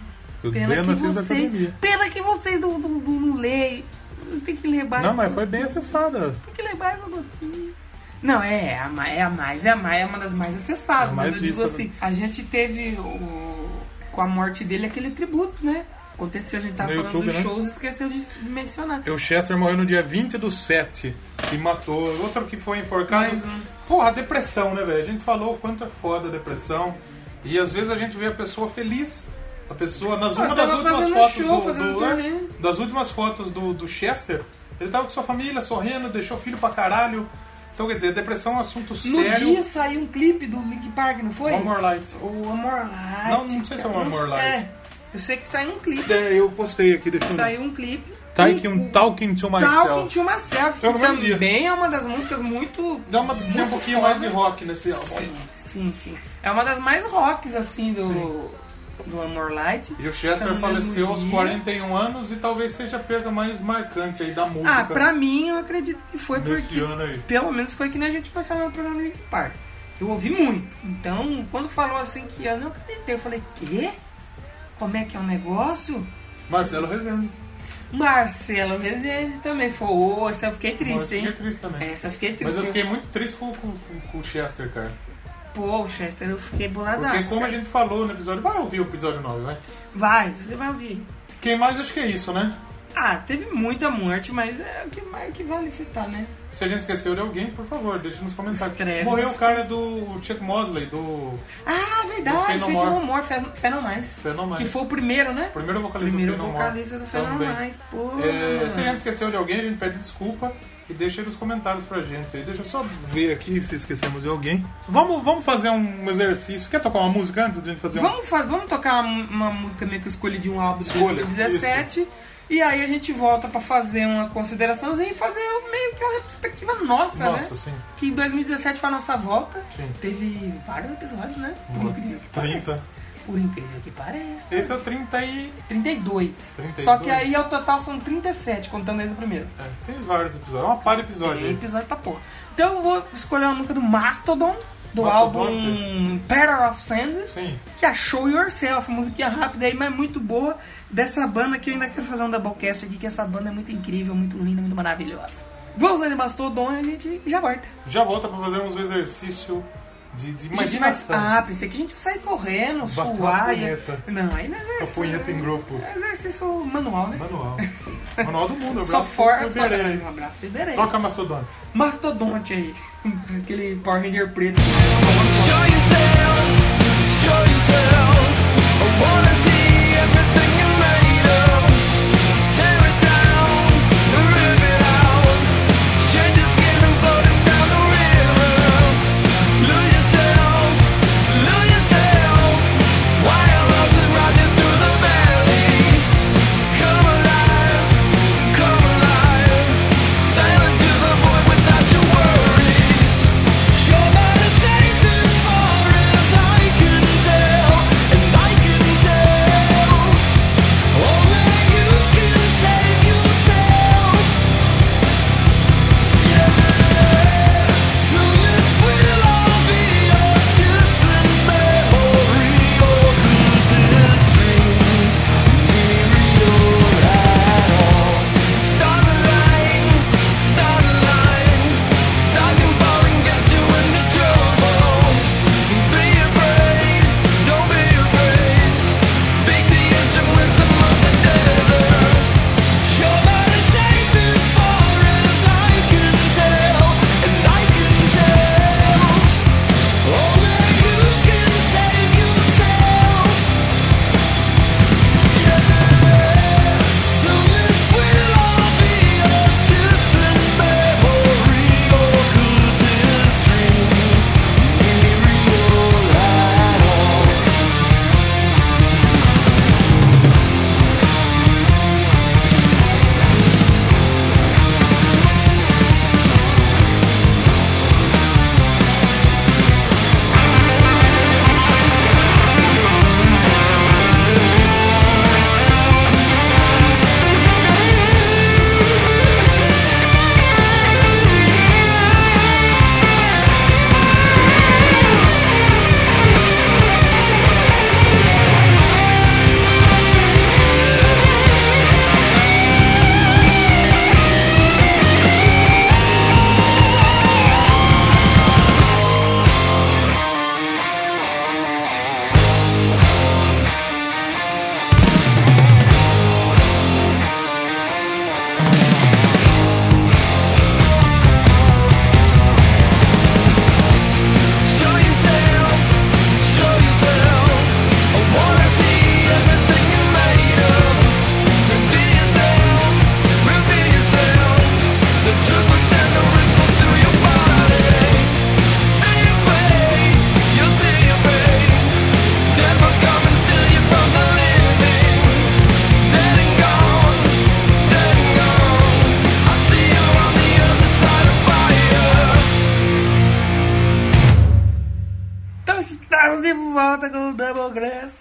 Eu Pena dei a que notícia da vocês, academia. pena que vocês não, não, não, não leem. Vocês têm que ler mais. Não, mas foi bem acessada. Tem que ler mais a notícia. Não, é, é a mais, é a mais, é a mais, é uma das mais acessadas. É mas a mais eu digo vista, assim, a gente teve o, com a morte dele aquele tributo, né? Aconteceu, a gente tava No falando YouTube, dos né? shows e esqueceu de mencionar. O Chester morreu no dia 20 do 7 e matou outro que foi enforcado. Mais um. Porra, depressão, né, velho? A gente falou o quanto é foda a depressão. E às vezes a gente vê a pessoa feliz. A pessoa, nas Ah, uma das tava últimas fazendo fotos show, do, fazendo do- turnê. das últimas fotos do, do Chester, ele tava com sua família, sorrindo, deixou o filho pra caralho. Então, quer dizer, depressão é um assunto No sério. dia saiu um clipe do Link Park, não foi? One More Light. O Amor Light. Não, não sei se é o cara, One não More sei. Light. É, eu sei que saiu um clipe. É, eu postei aqui, deixa eu ver. Saiu um clipe. Talking, talking to myself. Talking to Myself, Saiu que no mesmo dia. também é uma das músicas muito... Dá uma, tem um pouquinho mais de rock nesse álbum. Sim, sim, sim. É uma das mais rocks, assim, do... Do Amor Light. E o Essa Chester mulher faleceu aos morria. 41 anos e talvez seja a perda mais marcante aí da música. né? Ah, pra mim, eu acredito que foi Desse porque... ano aí. Pelo menos foi que nem a gente passava no programa do Link Park. Eu ouvi muito. Então, quando falou assim que eu não acreditei, eu falei, quê? Como é que é o negócio? Marcelo Rezende. Marcelo Rezende também foi. Ô, essa eu fiquei Mas triste, fiquei hein? é triste também. Essa eu fiquei triste. Mas eu fiquei muito triste com, com- com- com o Chester, cara. Pô, Chester, eu fiquei boladaço. Porque como é- a gente falou no episódio... Vai ouvir o episódio 9, vai. Vai, você vai ouvir. Quem mais acho que é isso, né? Ah, teve muita morte, mas é o que, vai- o que vale citar, né? Se a gente esqueceu de alguém, por favor, deixa nos comentários. Escreve. Morreu o cara do Chuck Mosley, do Ah, verdade, Do Feito Fenomore. no Amor, Fenomais. Fenomais. Que foi o primeiro, né? primeiro vocalista Primeiro do Fenomore. vocalista do Também. Fenomais. Pô, É, mano. se a gente esqueceu de alguém, a gente pede desculpa e deixa aí nos comentários pra gente. Aí deixa eu só ver aqui se esquecemos de alguém. Vamos, vamos fazer um exercício. Quer tocar uma música antes de a gente fazer um. Vamos, fa- vamos tocar uma, uma música meio que eu escolhi de um álbum de Escolha, 2017. E aí a gente volta pra fazer uma consideraçãozinha e fazer um meio que uma retrospectiva nossa, Nossa, né? sim. Que em 2017 foi a nossa volta. Sim. Teve vários episódios, né? Por Boa. incrível que pareça. 30. Por incrível que pareça. Esse é o 30 e. 32. 32. Só que aí ao total são 37, contando desde o primeiro. É, tem vários episódios. É uma par de episódio Tem aí. episódio pra porra. Então eu vou escolher uma música do Mastodon, do Mastodon, álbum Pattern of Sanders, Sim. que é Show Yourself, musiquinha rápida aí, mas muito boa, dessa banda que eu ainda quero fazer um doublecast aqui, que essa banda é muito incrível, muito linda, muito maravilhosa. Vamos aí de Mastodon e a gente já volta. Já volta pra fazermos um exercício de, de A gente vai... imaginação. Ah, pensei que a gente ia sair correndo, Bater uma suar. e- punheta. Não, aí não é A exercício. punheta em grupo. É exercício manual, né? Manual. Manual do mundo. Só abraço for. pro Só... Iberê. Um abraço, beberei. Toca Mastodonte. Mastodonte aí. [LAUGHS] Aquele Power Ranger preto. Show yourself, show yourself. I wanna see everything you're made of. Tear it down and rip it out. Shed your skin and float it down the river. Lose yourself, lose yourself. Wild love that rides you through the valley. Come alive, come alive. Sail into the void without your worries. You're not as safe as far as I can tell, and I can tell. Então, volta com o Double Glass.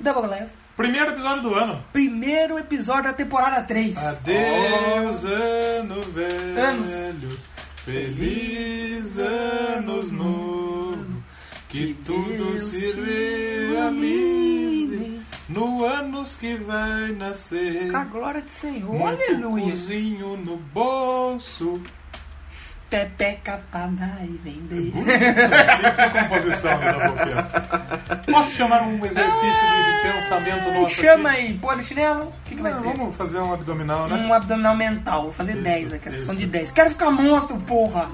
Double Glass. Primeiro episódio do ano. Primeiro episódio da temporada 3. Adeus, ano velho. Anos. Feliz anos novo. Que, tudo Deus se te realize ilumine. no anos que vai nascer. Com a glória do Senhor. Muito Aleluia. cozinho no bolso. Pepeca pra dar e vender. Composição da Posso chamar um exercício de, de pensamento nosso Ah, Chama aqui? aí, polichinelo. O que, que vai Não, ser? Vamos fazer um abdominal, né? Um abdominal mental. Vou fazer Isso, 10 aqui, a sessão isso. de 10. Quero ficar monstro, porra.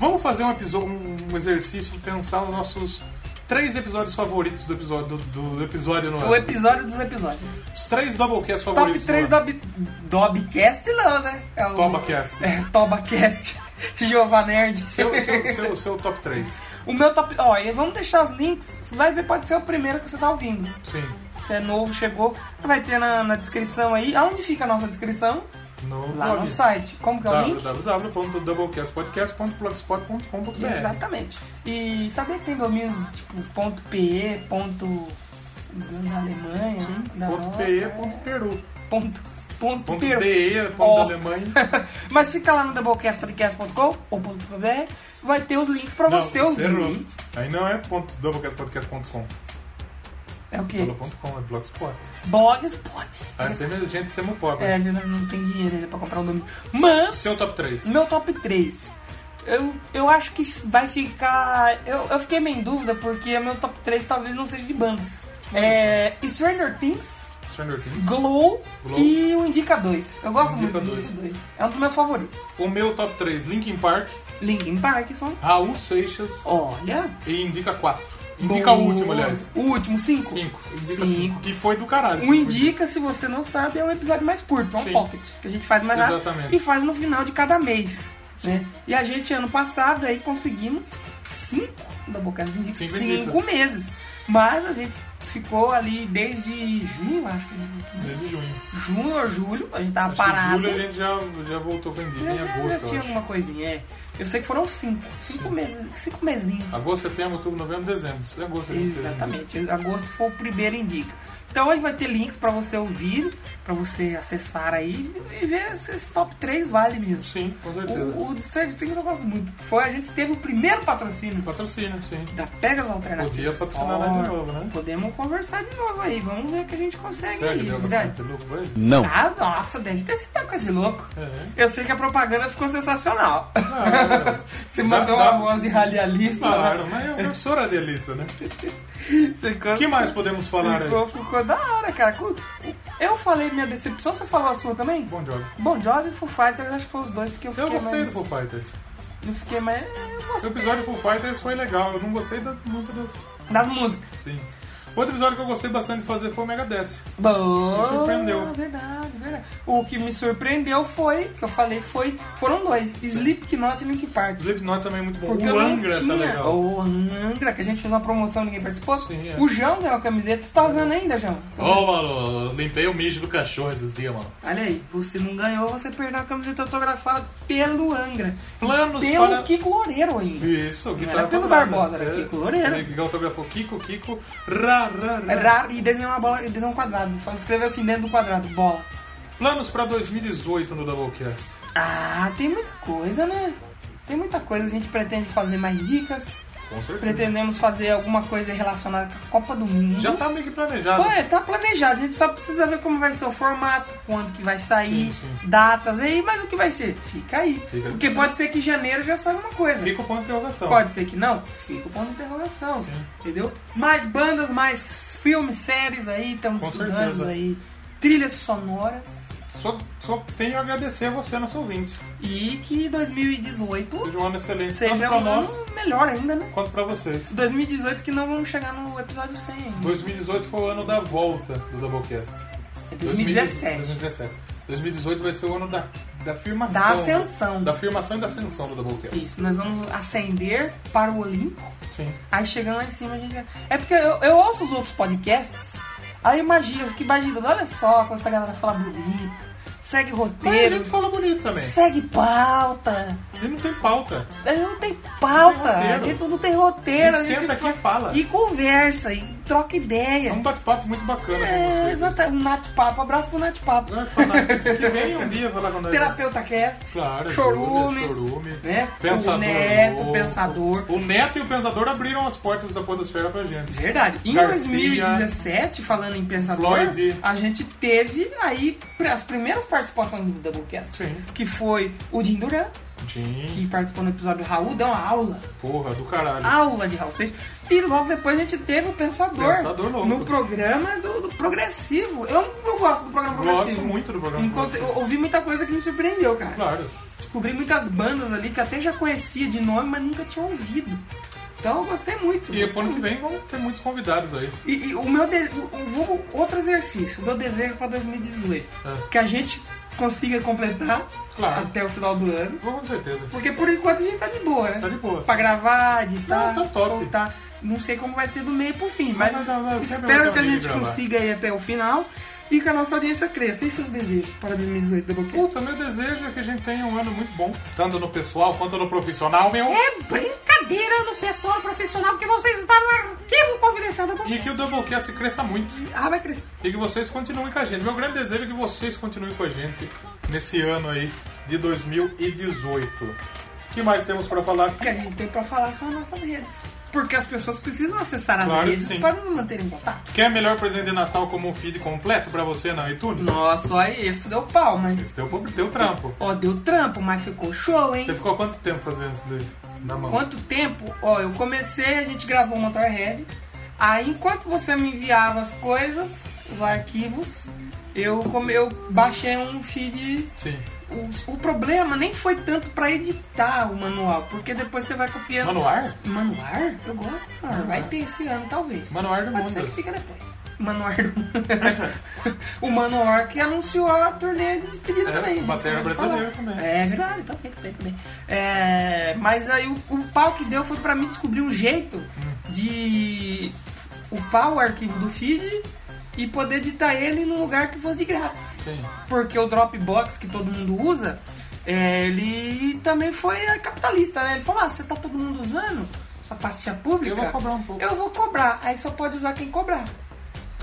Vamos fazer um episódio, um exercício de pensar os nossos três episódios favoritos do episódio do, do episódio no O ano. episódio dos episódios. Os três doublecasts Top favoritos. 3 do ano. do Dobcast não, né? É o... [LAUGHS] Tobacast. É, Tobacast. Jeová Nerd. Seu, seu, seu, seu top 3. O meu top... Ó, e vamos deixar os links. Você vai ver, pode ser o primeiro que você tá ouvindo. Sim. Se é novo, chegou, vai ter na, na descrição aí. Aonde fica a nossa descrição? No Lá blog. no site. Como que Tá, é o link? www.doublecastpodcast.blogspot.com.br Exatamente. E sabia que tem domínios tipo ponto .pe, ponto da Alemanha, da Ponto Europa, PE, ponto Peru. ponto, ponto, Ponto peru. DE, ponto Ó. [LAUGHS] Alemanha. Mas fica lá no doublecastpodcast.com ou ponto .br, vai ter os links pra Não, você você ouvir. errou. Aí não é ponto doublecastpodcast.com. É o quê? Falou ponto .com, é blogspot. Blogspot. Aí você mesmo, gente, você é muito pobre. É, a gente não tem dinheiro ainda pra comprar o domínio. Mas... Seu top 3. Meu top 3. Eu, eu acho que vai ficar. Eu, eu fiquei meio em dúvida porque meu top 3 talvez não seja de bandas. É. Stranger Things, Stranger Things. Glow, Glow. e o Indica 2. Eu gosto Indica muito do 2. Indica 2. É um dos meus favoritos. O meu top 3, Linkin Park, Linkin Park são. Raul Seixas Olha. e Indica 4. Indica o Boa. último, aliás. O último, 5. 5. Indica 5. Cinco. Que foi do caralho. O Um Indica, se você não sabe, é um episódio mais curto, é um Sim. pocket, que a gente faz mais rápido Exatamente. e faz no final de cada mês. Né? E a gente, ano passado, aí conseguimos cinco da Boca do Indica, Cinco cinco, Indicas. meses. Mas a gente ficou ali desde junho, acho que né? Desde junho. junho ou julho, a gente tava Acho que parado. Em julho a gente já, já voltou pra Indica, Já- em já- já agosto, eu tinha acho. alguma coisinha, é. Eu sei que foram cinco, cinco meses, cinco mesinhos. Agosto, setembro, outubro, novembro, dezembro. Isso é agosto. a gente fez Indica. Exatamente. Agosto foi o primeiro indica. Então aí vai ter links pra você ouvir, pra você acessar aí e ver se esse top 3 vale mesmo. Sim, com certeza. O, o de Stranger Things eu gosto muito. Foi a gente teve o primeiro patrocínio Patrocínio, sim. da Pegas Alternativas. Podia patrocinar nós de novo, né? Podemos conversar de novo aí, vamos ver o que a gente consegue Será que aí, deu verdade? bastante louco pra eles? Não. Ah, nossa, deve ter sido quase louco. É. Eu sei que a propaganda ficou sensacional. [LAUGHS] Ah, Você Dá- mandou dá- uma voz de [LAUGHS] radialista. né? Falaram, mas é eu, eu sou radialista, né? Ficou- O que mais podemos falar aí? Ficou, ficou da hora, cara. Com- Eu falei minha decepção, você falou a sua também? Bom jogo. Bon Jovi e Foo Fighters, acho que foram os dois que eu fiquei Eu gostei mais... do Foo Fighters. Eu fiquei mais... Eu O gostei episódio do Foo Fighters foi legal. Eu não gostei da, muito do... das músicas. Sim. Outro episódio que eu gostei bastante de fazer foi o Megadeth. Boa, surpreendeu. Verdade, verdade. O que me surpreendeu foi, que eu falei, foi... Foram dois, Slipknot e Link Park. Slipknot também é muito bom. Porque o eu não Angra tinha... tá legal. O Angra, que a gente fez uma promoção ninguém participou. Sim, é. O João ganhou a camiseta, você tá usando ainda, João? Ô, mano, eu limpei o mijo do cachorro esses dias, mano. Olha aí, você não ganhou, você perdeu a camiseta autografada pelo Angra. Planos pelo para... Kiko Loureiro ainda. Isso, era pelo autografada. Barbosa, era Kiko Loureiro. ele né? Que autografou Kiko, Kiko, ra, ra, ra. É raro, e desenhou uma bola, e desenhou um quadrado. Falou, escreveu assim dentro do quadrado, bola. Planos pra 2018 no Doublecast. Ah, tem muita coisa, né? Tem muita coisa, a gente pretende fazer mais dicas. Com certeza. Pretendemos fazer alguma coisa relacionada com a Copa do Mundo. Já tá meio que planejado. Ué, tá planejado, a gente só precisa ver como vai ser o formato, quando que vai sair, Sim, sim. datas aí, mas o que vai ser? Fica aí. Fica. Porque pode ser que em janeiro já saia uma coisa. Fica o ponto de interrogação. Pode ser que não, fica o ponto de interrogação. Então. Sim. Entendeu? Mais bandas, mais filmes, séries aí, estamos Com estudando certeza. aí. Trilhas sonoras. Só, só tenho a agradecer a você, nosso ouvinte. E que 2018 Seja um ano excelente, tanto seja pra um nós ano melhor ainda, né? quanto pra vocês. 2018 que não vamos chegar no episódio 100 ainda. 2018 foi o ano da volta do Doublecast. É 2017. 2017. 2018 vai ser o ano da, da afirmação. Da ascensão. Da afirmação e da ascensão do Doublecast. Isso, nós vamos ascender para o Olimpo. Sim. Aí chegando lá em cima a gente. já- É porque eu, eu ouço os outros podcasts, aí eu imagino, eu fico imaginando, olha só como essa galera fala bonito, segue Mas a roteiro, Né? gente fala bonito também. segue pauta, E não tem pauta. A gente não tem pauta, Não tem a roteiro. gente não tem roteiro, A gente senta aqui e fala. E conversa, e troca É ideia. um bate-papo muito bacana com É, vocês. né? exato, um bate-papo, abraço pro bate-papo. Não é falar disso, que vem um dia falar com nós. Terapeuta Cast, Claro, Chorume, Chorume. né? Pensador o Neto, Louco. Pensador. O Neto e o Pensador abriram as portas da podosfera pra gente. Verdade. Em Garcia. 2017, falando em Pensador, Floyd. a gente teve aí pr- as primeiras participações do Doublecast. Sim. Que foi o Jim Duran, Sim, que participou no episódio do Raul, deu uma aula. porra do caralho. aula de Raul Seixas. E logo depois a gente teve o Pensador, Pensador Louco. no programa do, do Progressivo. Eu, eu gosto do programa Gosto Progressivo. muito do programa assim, Enquanto- Progressivo. eu ouvi muita coisa que me surpreendeu, cara. Claro. Descobri muitas bandas ali que até já conhecia de nome, mas nunca tinha ouvido. Então eu gostei muito. E ano que vem vão ter muitos convidados aí. E, e o meu de... o- o- vou- outro exercício, o meu desejo é para 2018, Ah. que a gente consiga completar Claro. até o final do ano. Vou com certeza. Porque por enquanto a gente tá de boa, né? Tá de boa. Pra gravar, editar, Não, tá top. soltar. Não sei como vai ser do meio pro fim, mas Vai, vai, vai, vai, vai, espero vai, que a vai gente gravar. consiga ir até o final e que a nossa audiência cresça. E seus desejos para 2018 da Boquete? Puta, meu desejo é que a gente tenha um ano muito bom. Tanto no pessoal quanto no profissional, meu. É brincadeira do pessoal profissional que vocês estão no arquivo confidencial da E que o Doublecast cresça muito. Ah, vai crescer. E que vocês continuem com a gente. Meu grande desejo é que vocês continuem com a gente nesse ano aí de 2018. O que mais temos pra falar? O que a gente tem pra falar são as nossas redes. Porque as pessoas precisam acessar as Claro que redes sim. para nos manterem em contato. Quer melhor presente de Natal como um feed completo pra você na iTunes? Nossa, só isso deu pau, mas. Teu, teu trampo. Ó, deu trampo, mas ficou show, hein? Você ficou quanto tempo fazendo isso daí? Na mão? Quanto tempo? Ó, eu comecei, a gente gravou o Motorhead. Aí, enquanto você me enviava as coisas, os arquivos, eu, come- eu baixei um feed. Sim. O, o problema nem foi tanto pra editar o manual, porque depois você vai copiando. Manuar? Manuar? Eu gosto, cara. Vai ter esse ano, talvez. Manuar do Pode ser que mundo. fica depois. Manuar do [LAUGHS] O Manuar que anunciou a turnê de despedida É, também. o Esqueci batera de brasileiro falar. também. É verdade, tá bem, tá bem, tá bem. É, mas aí o, o pau que deu foi pra mim descobrir um jeito de upar o arquivo do feed e poder editar ele num lugar que fosse de grátis. Sim. Porque o Dropbox que todo mundo usa, é, ele também foi capitalista, né? Ele falou, ah, você tá todo mundo usando essa pastinha pública? Eu vou cobrar um pouco." Eu vou cobrar. Aí só pode usar quem cobrar.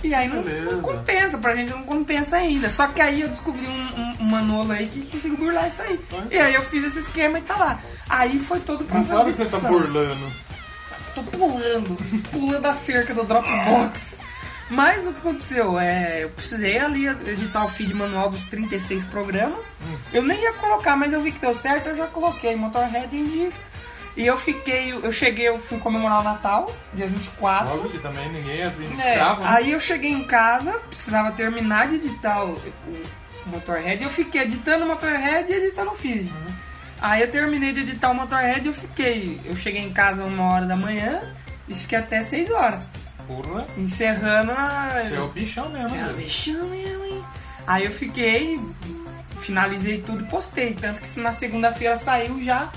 E aí não, Beleza. não compensa, pra gente não compensa ainda. Só que aí eu descobri um, um, um manolo aí que consigo burlar isso aí. E aí eu fiz esse esquema e tá lá. Aí foi todo o Então é Não processo sabe de que você tá edição. burlando. Tô pulando, pulando a cerca do Dropbox. Mas o que aconteceu? É, eu precisei ali editar o feed manual dos 36 programas. Eu nem ia colocar, mas eu vi que deu certo, eu já coloquei Motorhead e Indica. E eu fiquei, eu cheguei, eu fui comemorar o Natal, dia 24. Logo que também ninguém é assim, É, escravo. né? aí eu cheguei em casa, precisava terminar de editar o, o Motorhead, eu fiquei editando o Motorhead e editando o Fizz. Aí eu terminei de editar o Motorhead e eu fiquei. Eu cheguei em casa uma hora da manhã e fiquei até 6 horas. Porra. Encerrando a. Você é o bichão mesmo. Ah, velho. mexeu mesmo, hein? Aí eu fiquei, finalizei tudo e postei. Tanto que na segunda-feira saiu já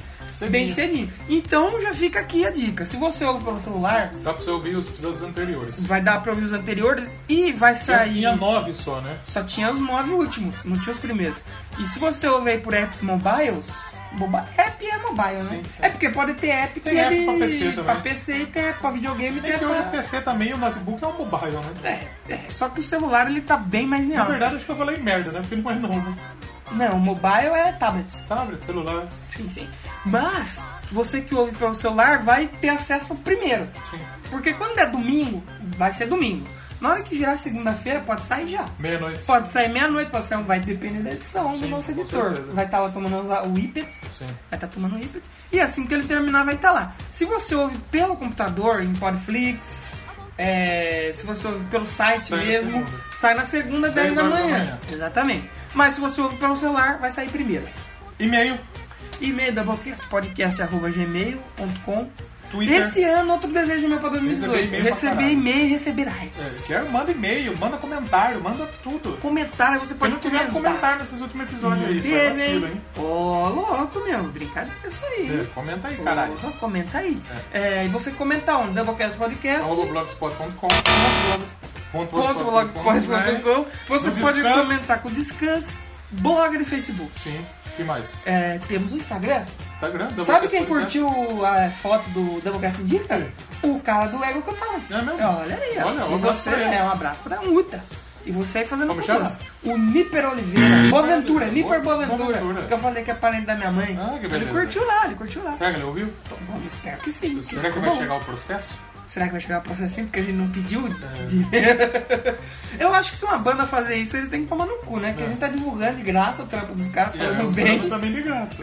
bem cedinho. Então já fica aqui a dica. Se você ouve pelo celular, Dá pra você ouvir os episódios anteriores. vai dar para ouvir os anteriores e vai Antes sair. Tinha nove só, né? Só tinha os nove últimos, não tinha os primeiros. E se você ouvir aí por apps mobiles, mobi- app é mobile, né? Sim, sim. É porque pode ter app Tem que app ele pra PC também. pra PC e tem app pra videogame e tem É que app hoje o pra... PC também, o notebook é um mobile, né? É, é, só que o celular ele tá bem mais em Na alta. É verdade, acho que eu falei merda, né? Porque não é novo. Não, mobile é tablet. Tablet, celular. Sim, sim. Mas, você que ouve pelo celular vai ter acesso primeiro. Sim. Porque quando é domingo, vai ser domingo. Na hora que virar segunda-feira, pode sair já. Meia-noite. Pode sair meia-noite, pode sair, um, vai depender da edição do Sim, nosso com editor. certeza. Vai estar lá tomando ah, o whippet, Sim. vai estar tomando o whippet, e assim que ele terminar vai estar lá. Se você ouve pelo computador, em Podflix, é, se você ouve pelo site Sai na mesmo, segunda. sai na segunda, 10 10 da horas manhã. da manhã. Exatamente. Mas se você ouve pelo celular, vai sair primeiro. E-mail, E-mail doublecastpodcast.gmail.com Twitter. Esse ano, outro desejo meu para 2018. Receber Receber e-mail pra caralho. e-mail e receber likes. É, Quero, manda e-mail, manda comentário, manda tudo. Comentário, você pode Porque não É. tiver comentar. comentário nesses últimos episódios aí. Foi Teve, vacilo, hein? hein? Ô, louco, meu. Brincadeira com isso aí. hein? É, comenta aí, caralho. Porra, comenta aí. É, e você comenta um Doublecast Podcast. Arroba blogspot.com. Ponto né? Ponto blogspot.com. blogspot.com. Você No pode descanso. comentar com descanso, blog de Facebook. Sim. O que mais? É, temos o Instagram, Instagram. Sabe Doublecast quem Podcast. curtiu a é, foto do Doublecast Indica? O cara do Ego Cantante. É mesmo? Olha aí, ó. Olha, um e abraço você, pra ele. é um abraço pra Uta. E você fazendo Como propaganda. O Niper Oliveira. Boaventura, Niper Boaventura. Boaventura. Que eu falei que é parente da minha mãe. Ah, que ele beleza. curtiu lá, ele curtiu lá. Será que ele ouviu? Bom, espero que sim. Será que ficou vai bom. chegar o É. processo? Será que vai chegar o processinho porque a gente não pediu dinheiro? [LAUGHS] Eu acho que se uma banda fazer isso, eles têm que tomar no cu, né? Porque a gente tá divulgando de graça o trampo dos caras, fazendo É. o Tá bem. programa também Tá de graça.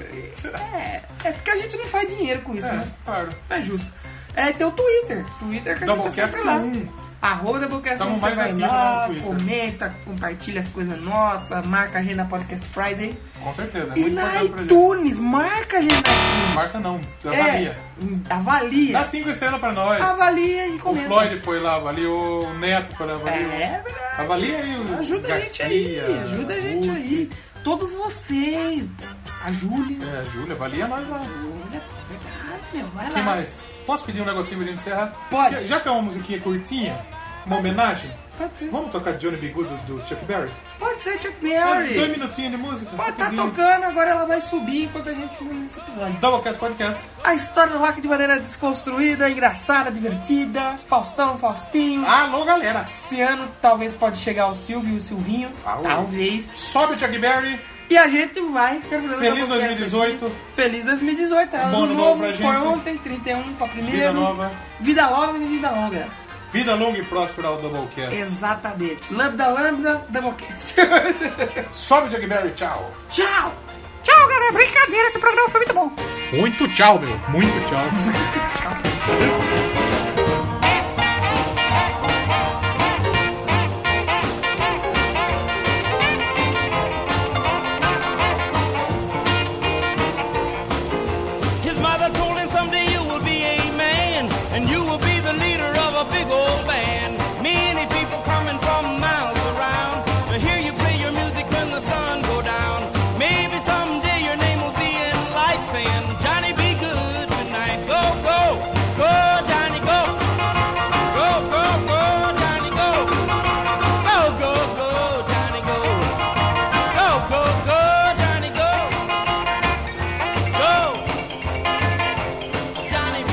É, é porque a gente não faz dinheiro com isso, né? É, claro. É justo. É, tem o Twitter. Twitter que a gente tá Doublecast sempre lá. um. Arroba Doublecast Tamo 1, você mais vai ativo lá lá, no Twitter. comenta, compartilha as coisas nossas, marca a agenda Podcast Friday. Com certeza. É e muito na importante pra gente. iTunes, marca a agenda iTunes. Marca não. É, Ah, Avalia. avalia. Dá cinco estrelas pra nós. Avalia e O comenta. Floyd foi lá, avaliou. O Neto foi lá, avaliou. É verdade. Avalia aí o Ajuda a gente Garcia, aí, ajuda a gente aí. Todos vocês. A Júlia. É, Júlia, avalia nós lá. Olha, verdade, meu, vai Quem lá. mais? Posso pedir um negocinho pra gente encerrar? Ah. Pode. Já- Já que é uma musiquinha curtinha, uma homenagem, Pode ser. vamos tocar Johnny B. Good do, do Chuck Berry? Pode ser Chuck Dois Berry. minutinhos de música. Pode estar rapidinho. tá tocando, agora ela vai subir enquanto a gente finaliza esse episódio. Doublecast Podcast. A história do rock de maneira desconstruída, engraçada, divertida. Faustão, Faustinho. Alô, galera. Esse ano talvez pode chegar o Silvio e o Silvinho. Aô. Talvez. Sobe o Chuck Berry. E a gente vai terminando Feliz o podcast aqui. 2018. Feliz 2018. é Ano Bom ano novo novo, pra gente. foi ontem, 31 pra primeiro. Vida nova. Vida longa e vida longa. Vida longa e próspera ao Doublecast. Exatamente. Lambda, lambda, doublecast. Sobe o Chuck Berry. Tchau. [LAUGHS] tchau! Tchau, galera. Brincadeira, esse programa foi muito bom. Muito tchau, meu. Muito tchau. His mother told him someday you will be a man and you will be the leader of a big old band. Many people coming from miles around to hear you play your music when the sun go down. Maybe someday your name will be in lights saying, Johnny, be good tonight. Go, go, go, Johnny, go. Go, go, go, Johnny, go. Go, go, go, Johnny, go. Go, go, go, Johnny, go. Go. Johnny B.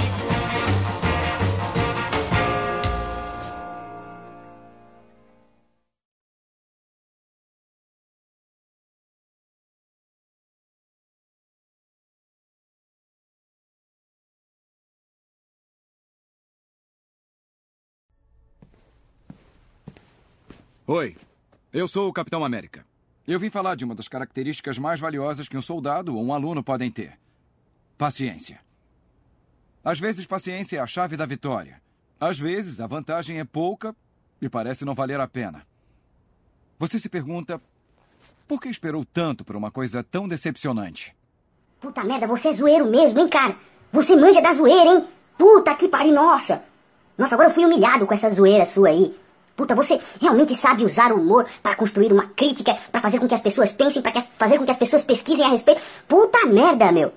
Oi, eu sou o Capitão América. Eu vim falar de uma das características mais valiosas que um soldado ou um aluno podem ter: paciência. Às vezes, paciência é a chave da vitória. Às vezes, a vantagem é pouca e parece não valer a pena. Você se pergunta: por que esperou tanto por uma coisa tão decepcionante? Puta merda, você é zoeiro mesmo, hein, cara? Você manja da zoeira, hein? Puta que pariu, nossa! Nossa, agora eu fui humilhado com essa zoeira sua aí. Puta, você realmente sabe usar o humor pra construir uma crítica, pra fazer com que as pessoas pensem, pra que as- fazer com que as pessoas pesquisem a respeito. Puta merda, meu!